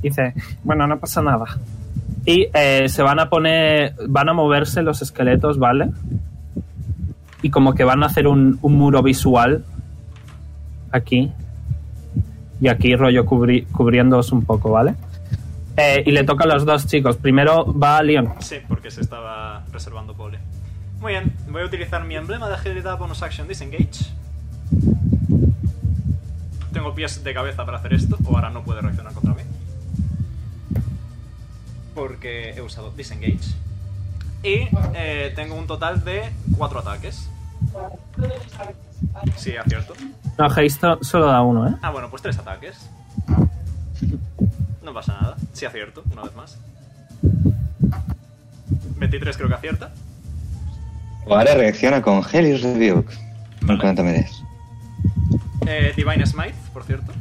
Dice, bueno, no pasa nada. Y eh, se van a poner, van a moverse los esqueletos, ¿vale? Y como que van a hacer un, un muro visual aquí. Y aquí rollo cubri- cubriéndoos un poco, ¿vale? Eh, y le toca a los dos chicos. Primero va Leon. Sí, porque se estaba reservando pole. Muy bien, voy a utilizar mi emblema de agilidad bonus action disengage. Tengo pies de cabeza para hacer esto, o ahora no puede reaccionar contra mí. Porque he usado disengage. Y eh, tengo un total de 4 ataques. Sí, acierto. No, Heisto solo da uno, ¿eh? Ah, bueno, pues 3 ataques. No pasa nada. Sí, acierto, una vez más. 23 creo que acierta. Ahora reacciona con Helios Rebuke. En cuanto me des. Eh, Divine Smite, por cierto.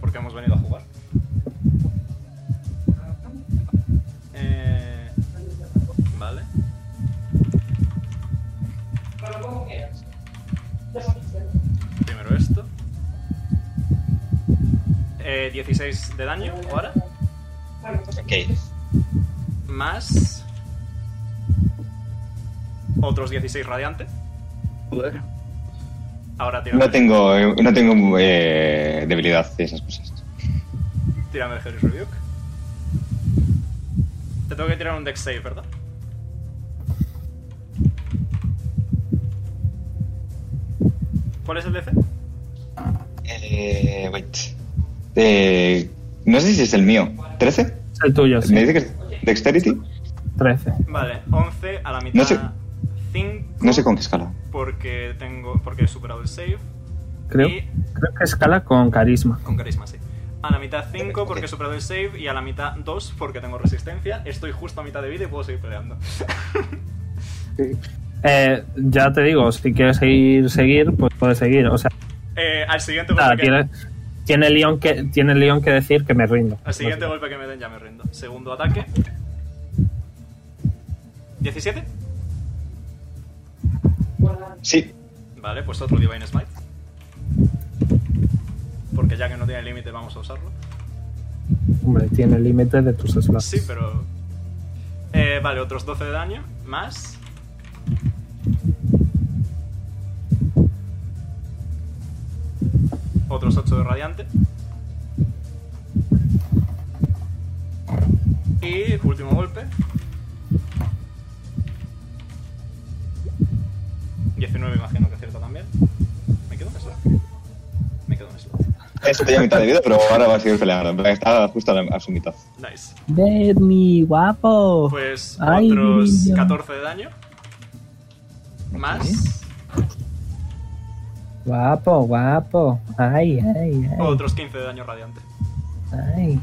Porque hemos venido a jugar. Eh, vale. Primero esto. Eh, 16 de daño ahora. Ok. Más. Otros 16 radiante. Ahora tírame, No tengo, no tengo eh, debilidad de esas cosas. tírame el Hellish Rebuke. Te tengo que tirar un Dex save, ¿verdad? ¿Cuál es el DC? Eh, wait. Eh, no sé si es el mío. ¿13? Es el tuyo, sí. ¿Me dice que es Dexterity? 13. Vale, 11 a la mitad. sé. 5 No sé con qué escala. porque tengo porque he superado el save Creo, Y- creo que escala con carisma. con carisma, sí. A la mitad 5 porque ok. he superado el save y a la mitad 2 porque tengo resistencia. Estoy justo a mitad de vida y puedo seguir peleando. Eh, ya te digo, si quieres seguir, seguir, pues puedes seguir. O sea, Eh, al siguiente nada, golpe que- tiene, tiene, Leon que, tiene Leon que decir que me rindo. Al siguiente golpe que me den ya me rindo. Segundo ataque. 17. Sí. Vale, pues otro Divine Smite. Porque ya que no tiene límite vamos a usarlo. Hombre, tiene límite de tus slots. Sí, pero... Eh, vale, otros 12 de daño. Más... Otros 8 de radiante. Y último golpe. 19 imagino que acierta también. Me quedo en slot. Me quedo en slot. Eso tenía mitad de vida, pero ahora va a seguir peleando. Está justo a, la- a su mitad. Nice. Ver mi guapo. Pues Ay, otros niño. 14 de daño. Más. Guapo, guapo. Ay, ay, ay. Otros 15 de daño radiante. ay.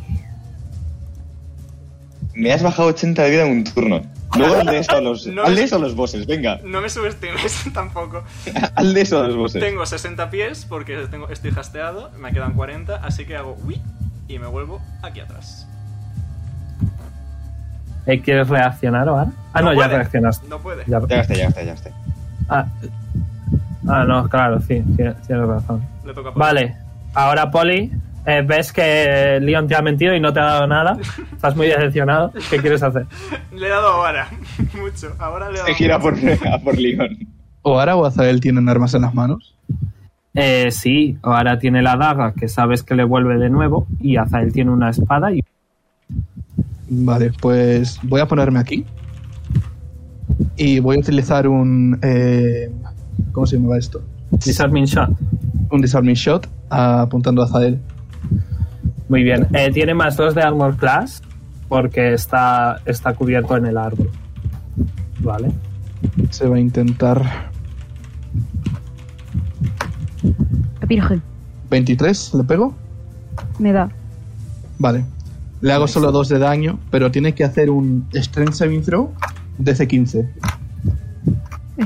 Me has bajado 80 de vida en un turno. Luego hazle eso a los, No hazle es- eso a los bosses, venga. No me subestimes tampoco. Hazle eso a los bosses. Tengo 60 pies porque tengo, estoy hasteado. Me quedan 40, así que hago uy y me vuelvo aquí atrás. Eh, ¿Quieres reaccionar ahora? Ah, no, ya puede, reaccionaste. No puede. Ya- Ya está, ya está, ya está. ah, ah, no, claro, sí, sí, tienes razón. Le toca a Poli. Vale, ahora Poli, eh, ves que Leon te ha mentido y no te ha dado nada. Estás muy decepcionado. ¿Qué quieres hacer? Le he dado ahora. Mucho. Ahora le he dado. Se gira por, a por Leon. ¿O Ara o Azael tienen armas en las manos? Eh, sí, ahora tiene la daga que sabes que le vuelve de nuevo y Azael tiene una espada y... Vale, pues voy a ponerme aquí. Y voy a utilizar un. eh, ¿Cómo se llama esto? Disarming Shot. Un disarming shot ah, apuntando a Azael. Muy bien. Eh, tiene más dos de Armor Class porque está, está cubierto en el árbol. Vale. Se va a intentar. La virgen. 23, ¿le pego? Me da. Vale. Le hago solo 2 de daño, pero tiene que hacer un Strength Saving Throw DC 15.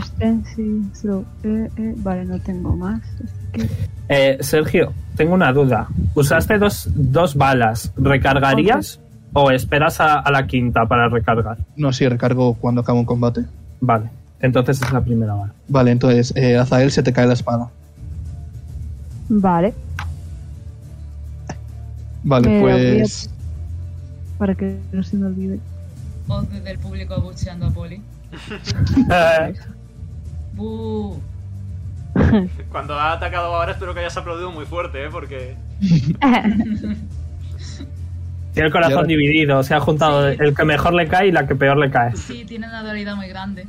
Stencil, throw. Eh, eh, Vale, no tengo más. así que- Eh, Sergio, tengo una duda. Usaste dos, dos balas. ¿Recargarías o esperas a, a la quinta para recargar? No, sí, recargo cuando acabo un combate. Vale. Entonces es la primera bala. Vale, entonces, eh, Azael se te cae la espada. Vale. Vale, Me la voy a- pues para que no se me olvide. O desde el público abucheando a Poli. Eh, ¡Bú! Cuando ha atacado ahora espero que hayas aplaudido muy fuerte, ¿eh? Porque... tiene el corazón Yo- dividido, se ha juntado el que mejor le cae y la que peor le cae. Sí, tiene una dualidad muy grande.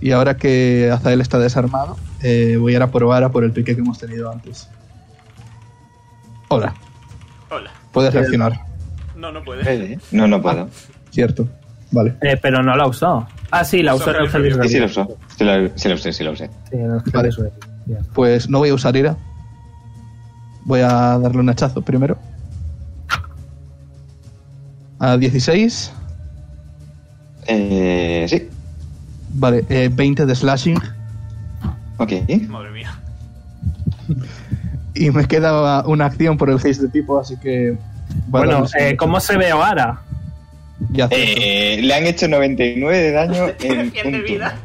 Y ahora que Azael está desarmado, eh, voy a ir a probar a por el pique que hemos tenido antes. Hola, Hola. puedes reaccionar, No, no puede. Eh, No, no puedo. cierto. Vale. Eh, pero no la usó. Ah, sí, la usó en el Sí, Sí, Hellish sí lo Review. usé. Sí lo, sí lo usé, sí lo usé. Sí, en el Vale. Hellish Review. Ya. Pues no voy a usar ira. Voy a darle un hachazo primero. A 16. Eh, sí. Vale, eh, 20 de slashing. Ok. Madre mía. Y me queda una acción por el haste de tipo, así que... voy a darle Bueno, un eh, segundo ¿cómo se ve ahora? Ya cierto. Eh, le han hecho 99 de daño Tiene en 100 de un turno. vida.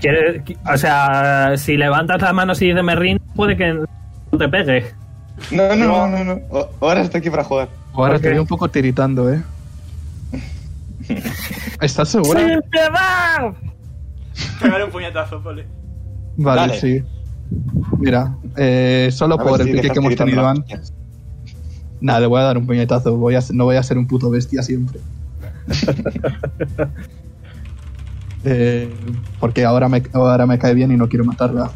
Quiere- O sea, si levantas las manos y dices me rindo, puede que no te pegue. No, no, no, no. no. O- Ahora estoy aquí para jugar. Ahora te ok. veo un poco tiritando, ¿eh? ¿Estás segura? ¡Sin piedad! Pegar un puñetazo, Poli. Vale, Dale. sí. Mira, eh, solo A ver por si el pique dejas que hemos tiritando tenido la antes. Nada, le voy a dar un puñetazo. Voy a, no voy a ser un puto bestia siempre. Eh, porque ahora me, ahora me cae bien y no quiero matarla.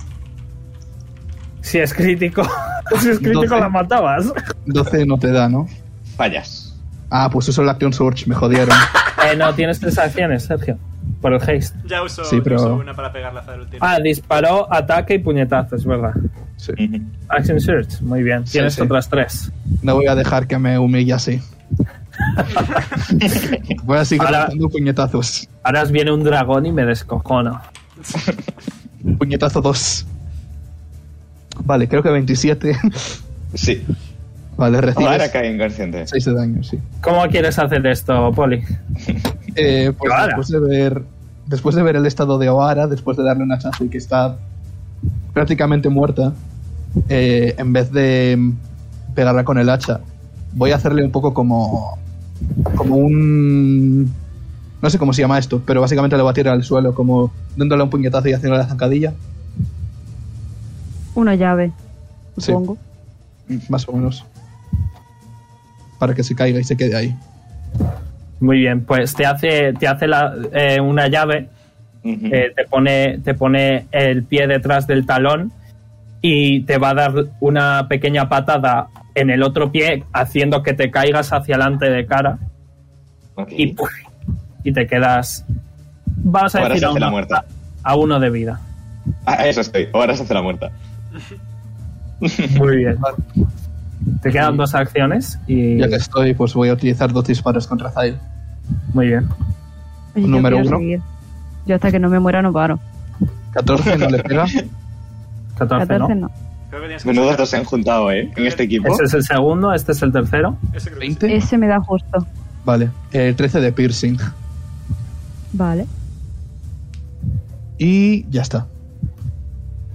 Si es crítico, si es crítico Doce. la matabas. 12 no te da, ¿no? Fallas. Ah, pues uso la acción Surge, me jodieron. Eh, no, tienes tres acciones, Sergio. Por el haste. Ya uso, Sí, pero- ya uso una para pegarla hasta el último. Ah, disparó, ataque y puñetazo, es verdad. Sí. Ujú. Action Search, muy bien. Sí, Tienes sí. otras tres. No voy a dejar que me humille así. Voy a seguir Ahora- dando puñetazos. Ahora os viene un dragón y me descojono. Puñetazo 2. Vale, creo que 27. Sí. Vale, recibes Ahora cae inconsciente. 6 de daño, sí. ¿Cómo quieres hacer esto, Poli? Eh, pues Oara. después de ver después de ver el estado de Oara, después de darle una chance y que está prácticamente muerta, eh, en vez de pegarla con el hacha, voy a hacerle un poco como como un no sé cómo se llama esto, pero básicamente le voy a tirar al suelo como dándole un puñetazo y haciendo la zancadilla, Una llave, Sí. supongo. más o menos. Para que se caiga y se quede ahí. Muy bien, pues te hace, te hace la- eh, una llave, Ujú. eh, te, pone, te pone el pie detrás del talón y te va a dar una pequeña patada en el otro pie, haciendo que te caigas hacia adelante de cara Ok. y, ¡puf! y te quedas. Vamos a Ahora decir se a hace la uno, muerta. a uno de vida. Ah, eso estoy. Ahora se hace la muerta. Muy bien. Te quedan dos acciones y. Ya que estoy, pues voy a utilizar dos disparos contra Zael. Muy bien. Oye, yo Número quiero uno. seguir. Yo hasta que no me muera no paro. 14 no le pega. 14, 14 Ah, ¿no? no. Creo que tienes que Menudo sacar- dos se han juntado, ¿eh? En este equipo. Ese es el segundo, este es el tercero. Ese creo que 20. Ese me da justo. Vale, eh, 13 de piercing. Vale. Y ya está.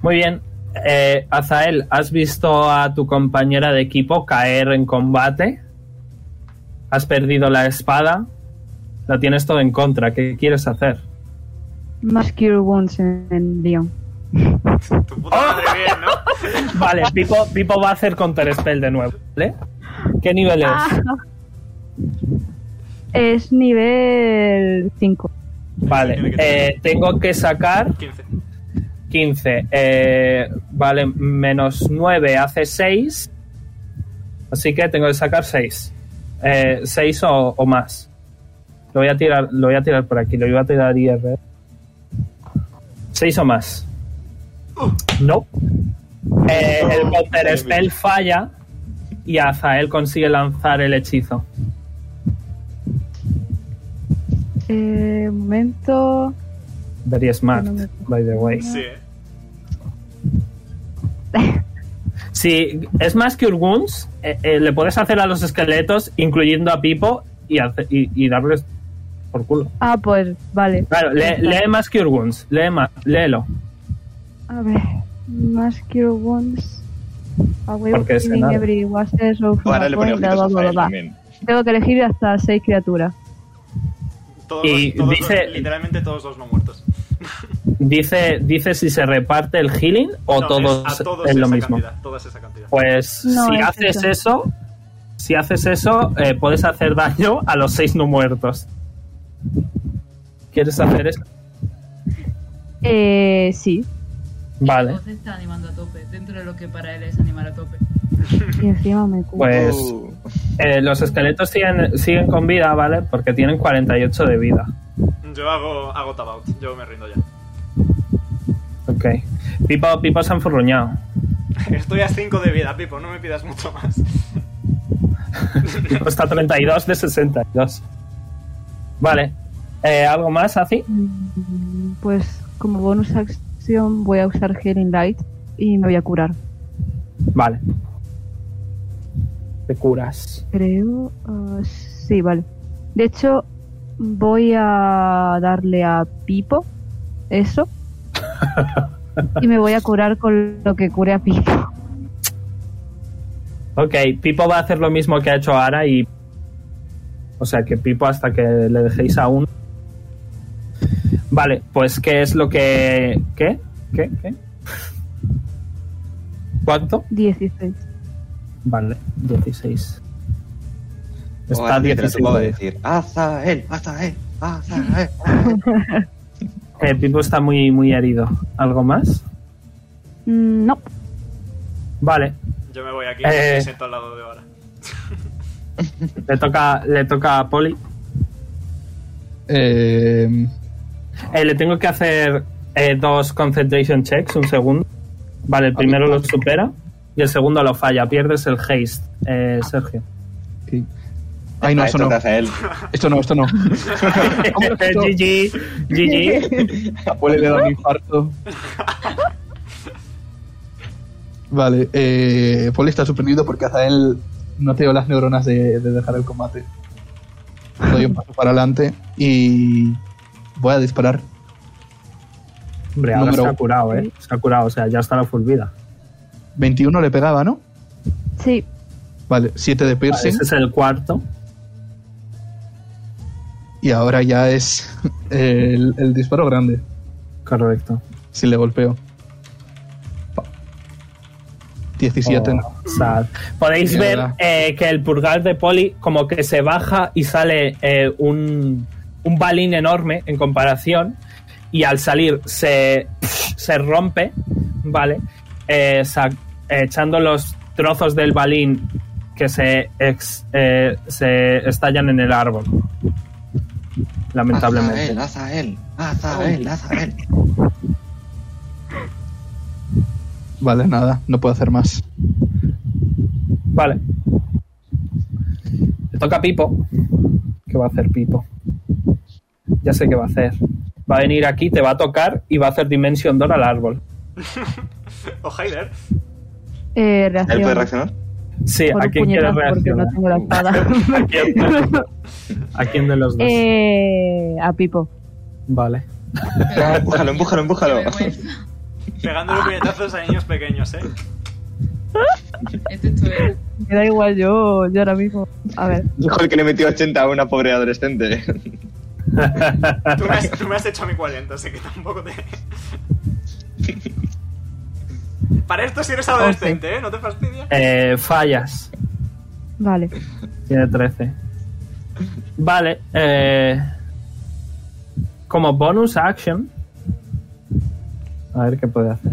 Muy bien. Eh, Azael, ¿has visto a tu compañera de equipo caer en combate? ¿Has perdido la espada? La tienes todo en contra. ¿Qué quieres hacer? Más Cure Wounds en, en Leon. sí. Tu puta madre bien, ¿no? Vale, Pipo, Pipo va a hacer Counter Spell de nuevo. ¿vale? ¿Qué nivel es? Ah. Es nivel 5. vale, Tiene que eh, tengo que sacar 15. 15. eh, vale, menos 9 hace 6. Así que tengo que sacar 6. 6 o, o más. Lo voy a tirar, lo voy a tirar por aquí, lo iba a tirar IR. 6 o más. No. Eh, el counter spell falla y Azael consigue lanzar el hechizo. Eh, un momento. Very smart, No me- by the way. Sí, ¿eh? Si es más que Urguns, eh, le puedes hacer a los esqueletos, incluyendo a Pipo, y, hace- y- y darles por culo. Ah, pues vale. Claro, le- lee más que Urguns, lee ma- léelo. A ver. Más Cure Wounds. Ah, A way Porque of ese killing nada. every wastes of Ahora le ponía blah, ojitos blah, a blah, Zael blah. también. Tengo que elegir hasta seis criaturas. Todos, Y los- todos los- dice- literalmente todos los no muertos. Dice, dice si se reparte el healing o No, todos, es, a todos es lo esa mismo. Cantidad, todas esa cantidad. Pues No, si es haces eso. eso, si haces eso, eh, puedes hacer daño a los seis no muertos. ¿Quieres hacer eso? Eh, sí. Vale, Entonces está animando a tope, dentro de lo que para él es animar a tope. Y encima me curo. pues Uh, eh, los esqueletos siguen, siguen con vida, ¿vale? Porque tienen 48 de vida. Yo hago, hago tabout, yo me rindo ya. Ok. Pipo, Pipo se ha enfurruñado. Estoy a 5 de vida, Pipo, no me pidas mucho más. Pipo está a 32 de 62. Vale. Eh, ¿Algo más, Azi? Mm, Pues como bonus acción voy a usar Healing Light y me voy a curar. Vale. Te curas. Creo. ah, sí, vale. De hecho, voy a darle a Pipo eso. y me voy a curar con lo que cure a Pipo. Ok, Pipo va a hacer lo mismo que ha hecho Ara y... O sea, que Pipo hasta que le dejéis a uno... Vale, pues ¿qué es lo que... ¿Qué? ¿Qué? ¿Qué? ¿Cuánto? 16. Vale, 16. Está ¿eh? ahora sí te lo 16. puedo de- decir. Azael, Azael, Azael. Eh, Pipo está muy, muy herido. ¿Algo más? Mm, no. Vale, Yo me voy aquí Eh. me siento al lado de ahora. le toca, le toca a Poli. Eh, Eh, le tengo que hacer eh, dos concentration checks, un segundo. Vale, el primero lo supera y el segundo lo falla. Pierdes el haste, eh, Sergio. sí. Ay, no, Ah, eso esto no. te hace a él. Esto no, esto no. ¿Cómo lo has hecho? GG, GG. A Pole le da un infarto. Vale, eh, Poli está sorprendido porque Azael no te dio las neuronas de, de dejar el combate. Doy un paso para adelante y voy a disparar. Hombre, ahora Número se ha uno. curado, ¿eh? Se ha curado, o sea, ya está la full vida. 21 le pegaba, ¿no? Sí. Vale, 7 de Vale, piercing ese es el cuarto. y ahora ya es el, el disparo grande, Correcto. si le golpeo. Pa. 17. Oh, no. sad. Podéis Mierda. ver eh, que el purgar de Poli como que se baja y sale eh, un, un balín enorme en comparación y al salir se, se rompe, ¿vale? Eh, sa- echando los trozos del balín que se, ex- eh, se estallan en el árbol. Lamentablemente. Azael, Azael, Azael, Azael. Vale, nada, no puedo hacer más. Vale. Le toca a Pipo. ¿Qué va a hacer Pipo? Ya sé qué va a hacer. Va a venir aquí, te va a tocar y va a hacer Dimension Door al árbol. Oh, hi there. Eh, ¿Él reacción. puede reaccionar? Sí, Por ¿a un quién quiere puñetazo, porque reaccionar? no tengo la espada. ¿A, quién, a quién de los dos? eh, a Pipo. Vale. Ah, Empújalo, empújalo, empújalo. Qué vergüenza. Pegándole Ah. puñetazos a niños pequeños, eh. Este es tu héroe. Me da igual yo, yo ahora mismo. A ver. Dijo el que le metió 80 a una pobre adolescente. Tú me has, tú me has hecho a mi 40, así que tampoco te. Para esto si eres adolescente, ¿eh? ¿No te fastidia? Eh, fallas. Vale. Tiene 13. Vale. eh, como bonus action. A ver qué puede hacer.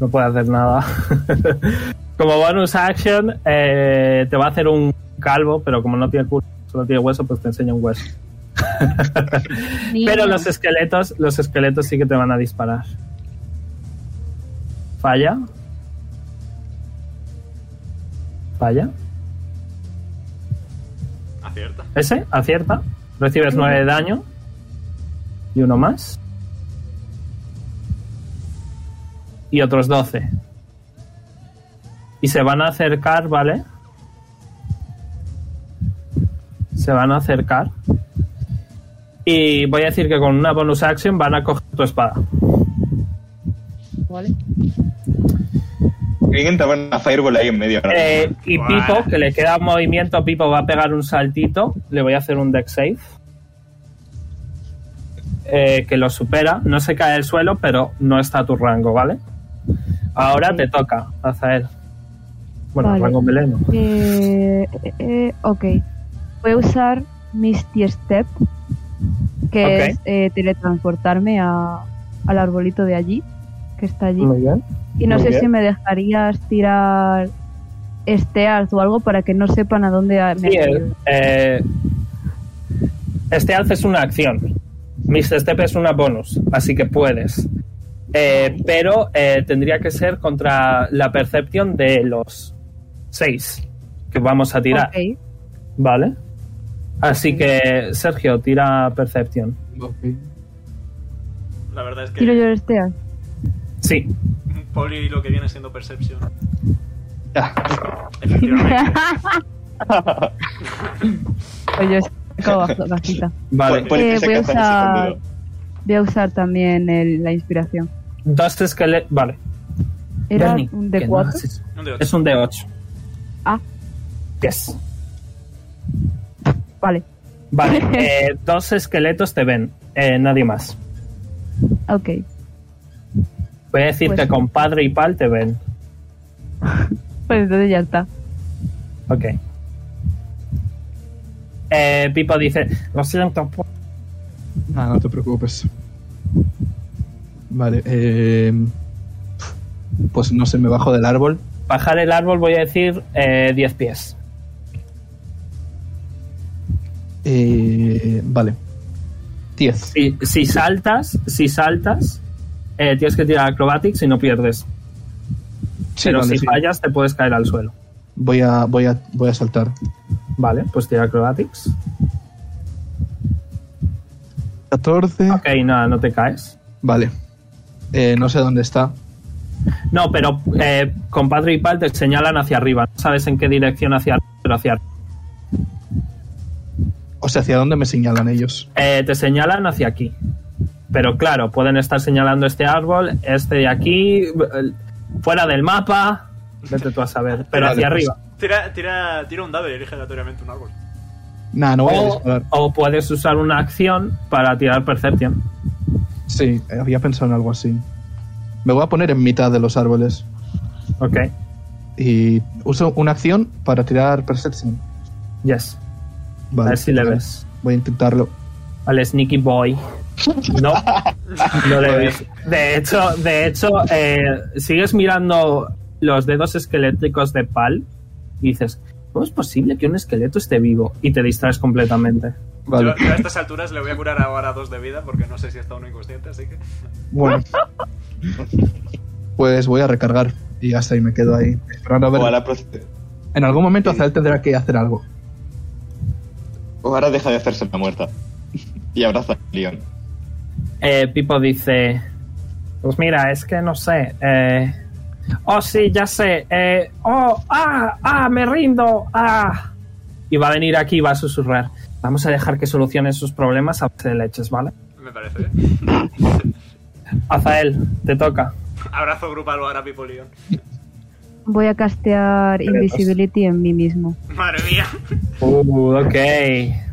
No puede hacer nada. como bonus action, eh, te va a hacer un calvo, pero como no tiene culo, solo tiene hueso, pues te enseña un hueso. Pero los esqueletos, los esqueletos sí que te van a disparar. Falla. Falla. Acierta. Ese, acierta. Recibes 9 de daño. Y uno más. Y otros 12. Y se van a acercar, ¿vale? Se van a acercar. Y voy a decir que con una bonus action van a coger tu espada. ¿Vale? Alguien te pone una fireball ahí en medio. ahora mismo. Eh, y Buah. Pipo, que le queda un movimiento, Pipo va a pegar un saltito. Le voy a hacer un deck save. Eh, que lo supera. No se cae al suelo, pero no está a tu rango, ¿vale? Ahora te toca, Azael. Bueno, Vale. rango meleno. Eh, eh, eh, ok. Voy a usar Misty Step, que Ok. es eh, teletransportarme a- al arbolito de allí, que está allí. Muy bien. Y no muy sé bien. si me dejarías tirar esteas o algo para que no sepan a dónde a- me Sí, han el- ido. eh, este alce es una acción. Mr. Step es una bonus, así que puedes. Eh, pero eh, tendría que ser contra la percepción de los seis que vamos a tirar, Ok. ¿vale? Así que, Sergio, tira percepción. La verdad es que Tiro yo el esteas. Sí, Poli lo que viene siendo Perception. Ya. Efectivamente. Pues yo saco bajo- bajita. vale. Pon- pon que Eh, se voy a caza usar- escondido. Voy a usar también el- la inspiración. Dos esqueletos. Vale. Era Bernie, un que de no 4 haces- Un de ocho. es un D8. Ah. Yes. Vale, Vale, eh, dos esqueletos te ven, eh, nadie más. ok. Voy a decir Pues- que con padre y pal te ven. Pues entonces ya está. Ok. Eh, Pipo dice, lo siento. pues, pu-". Ah, no te preocupes. Vale, eh, pues no sé, me bajo del árbol. Bajar el árbol voy a decir eh, 10 pies. Eh, vale. 10. Si, si saltas, si saltas, eh, tienes que tirar acrobatics y no pierdes. Pero si fallas te puedes caer al suelo. Voy a, voy, a, voy a saltar. Vale, pues tira acrobatics. 14. Ok, nada, no te caes. Vale. Eh, no sé dónde está. No, pero eh, con padre y pal te señalan hacia arriba. No sabes en qué dirección hacia arriba, pero hacia arriba. O sea, ¿hacia dónde me señalan ellos? Eh, te señalan hacia aquí. Pero claro, pueden estar señalando este árbol, este de aquí, el- fuera del mapa. Vete tú a saber, pero Vale, hacia pues, arriba. Tira, tira, tira un dado y elige aleatoriamente un árbol. Nah, no voy a O, disparar. o puedes usar una acción para tirar Perception. Sí, eh, había pensado en algo así. Me voy a poner en mitad de los árboles. Ok, Y uso una acción para tirar Perception. yes. Vale. A ver si le ves. Voy a intentarlo. Al Sneaky Boy. No, no le ves. De hecho, de hecho eh, sigues mirando los dedos esqueléticos de Pal y dices, ¿cómo es posible que un esqueleto esté vivo? Y te distraes completamente. Vale. Yo, yo a estas alturas le voy a curar ahora dos de vida porque no sé si está uno inconsciente, así que. Bueno. Pues voy a recargar. Y hasta ahí me quedo ahí. Esperando a ver. O ahora, proce- En algún momento Azael tendrá que hacer algo. o ahora deja de hacerse la muerta. Y abraza a Leon. Eh, Pipo dice, pues mira, es que no sé. eh, oh, sí, ya sé. eh, oh, ah, ah, me rindo. Ah. Y va a venir aquí y va a susurrar. Vamos a dejar que solucione sus problemas a base de leches, ¿vale? Me parece bien. Azael, te toca. Abrazo grupal ahora, Pipo León. Voy a castear Invisibility en mí mismo. Madre mía. Uh, ok.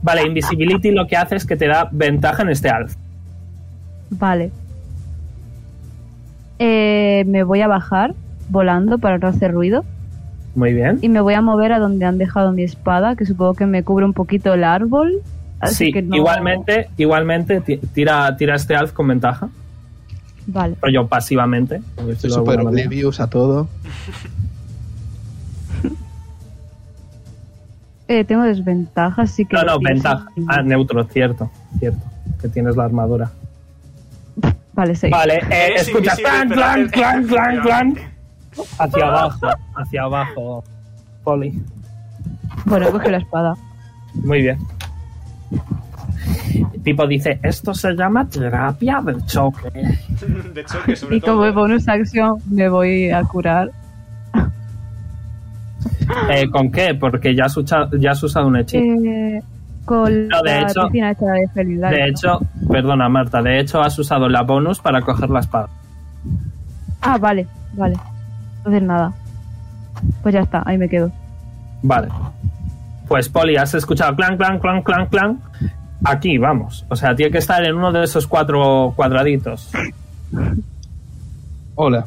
Vale, Invisibility lo que hace es que te da ventaja en este alf. Vale. Eh, me voy a bajar volando para no hacer ruido Muy bien. y me voy a mover a donde han dejado mi espada, que supongo que me cubre un poquito el árbol. Así sí, que no- igualmente, igualmente ti- tira, tira este alf con ventaja. Vale. Rollo pasivamente. por Estoy decirlo de súper alguna manera. oblivious a todo. Eh, tengo desventajas, así que... No, no, lo pienso. ventaja. Ah, neutro, cierto, cierto. Que tienes la armadura. Vale, seis. Vale, eh, Eres escucha. invisible, Clan, pero clan, eres- clan, clan, clan. Hacia abajo, hacia abajo. Poli. Bueno, coge la espada. Muy bien. Pipo dice, esto se llama terapia del choque. De choque, sobre Y como todo. bonus acción me voy a curar. Eh, ¿Con qué? Porque ya has, ucha- ya has usado un hechizo. Eh, con No, de la hecho- piscina esta de Felidar. De hecho, perdona Marta, de hecho has usado la bonus para coger la espada. Ah, vale, vale. Entonces nada. Pues ya está, ahí me quedo. Vale. Pues Poli, has escuchado clan, clan, clan, clan, clan. Aquí, vamos. O sea, tiene que estar en uno de esos cuatro cuadraditos. Hola.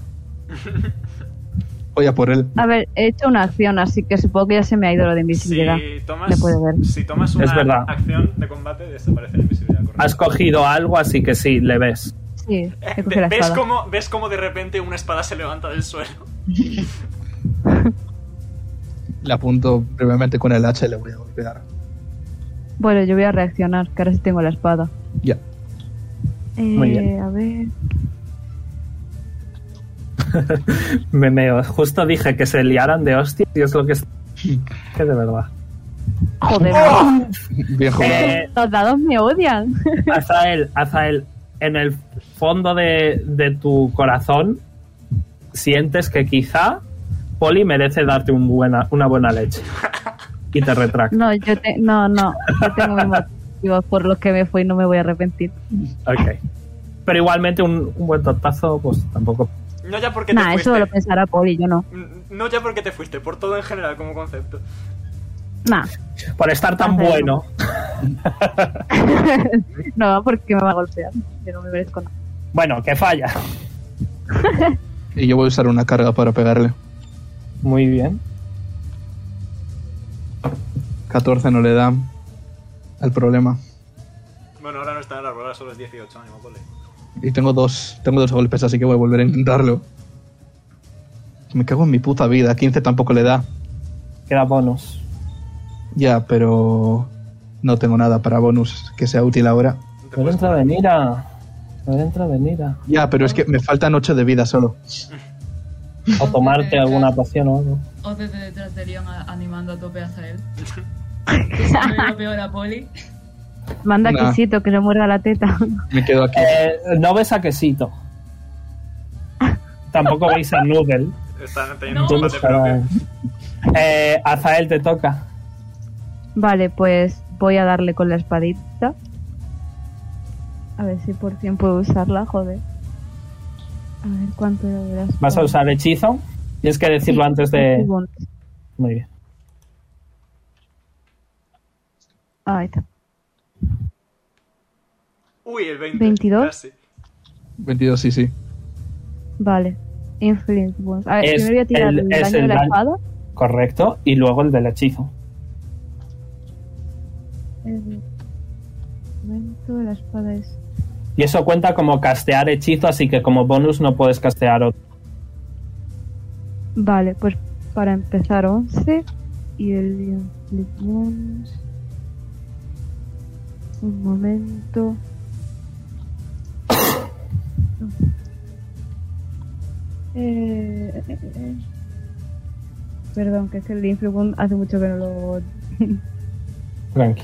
Voy a por él. A ver, he hecho una acción, así que supongo que ya se me ha ido lo de invisibilidad. Si Me tomas, puede ver. si tomas Es verdad. una acción de combate, desaparece la invisibilidad. correcto. Has cogido algo, así que sí, le ves. Sí, he cogido la Ve- ¿Ves espada. cómo, ¿Ves cómo de repente una espada se levanta del suelo? Le apunto brevemente con el hacha y le voy a golpear. Bueno, yo voy a reaccionar, que ahora sí tengo la espada. Ya. Eh, Muy bien. A ver. Me meo. Justo dije que se liaran de hostia y es lo que es. Que de verdad. Joder, ¡Oh! Bien jugado. Eh, los dados me odian. Azael, Azael, en el fondo de, de tu corazón sientes que quizá Poli merece darte un buena, una buena leche. Y te retractas. No, yo te- no, no. Yo tengo mis motivos por los que me fui y no me voy a arrepentir. Ok. Pero igualmente un, un buen tortazo, pues tampoco. No ya porque Nah, te eso fuiste. lo pensará Poli, yo no. N- No ya porque te fuiste, por todo en general como concepto. Nah. Por estar tan Azael, bueno. no, porque me va a golpear. Yo no me merezco nada. Bueno, que falla. Y yo voy a usar una carga para pegarle. Muy bien. 14 no le da al problema. Bueno, ahora no está en el árbol, ahora solo es 18, ánimo, pole. Y tengo dos, tengo dos golpes, así que voy a volver a intentarlo. Me cago en mi puta vida. 15 tampoco le da. Queda bonus. Ya, pero no tengo nada para bonus que sea útil ahora. Te No puedes- entra venira. No entra venira. Ya, pero es que me faltan 8 de vida solo. O tomarte alguna poción o algo. O desde detrás de Leon a- animando a tope a Zael. Que siempre lo peor a Poli. Manda Nah. a Quisito que le muerda la teta. Me quedo aquí. Eh, no ves a quesito. Tampoco veis a Noodle. Están teniendo No. un combate propio. Eh, Azael te toca. Vale, pues voy a darle con la espadita. A ver si por fin puedo usarla, joder. A ver cuánto era de la Vas a espada. usar hechizo. Tienes que Sí, decirlo antes un de. segundo. Muy bien. Ah, ahí está. Uy, el 20. 22. Casi. 22, sí, sí. Vale. Influence Wounds. A ver, Es primero voy a tirar el- el, es daño el de la daño. espada. Correcto. Y luego el del hechizo. El momento, la espada es... Y eso cuenta como castear hechizo, así que como bonus no puedes castear otro. Vale, pues para empezar 11 y el Influence Wounds. Un momento. Eh, eh, eh, eh. Perdón, que es que el Influence Wounds hace mucho que no lo... Tranqui.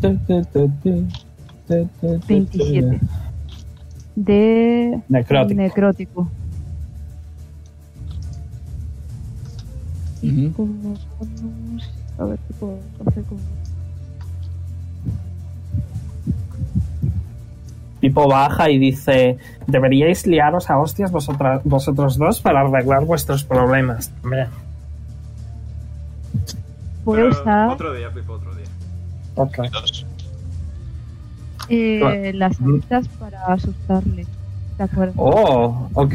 Veintisiete. 27. De... Necrótico. Necrótico. Y Ujú. como bonus- A ver qué puedo hacer con. Pipo baja y dice: Deberíais liaros a hostias vosotras, vosotros dos para arreglar vuestros problemas. Hombre, Voy a Pero usar Otro día, Pipo, otro día. ok. Dos. eh, Vale. las alitas para asustarle. ¿De acuerdo? Ah, mm. Oh, ok.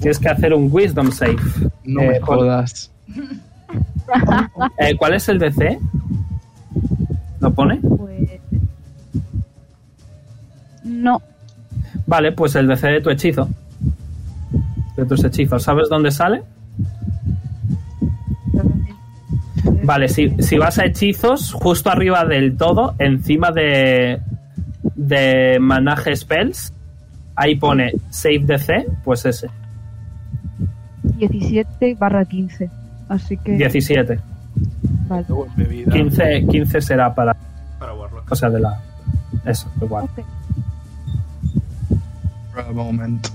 Tienes que hacer un Wisdom Save. No Eh, me Poli. jodas. Eh, ¿Cuál es el DC? ¿Lo pone? Pues. No, Vale, pues el DC de tu hechizo. De tus hechizos. ¿Sabes dónde sale? Vale, si, si vas a hechizos, justo arriba del todo, encima de, de Manage Spells, ahí pone Save DC, pues ese, 17 barra 15. Así que. 17. Vale. Luego en bebida. 15, 15 será para Para Warlock. cosa de la... Eso, igual. Ok. For a moment.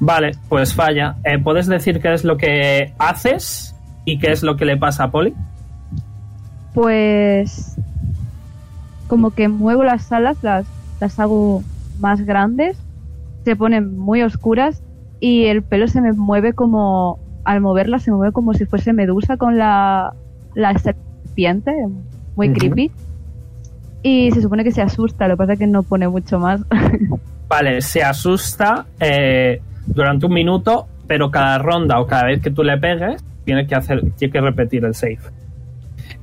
Vale, pues falla. Eh, Puedes decir qué es lo que haces ¿Y qué es lo que le pasa a Polly? Pues como que muevo las alas, las, las hago más grandes, se ponen muy oscuras y el pelo se me mueve como, al moverla se mueve como si fuese medusa con la, la serpiente, muy Ujú. creepy. Y se supone que se asusta, lo que pasa es que no pone mucho más. Vale, se asusta eh, durante un minuto, pero cada ronda o cada vez que tú le pegues, tiene que, hacer, tiene que repetir el save.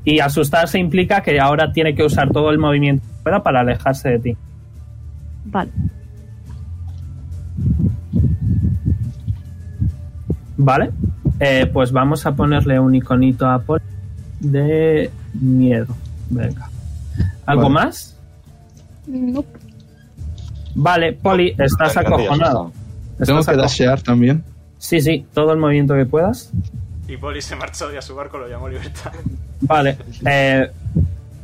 Y asustarse implica que ahora tiene que usar todo el movimiento que pueda para alejarse de ti. vale. Vale, eh, pues vamos a ponerle un iconito a Paul de miedo. Venga. ¿Algo Vale. más? Vale, Poli, estás Gracias, acojonado. Tengo Estás que aco- dashear también. Sí, sí, todo el movimiento que puedas. Y Polly se marchó y a su barco lo llamó Libertad. Vale, eh,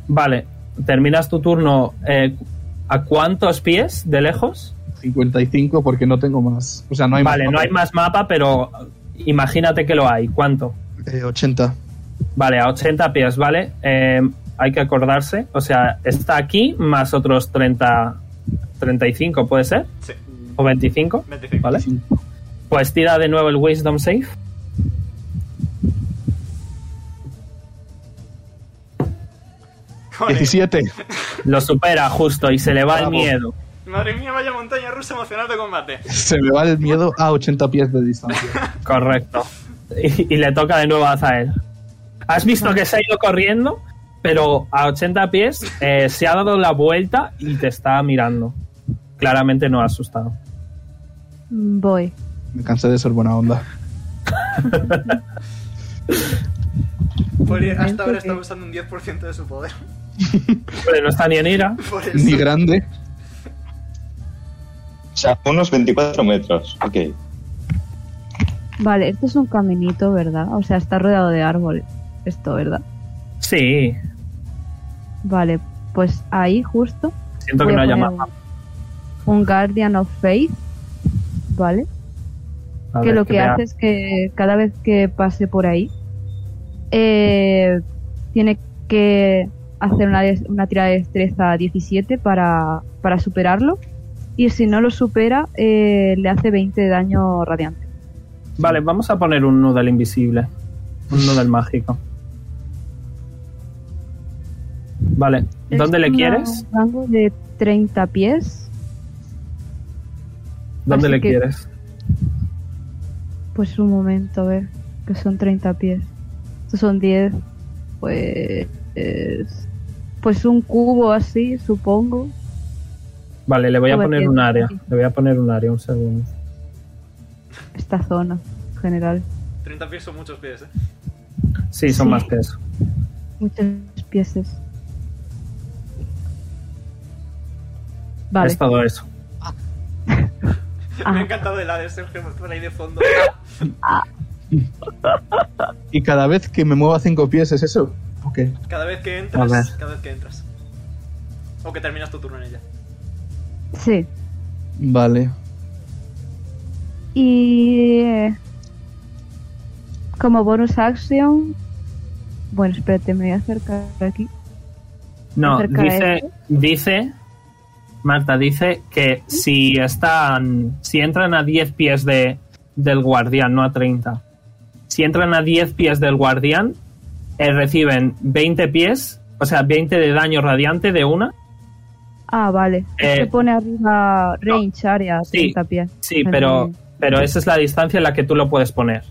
vale. Terminas tu turno. eh, ¿A cuántos pies de lejos? 55 porque no tengo más. O sea, no hay vale, más. no hay más mapa, pero imagínate que lo hay. ¿Cuánto? Eh, 80. Vale, a 80 pies, ¿vale? Eh, hay que acordarse. O sea, está aquí más otros 30, 35, ¿puede ser? Sí. ¿O 25? 25. ¿Vale? Pues tira de nuevo el Wisdom Save. Con él. 17. Lo supera justo y se le va el Bravo. miedo. Madre mía, vaya montaña rusa emocional de combate. Se me va el miedo a 80 pies de distancia. Correcto. Y, y le toca de nuevo a Zael. Has visto que se ha ido corriendo, pero a 80 pies eh, se ha dado la vuelta y te está mirando. Claramente no ha asustado. Mm, Voy. Me cansé de ser buena onda. Polly hasta ahora está usando un 10% de su poder. Pero no está ni en ira. Por eso. Ni grande. O sea, unos 24 metros. Ok. Vale, esto es un caminito, ¿verdad? O sea, está rodeado de árboles. Esto, ¿verdad? Sí, Vale, pues ahí justo siento voy que no a haya poner mapa. un, un Guardian of Faith, ¿vale? A que ver, lo que vea. hace es que cada vez que pase por ahí, eh, tiene que hacer una, des- una tira de destreza 17 para, para superarlo. Y si no lo supera, eh, le hace 20 de daño radiante. Vale, vamos a poner un noodle invisible. Un noodle mágico. Vale, ¿dónde Es le una- quieres? Un rango de 30 pies. ¿Dónde así le que- quieres? Pues un momento, a ver, que son 30 pies. Estos son 10. Pues. es- Pues un cubo así, supongo. Vale, le voy a Como poner que- un área. Le voy a poner un área, un segundo. Esta zona, en general. 30 pies son muchos pies, eh. Sí, son Sí. más que eso. Muchas piezas. Vale. Es todo eso. Me Ah. ha encantado el de Sergio por ahí de fondo. Y cada vez que me muevo a 5 pies es eso. Ok. Cada vez que A entras, ver. cada vez que entras. O que terminas tu turno en ella. Sí. Vale. Y. eh, como bonus action. Bueno, espérate, me voy a acercar aquí. No, acerca de dice, esto. dice, Marta, dice que si están, si entran a 10 pies de, del guardián, no a 30. Si entran a 10 pies del guardián, eh, reciben 20 pies, o sea, 20 de daño radiante de una. Ah, vale. Eh, Se pone arriba range, área, Sí, 30 pies. Sí, Vale. pero, pero esa es la distancia en la que tú lo puedes poner.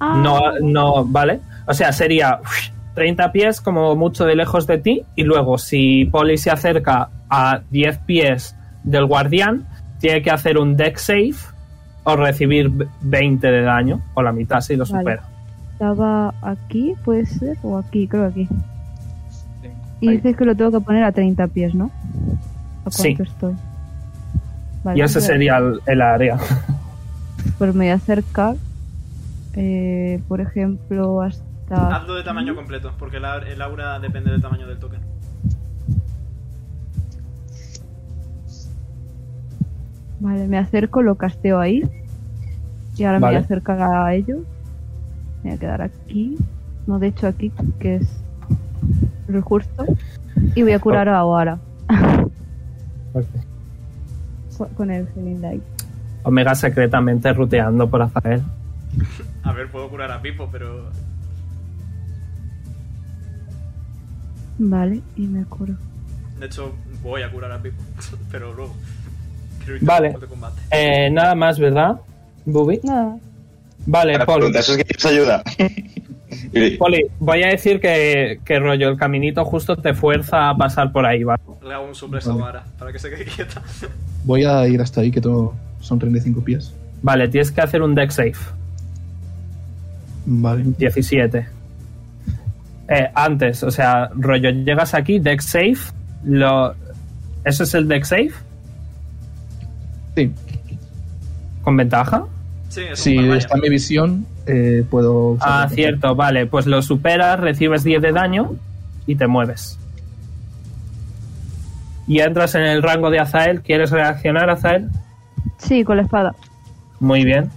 Ah, No, no, ¿vale? O sea, sería uff, 30 pies como mucho de lejos de ti y luego si Polly se acerca a 10 pies del guardián, tiene que hacer un deck save o recibir v- 20 de daño o la mitad si lo Vale. supera. Estaba aquí, puede ser, o aquí, creo que aquí. Y Ahí. dices que lo tengo que poner a 30 pies, ¿no? ¿A Sí. cuánto estoy? Vale, Y ese pues- sería el, el área. Pues me voy a acercar, eh, por ejemplo, Ah. hasta... Hazlo de Mm. tamaño completo, porque el au- el aura depende del tamaño del token. Vale, me acerco, lo casteo ahí. Y ahora me Vale. voy a acercar a ellos. Me voy a quedar aquí. No, de hecho aquí, que es lo justo. Y voy a curar Oh. a ahora. Ok. Con el Healing Light. Omega secretamente ruteando por Azael. A ver, puedo curar a Pipo, pero. Vale, y me curo. De hecho, voy a curar a Pipo, pero luego. Quiero ir Vale. de combate. Eh, nada más, ¿verdad? Bubi. Nada. Vale, Ahora Poli. pregunta, ¿eso es que tienes ayuda? Y- Poli, voy a decir que, que rollo, el caminito justo te fuerza a pasar por ahí, ¿vale? Le hago un suplex a Vara para que se quede quieta. Voy a ir hasta ahí, que todo son 35 pies. Vale, tienes que hacer un deck safe. Vale. 17. Eh, antes, o sea, rollo, llegas aquí, deck safe. Lo... ¿Eso es el deck safe? Sí, ¿Con ventaja? Sí, es si un barbarie. está en mi visión, eh, puedo... Ah, cierto, vale. Pues lo superas, recibes 10 de daño y te mueves. Y entras en el rango de Azael. ¿Quieres reaccionar, Azael? Sí, con la espada. Muy bien.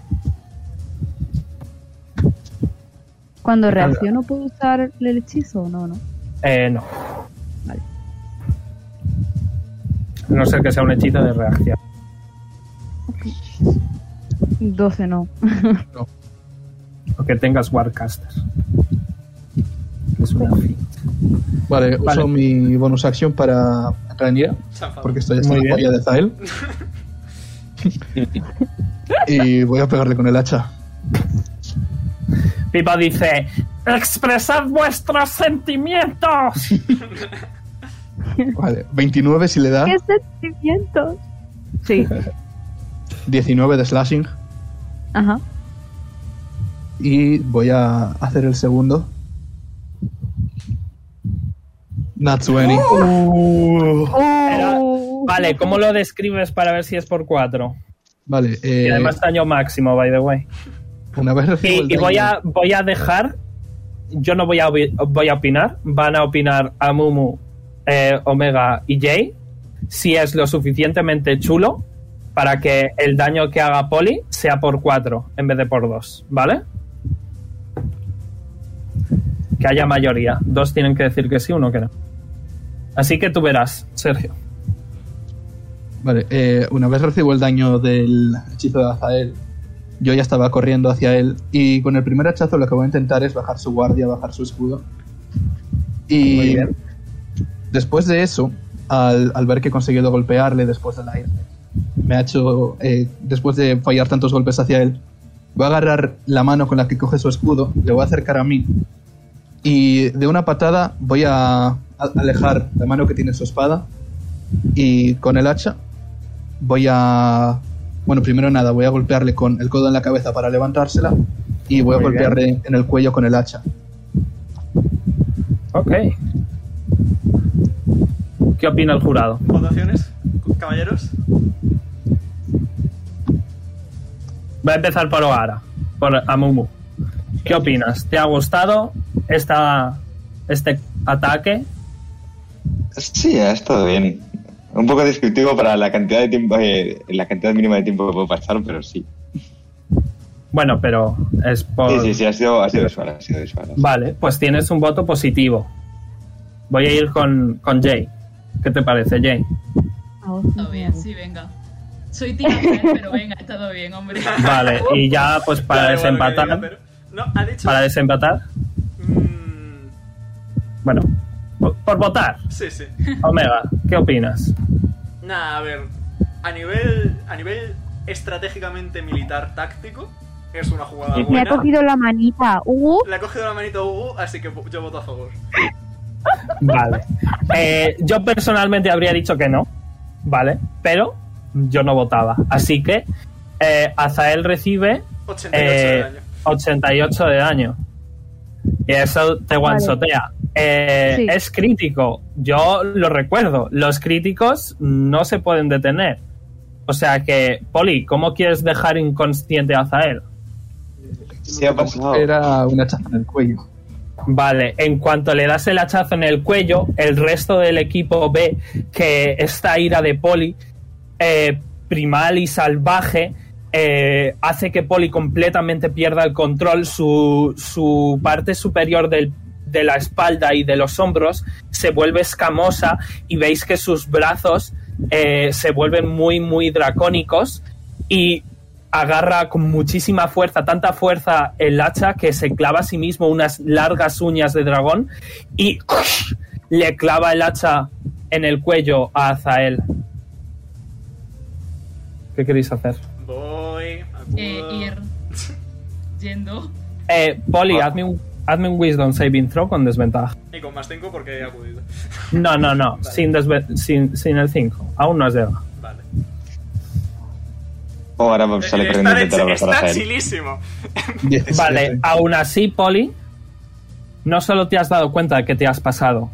Cuando reacciono puedo usar el hechizo o no, ¿no? Eh, no. Vale. A No ser que sea un hechizo de reacción. 12 no. O que tengas Warcaster. Es una fi- Vale, Vale. uso mi bonus action para Rania, Se ha enfadado. porque estoy hasta Muy la bien. polla de Zael. y voy a pegarle con el hacha. Pipa dice: ¡Expresad vuestros sentimientos! Vale, 29 si le da, ¡Qué sentimientos! Sí. 19 de slashing. Ajá. Y voy a hacer el segundo. Not 20. Era- Oh. Vale, ¿cómo lo describes para ver si es por 4? Vale, Y eh, además daño máximo, by the way. una vez recibo el Y, y daño- voy, a, voy a dejar. Yo no voy a, opi- voy a opinar. Van a opinar a Mumu, eh, Omega y Jay. Si es lo suficientemente chulo para que el daño que haga Poli sea por 4 en vez de por 2. ¿Vale? Que haya mayoría. Dos tienen que decir que sí, uno que no. Así que tú verás, Sergio. Vale, eh, una vez recibo el daño del hechizo de Azael, yo ya estaba corriendo hacia él y con el primer hachazo lo que voy a intentar es bajar su guardia, bajar su escudo. Muy Y bien. después de eso, al, al ver que he conseguido golpearle después del aire, me ha hecho, eh, después de fallar tantos golpes hacia él, voy a agarrar la mano con la que coge su escudo, le voy a acercar a mí y de una patada voy a a- alejar la mano que tiene su espada y con el hacha voy a... Bueno, primero nada, voy a golpearle con el codo en la cabeza para levantársela y voy a Muy bien. golpearle en el cuello con el hacha. Ok. ¿Qué opina el jurado? ¿Votaciones, caballeros? Va a empezar por O'Hara, por Amumu. ¿Qué opinas? ¿Te ha gustado esta, este ataque? Sí, ha estado bien. Un poco descriptivo para la cantidad de tiempo, eh, la cantidad mínima de tiempo que puedo pasar, pero sí. Bueno, pero es por... Sí, sí, sí, ha sido, ha sido suave, ha sido suave. Vale, pues tienes un voto positivo. Voy a ir con, con Jay. ¿Qué te parece, Jay? Ah, sí. Todo bien, sí, venga. Soy tía, Fer, pero venga, está todo bien, hombre. Vale, y ya pues para Da igual lo que desempatar... diga, pero- No, ha dicho. Para desempatar... Mm, Bueno, por, por votar. sí, sí. Omega, ¿qué opinas? Nada, a ver. A nivel, a nivel estratégicamente militar táctico, es una jugada Me buena. ha cogido la manita. Uh, Le ha cogido la manito a Hugo, así que yo voto a favor. Vale. Eh, yo personalmente habría dicho que no, ¿vale? Pero yo no votaba. Así que eh, Azael recibe 88 de eh, daño. 88 de daño. Y eso te guansotea. Eh, Sí. Es crítico. Yo lo recuerdo. Los críticos no se pueden detener. O sea que, Poli, ¿cómo quieres dejar inconsciente a Azael? Sí, ha Oh. pasado. Era un hachazo en el cuello. Vale, en cuanto le das el hachazo en el cuello, el resto del equipo ve que esta ira de Poli, eh, primal y salvaje, eh, hace que Polly completamente pierda el control. Su, su parte superior del- de la espalda y de los hombros se vuelve escamosa y veis que sus brazos eh, se vuelven muy, muy dracónicos y agarra con muchísima fuerza, tanta fuerza el hacha que se clava a sí mismo unas largas uñas de dragón y le clava el hacha en el cuello a Azael. ¿Qué queréis hacer? Voy, Eh, acudo. ir yendo. Eh, Polly, hazme, un, hazme un Wisdom Saving Throw con desventaja. Y con más 5 porque he acudido. No, no, no, sin, desve- sin, sin el 5. Aún no has llegado. Vale. Eh, Oh, ahora sale corriendo a intentar está abrazar a está Zael. chilísimo. 17. Vale, aún así, Polly, no solo te has dado cuenta de que te has pasado,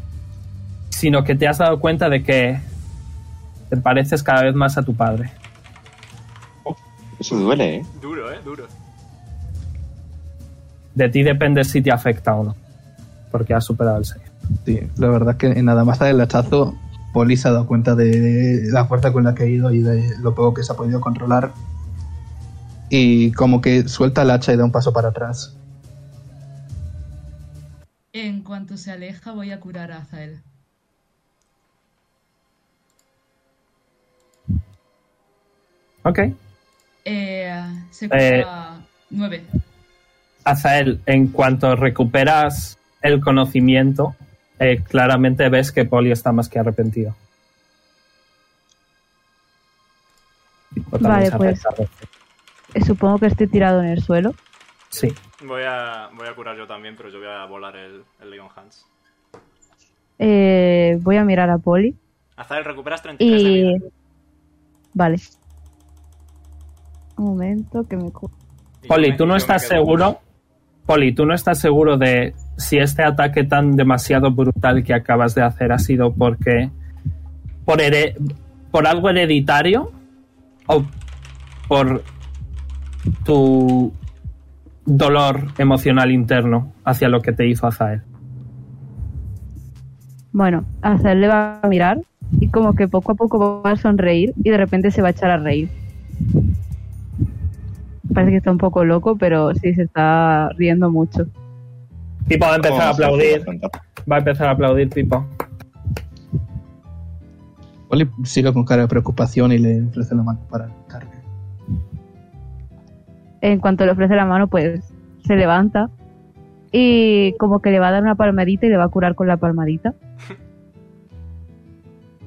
sino que te has dado cuenta de que te pareces cada vez más a tu padre. Eso duele, ¿eh? Duro, eh, duro. De ti depende si te afecta o no, porque has superado el 6. Sí, la verdad que nada más del hachazo, Poli se ha dado cuenta de la fuerza con la que ha ido y de lo poco que se ha podido controlar. Y como que suelta el hacha y da un paso para atrás. En cuanto se aleja, voy a curar a Azael. Ok. Eh, se Eh. cura 9. Azael, en cuanto recuperas el conocimiento, eh, claramente ves que Polly está más que arrepentido. O también Vale, se pues. arrepiente. Eh, Supongo que estoy tirado en el suelo. Sí. Voy a, voy a curar yo también, pero yo voy a volar el, el Leon Hans. Eh, voy a mirar a Poli. Azael, recuperas 33 de Y. vida. Vale. Un momento que me. cu- Y yo Poli, me- tú yo no me estás quedo- seguro. Poli, tú no estás seguro de si este ataque tan demasiado brutal que acabas de hacer ha sido porque. por, here- por algo hereditario o por tu dolor emocional interno hacia lo que te hizo Azael. Bueno, hacerle va a mirar y como que poco a poco va a sonreír y de repente se va a echar a reír. Parece que está un poco loco, pero sí se está riendo mucho. Pipo va a empezar a Oh, Vamos aplaudir. afrontar. Va a empezar a aplaudir, Pipo. Poli sigue con cara de preocupación y le ofrece la mano para cargar. En cuanto le ofrece la mano, pues se levanta y como que le va a dar una palmadita y le va a curar con la palmadita.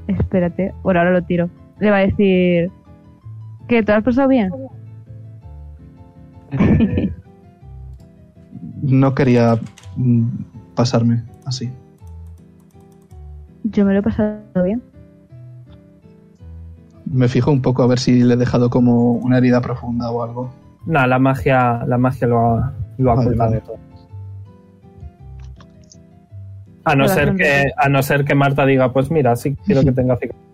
Espérate, bueno, ahora lo tiro. Le va a decir que te lo has pasado bien. Eh, No quería mm, pasarme así. Yo me lo he pasado bien. Me fijo un poco a ver si le he dejado como una herida profunda o algo. No, la magia, la magia lo ha, lo ha Vale, ocultado vale. de todo. A no, Lo ser hacen que, bien. a no ser que Marta diga, pues mira, sí quiero que tenga cicatrices.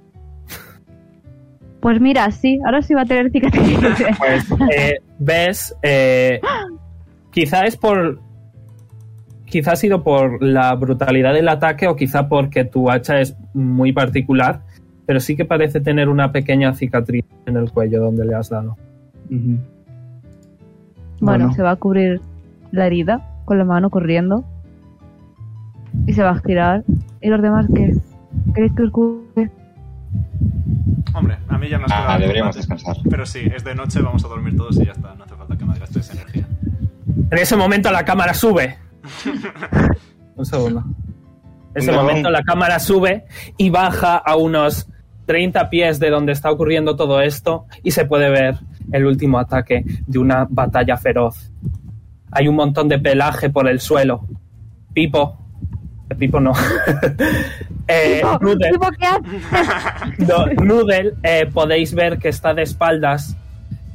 Pues mira, sí, ahora sí va a tener cicatrices. Pues, eh, ves, eh, quizá es por. Quizá ha sido por la brutalidad del ataque o quizá porque tu hacha es muy particular, pero sí que parece tener una pequeña cicatriz en el cuello donde le has dado. Ujú. Bueno, Bueno. se va a cubrir la herida con la mano corriendo. Y se va a girar. ¿Y los demás qué? ¿Queréis que os cubre? Hombre, a mí ya me has curado Ah, el deberíamos combate. descansar. Pero sí, es de noche, vamos a dormir todos y ya está. No hace falta que me gastes energía. En ese momento la cámara sube. Un segundo. En ese No. momento la cámara sube y baja a unos 30 pies de donde está ocurriendo todo esto y se puede ver el último ataque de una batalla feroz. Hay un montón de pelaje por el suelo. Pipo. eh, Pipo no. Eh, ¡Tipo! Rudel. ¡Tipo, qué haces! No, Noodle, eh, podéis ver que está de espaldas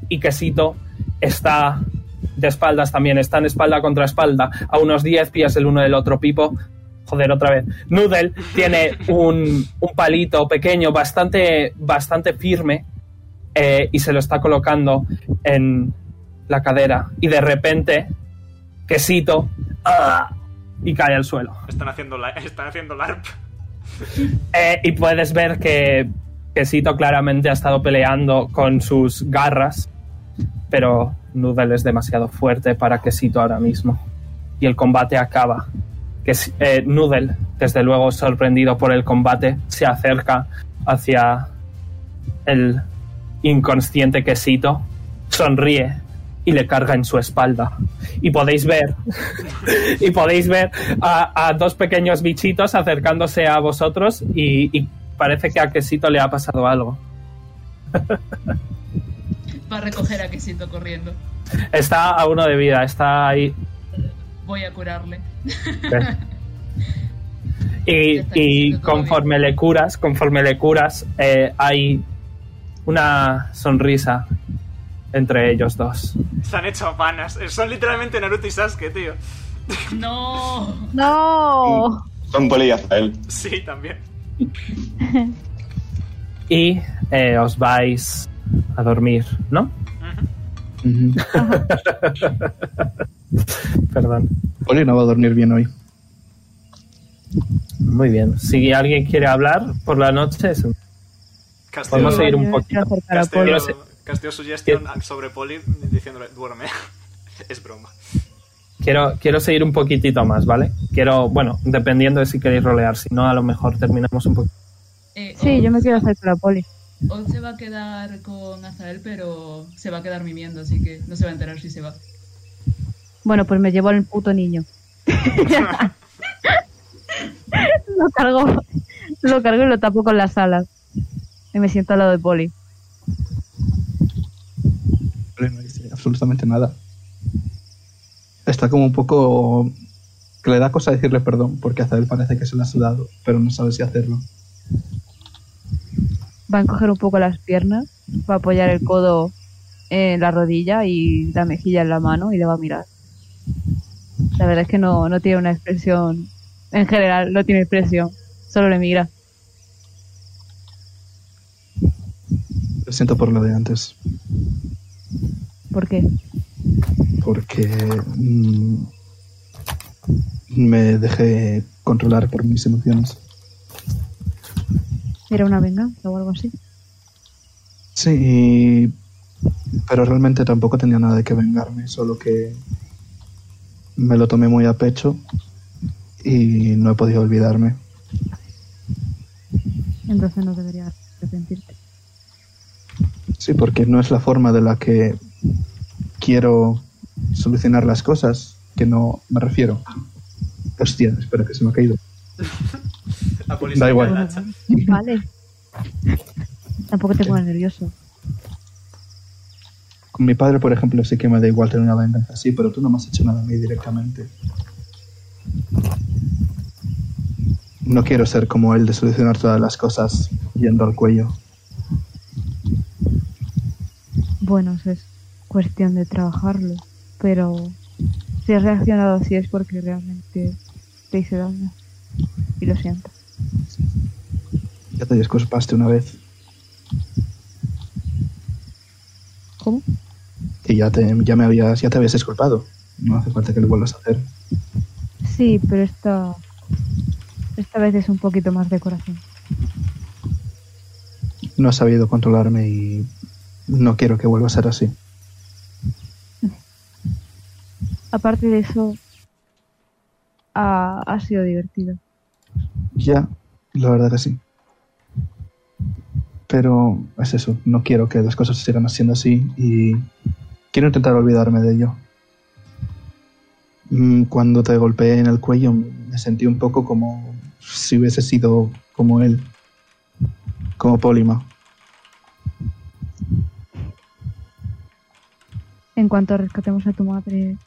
y Quesito está de espaldas también. Están espalda contra espalda, a unos 10 pies el uno del otro. Pipo, joder, otra vez. Noodle tiene un, un palito pequeño, bastante, bastante firme, eh, y se lo está colocando en la cadera. Y de repente, Quesito. ¡ah! Y cae al suelo. Están haciendo, la, están haciendo LARP. Eh, y puedes ver que, que Sito claramente ha estado peleando con sus garras pero Noodle es demasiado fuerte para Quesito ahora mismo. Y el combate acaba. Que, eh, Noodle, desde luego sorprendido por el combate, se acerca hacia el inconsciente Quesito, sonríe y le carga en su espalda. Y podéis ver, y podéis ver a, a, dos pequeños bichitos acercándose a vosotros y, y parece que a Quesito le ha pasado algo. Va a recoger a Quesito corriendo. Está a uno de vida, está ahí. Voy a curarle. y, y conforme le curas, conforme le curas, eh, hay una sonrisa entre ellos dos. Se han hecho panas. Son literalmente Naruto y Sasuke, tío. No. No. Son Poli y Azael. Sí, también. Y eh, os vais a dormir, ¿no? Uh -huh. Perdón. Poli no va a dormir bien hoy. Muy bien. Si alguien quiere hablar por la noche, es... podemos seguir un poquito. Castelo, Casteo suggestion sobre Poli diciéndole duerme. es broma. Quiero, quiero seguir un poquitito más, ¿vale? Quiero, bueno, dependiendo de si queréis rolear, si no, a lo mejor terminamos un poquito. Eh, sí, yo me quiero hacer con la Poli. Hoy se va a quedar con Azael, pero se va a quedar mimiendo, así que no se va a enterar si se va. Bueno, pues me llevo al puto niño. lo cargo lo cargo y lo tapo con las alas. Y me siento al lado de Poli no dice absolutamente nada. Está como un poco... que le da cosa decirle perdón, porque hasta él parece que se le ha sudado, pero no sabe si hacerlo. Va a encoger un poco las piernas, va a apoyar el codo en la rodilla y la mejilla en la mano y le va a mirar. La verdad es que no, no tiene una expresión... En general, no tiene expresión, solo le mira. Lo siento por lo de antes. ¿Por qué? Porque mmm, me dejé controlar por mis emociones. ¿Era una venganza o algo así? Sí, pero realmente tampoco tenía nada de que vengarme, solo que me lo tomé muy a pecho y no he podido olvidarme. Entonces no deberías arrepentirte. Sí, porque no es la forma de la que quiero solucionar las cosas, que no me refiero. Hostia, espero que se me ha caído. da igual. Vale. Tampoco te pones nervioso. Con mi padre, por ejemplo, sí que me da igual tener una venganza así, pero tú no me has hecho nada a mí directamente. No quiero ser como él de solucionar todas las cosas yendo al cuello. Bueno, eso es cuestión de trabajarlo, pero si he reaccionado así es porque realmente te hice daño y lo siento. Ya te desculpaste una vez. ¿Cómo? Y ya te, ya me habías, ya te habías disculpado. No hace falta que lo vuelvas a hacer. Sí, pero esta, esta vez es un poquito más de corazón. No has sabido controlarme y no quiero que vuelva a ser así. Aparte de eso, ha, ha, sido divertido. Ya, la verdad que sí. Pero es eso, no quiero que las cosas sigan haciendo así y quiero intentar olvidarme de ello. Mm, Cuando te golpeé en el cuello me sentí un poco como si hubiese sido como él, como Polima. En cuanto rescatemos a tu madre,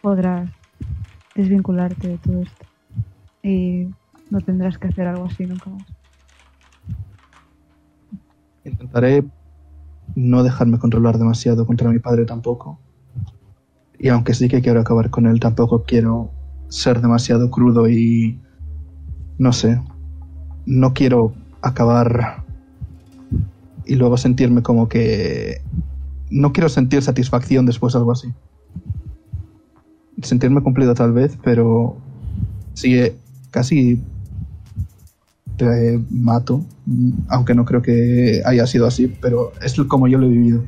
podrás desvincularte de todo esto. Y no tendrás que hacer algo así nunca más. Intentaré no dejarme controlar demasiado contra mi padre tampoco. Y aunque sí que quiero acabar con él, tampoco quiero ser demasiado crudo y... No sé. No quiero acabar y luego sentirme como que no quiero sentir satisfacción después de algo así. Sentirme cumplido tal vez, pero si casi te mato, aunque no creo que haya sido así, pero es como yo lo he vivido.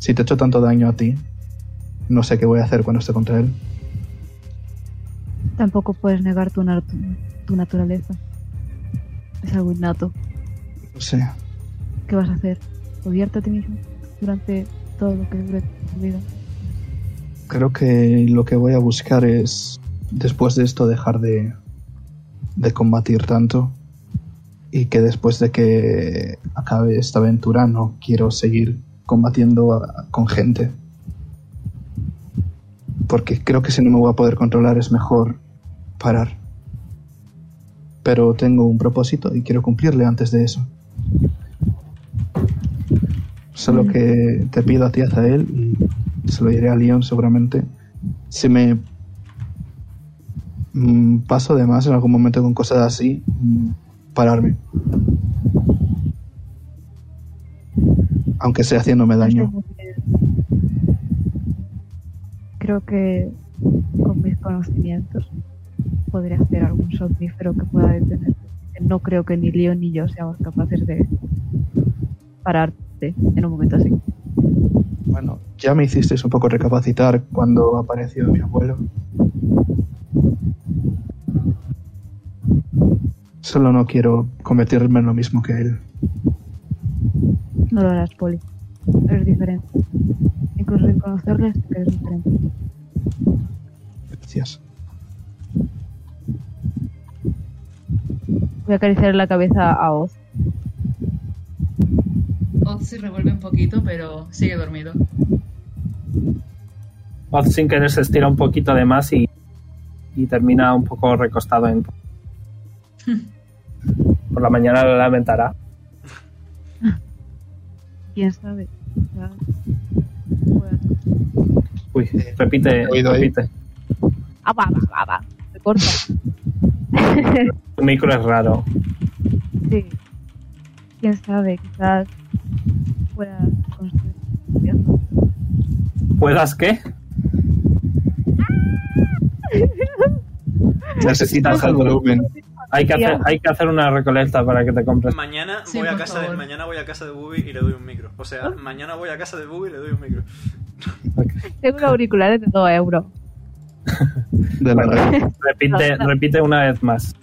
Si te he hecho tanto daño a ti, no sé qué voy a hacer cuando esté contra él. Tampoco puedes negar tu, nar- tu, tu naturaleza. Es algo innato. No sé. ¿Qué vas a hacer? Cubierta a ti mismo durante todo lo que dure tu vida. Creo que lo que voy a buscar es, después de esto, dejar de, de combatir tanto. Y que después de que acabe esta aventura, no quiero seguir combatiendo a- con gente. Porque creo que si no me voy a poder controlar, es mejor parar. Pero tengo un propósito y quiero cumplirle antes de eso. Solo que te pido a ti, Azael, y se lo diré a Leon seguramente. Si me mm, paso de más en algún momento con cosas así, mm, pararme. Aunque sea haciéndome daño. Creo que con mis conocimientos podré hacer algún somnífero que pueda detener. No creo que ni Leo ni yo seamos capaces de pararte en un momento así. Bueno, ya me hicisteis un poco recapacitar cuando apareció mi abuelo. Solo no quiero convertirme en lo mismo que él. No lo harás, Poli. Eres diferente. Incluso sin conocerles, eres diferente. Gracias. Voy a acariciar la cabeza a Oz. Oz se revuelve un poquito, pero sigue dormido. Oz sin querer se estira un poquito de más y, y termina un poco recostado en... Hmm. Por la mañana lo lamentará. ¿Quién sabe? Quizá pueda- Uy, repite, Oído ahí. repite. Ah, va, va, va, va. Se corta. Tu micro es raro. Sí. ¿Quién sabe? Quizás pueda construir un infierno. ¿Puedas qué? Necesitas el algo. volumen. Hay que, hacer, hay que hacer una recolecta para que te compres. Mañana Sí, voy a por casa de, favor. Ah. mañana voy a casa de Bubi y le doy un micro. O sea, mañana voy a casa de Bubi y le doy un micro. Tengo auriculares de 2 euros. De la red. Repite, repite una vez más.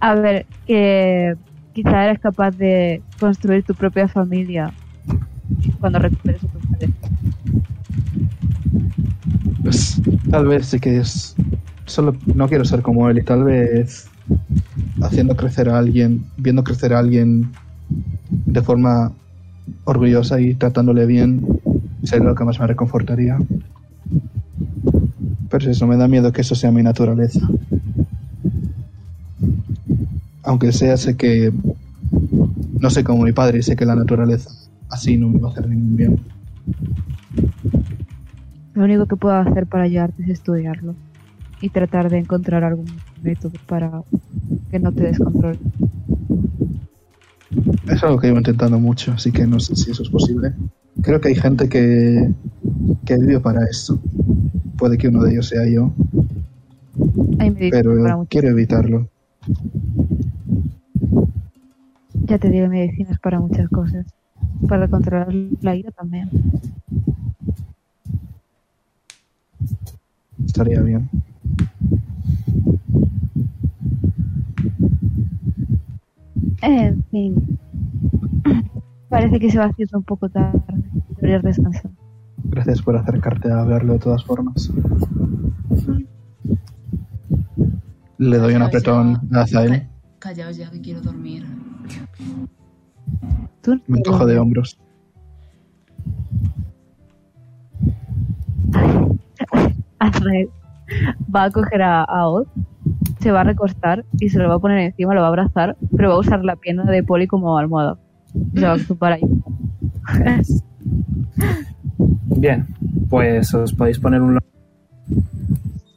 A ver, que quizá eres capaz de construir tu propia familia cuando recuperes a tu madre. Pues, tal vez sí que es. Solo no quiero ser como él y tal vez haciendo crecer a alguien, viendo crecer a alguien de forma orgullosa y tratándole bien, sería lo que más me reconfortaría. Pero eso, me da miedo que eso sea mi naturaleza. Aunque sea, sé que no sé como mi padre, sé que la naturaleza así no me va a hacer ningún bien. Lo único que puedo hacer para ayudarte es estudiarlo y tratar de encontrar algún método para que no te descontrole. Es algo que llevo intentando mucho, así que no sé si eso es posible. Creo que hay gente que, que vive para esto. Puede que uno de ellos sea yo, Ahí me dice para pero mucho. quiero evitarlo. Ya te digo, medicinas para muchas cosas. Para controlar la ira también. Estaría bien. En fin. Parece que se va haciendo un poco tarde. Deberías descansar. Gracias por acercarte a hablarlo de todas formas. Le doy un Callaos apretón ya. a Zael. Ca- Callaos ya que quiero dormir. Tú Me encojo de hombros. Azrael va a coger a, a Oz, se va a recostar y se lo va a poner encima, lo va a abrazar, pero va a usar la pierna de Poli como almohada. Y Se va a ocupar ahí. Bien, pues os podéis poner un...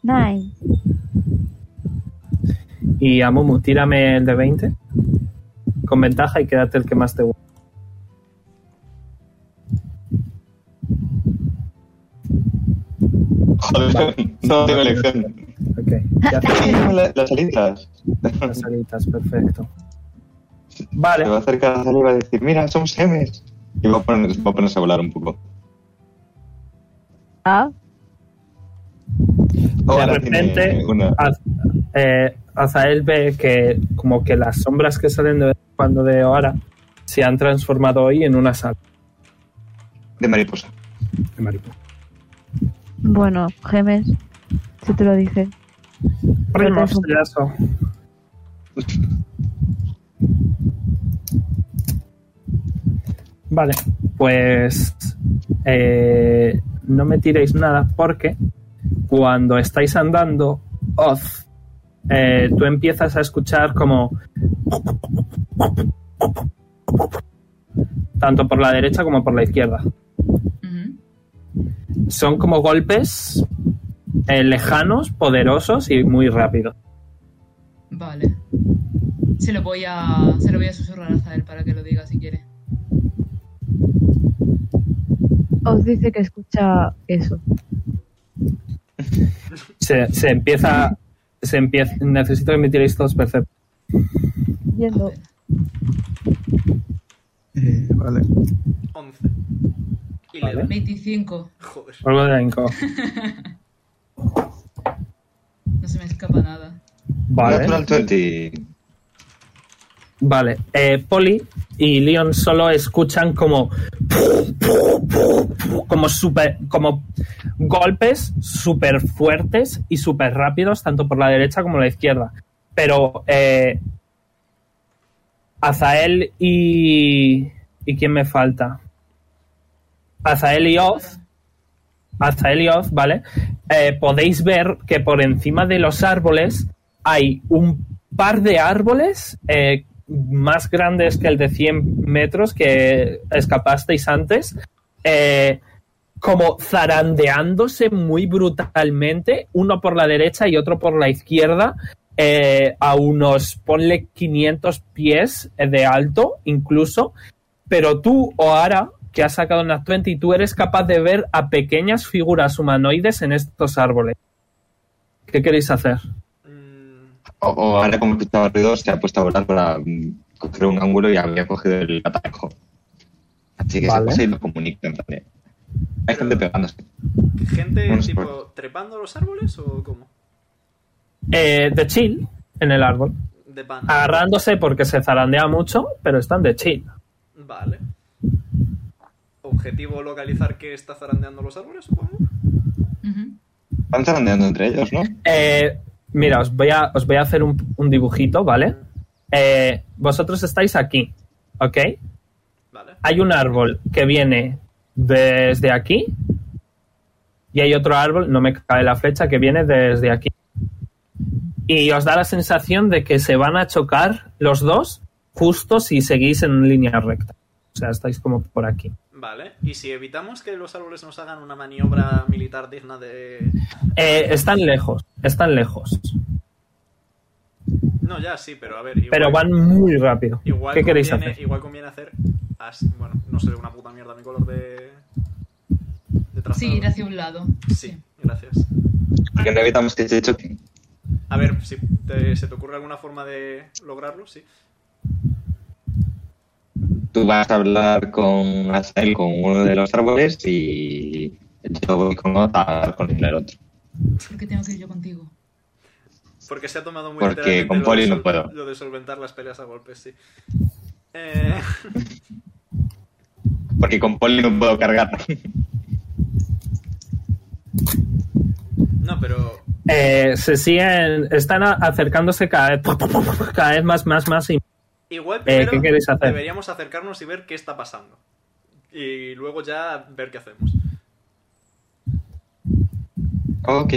Nice. Y a Momu, tírame el de 20. Con ventaja y quédate el que más te guste. Joder, no tengo elección. Ok, ya Tengo la- las alitas. te- las alitas, perfecto. Vale, Se va a acercar a Azael y va a decir, mira, somos gemes. Y va a, poner- va a ponerse a volar un poco. Ah, De Ahora repente, tiene una- Az- eh, Azael ve que como que las sombras que salen de vez en cuando de ahora se han transformado hoy en una sala de mariposa. de mariposa. bueno, Gemes, si te lo dije. Primos, payaso. Vale, pues eh, no me tiréis nada porque cuando estáis andando, Oz, eh, tú empiezas a escuchar como tanto por la derecha como por la izquierda. Ujú. Son como golpes eh, lejanos, poderosos y muy rápidos. Vale. Se lo voy a. Se lo voy a susurrar a Zael para que lo diga si quiere. Os dice que escucha eso. se, se empieza se empieza necesito que me tiréis todos perceptos Yendo. Eh, vale. 11. Y le Vale. da. 25. Joder. algo de la inco- No se me escapa nada. vale Natural 20. vale Eh, Polly y Leon solo escuchan como como super como golpes súper fuertes y súper rápidos tanto por la derecha como la izquierda pero eh, Azael y y quién me falta Azael y Oz hasta Elioth, ¿vale? Eh, podéis ver que por encima de los árboles hay un par de árboles eh, más grandes que el de 100 metros que escapasteis antes, eh, como zarandeándose muy brutalmente, uno por la derecha y otro por la izquierda, eh, a unos, ponle 500 pies de alto incluso, pero tú, Oara, que has sacado Nat 20, tú eres capaz de ver a pequeñas figuras humanoides en estos árboles. ¿Qué queréis hacer? Mm, O, o ahora, como escuchaba ruido, se ha puesto a volar para mm, coger un ángulo y había cogido el atajo. Así que Vale. se pasa y lo comunica. en plan de- Hay gente pegándose. ¿Gente Vamos tipo por- trepando los árboles o cómo? Eh, de chill, en el árbol. De pan. Ah. Agarrándose porque se zarandea mucho, pero están de chill. Vale. Objetivo localizar que está zarandeando los árboles, supongo. Ujú. Van zarandeando entre ellos, ¿no? Eh, mira, os voy a, os voy a hacer un, un dibujito, ¿vale? Eh, vosotros estáis aquí, ¿ok? Vale. Hay un árbol que viene desde aquí y hay otro árbol, no me cae la flecha, que viene desde aquí. Y os da la sensación de que se van a chocar los dos justo si seguís en línea recta. O sea, estáis como por aquí. Vale. Y si evitamos que los árboles nos hagan una maniobra militar digna de. Eh, están lejos, están lejos, No, ya sí, pero a ver. Igual, pero van muy rápido. Igual ¿Qué queréis conviene, hacer? Igual conviene hacer. as- Bueno, no sé, una puta mierda mi color de. de trazado. Sí, ir hacia un lado. Sí, gracias. Porque no evitamos que se choquen. A ver, si te- se te ocurre alguna forma de lograrlo, sí. Tú vas a hablar con Asael con uno de los árboles y yo voy con Oz a hablar con el otro. ¿Por qué tengo que ir yo contigo? Porque se ha tomado muy Porque literalmente con lo Poli de no sol- puedo. Lo de solventar las peleas a golpes, sí. Eh, Porque con Polly no puedo cargar. no, pero. Eh, se siguen, están a- acercándose cada vez, cada vez más, más, más. Y, Igual Eh, primero ¿qué queréis hacer? deberíamos acercarnos y ver qué está pasando. Y luego ya ver qué hacemos. ok.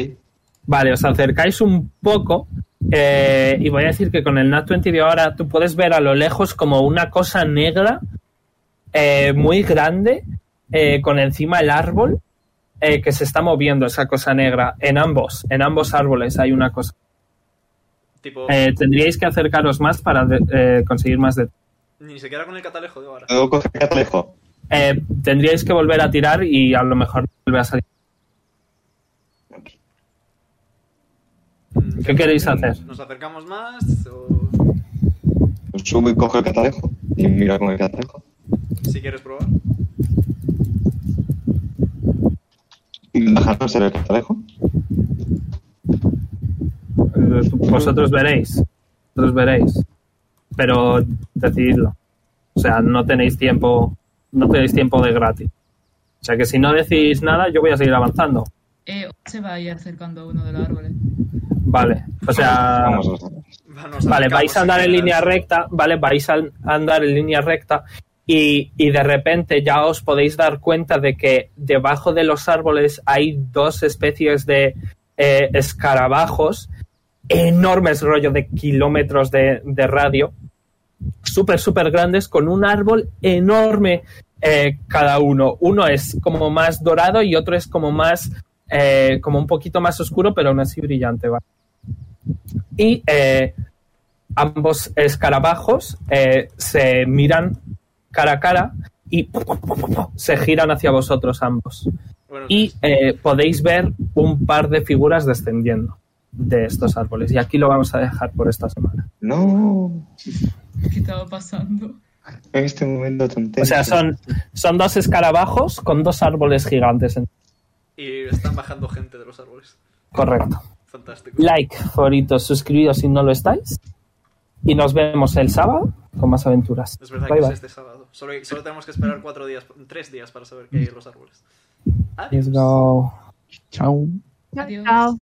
vale, os acercáis un poco. eh, y voy a decir que con el Nat 20 de ahora tú puedes ver a lo lejos como una cosa negra eh, muy grande eh, con encima el árbol eh, que se está moviendo esa cosa negra en ambos, en ambos árboles hay una cosa. Tipo, Eh, tendríais que acercaros más para de- eh, conseguir más detalles. ni siquiera con el catalejo de ahora. ¿Puedo coger catalejo? Eh, tendríais que volver a tirar y a lo mejor vuelve a salir. Mm, ¿Qué queréis hacer? ¿Nos acercamos más? O Pues Subo y cojo el catalejo y miro con el catalejo. si quieres probar. Y Déjanos ser el catalejo. Vosotros veréis. Vosotros veréis. Pero decididlo. O sea, no tenéis tiempo. No tenéis tiempo de gratis. O sea que si no decís nada, yo voy a seguir avanzando. Eh, se va a ir acercando a uno de los árboles. Vale. O sea. Vamos, vamos. Vanos Vale, al vais a cabo, andar en señoras. línea recta, ¿vale? Vais a andar en línea recta y, y de repente ya os podéis dar cuenta de que debajo de los árboles hay dos especies de eh, escarabajos enormes, rollo de kilómetros de, de radio, súper, súper grandes, con un árbol enorme eh, cada uno. Uno es como más dorado y otro es como más, eh, como un poquito más oscuro, pero aún así brillante, ¿vale? Y eh, ambos escarabajos eh, se miran cara a cara y pu, pu, pu, pu, pu, se giran hacia vosotros ambos. Bueno, pues, Y eh, podéis ver un par de figuras descendiendo de estos árboles. Y aquí lo vamos a dejar por esta semana. No, ¿Qué estaba pasando? en este momento tontería. O sea, son, son dos escarabajos con dos árboles gigantes. en- y están bajando gente de los árboles. Correcto. Fantástico. Like, favoritos, suscribidos si no lo estáis. Y nos vemos el sábado con más aventuras. Es verdad Bye, que bye. es este sábado. Solo, solo tenemos que esperar cuatro días, tres días para saber que hay en los árboles. Adiós. Let's go. Chao. Adiós. Chao.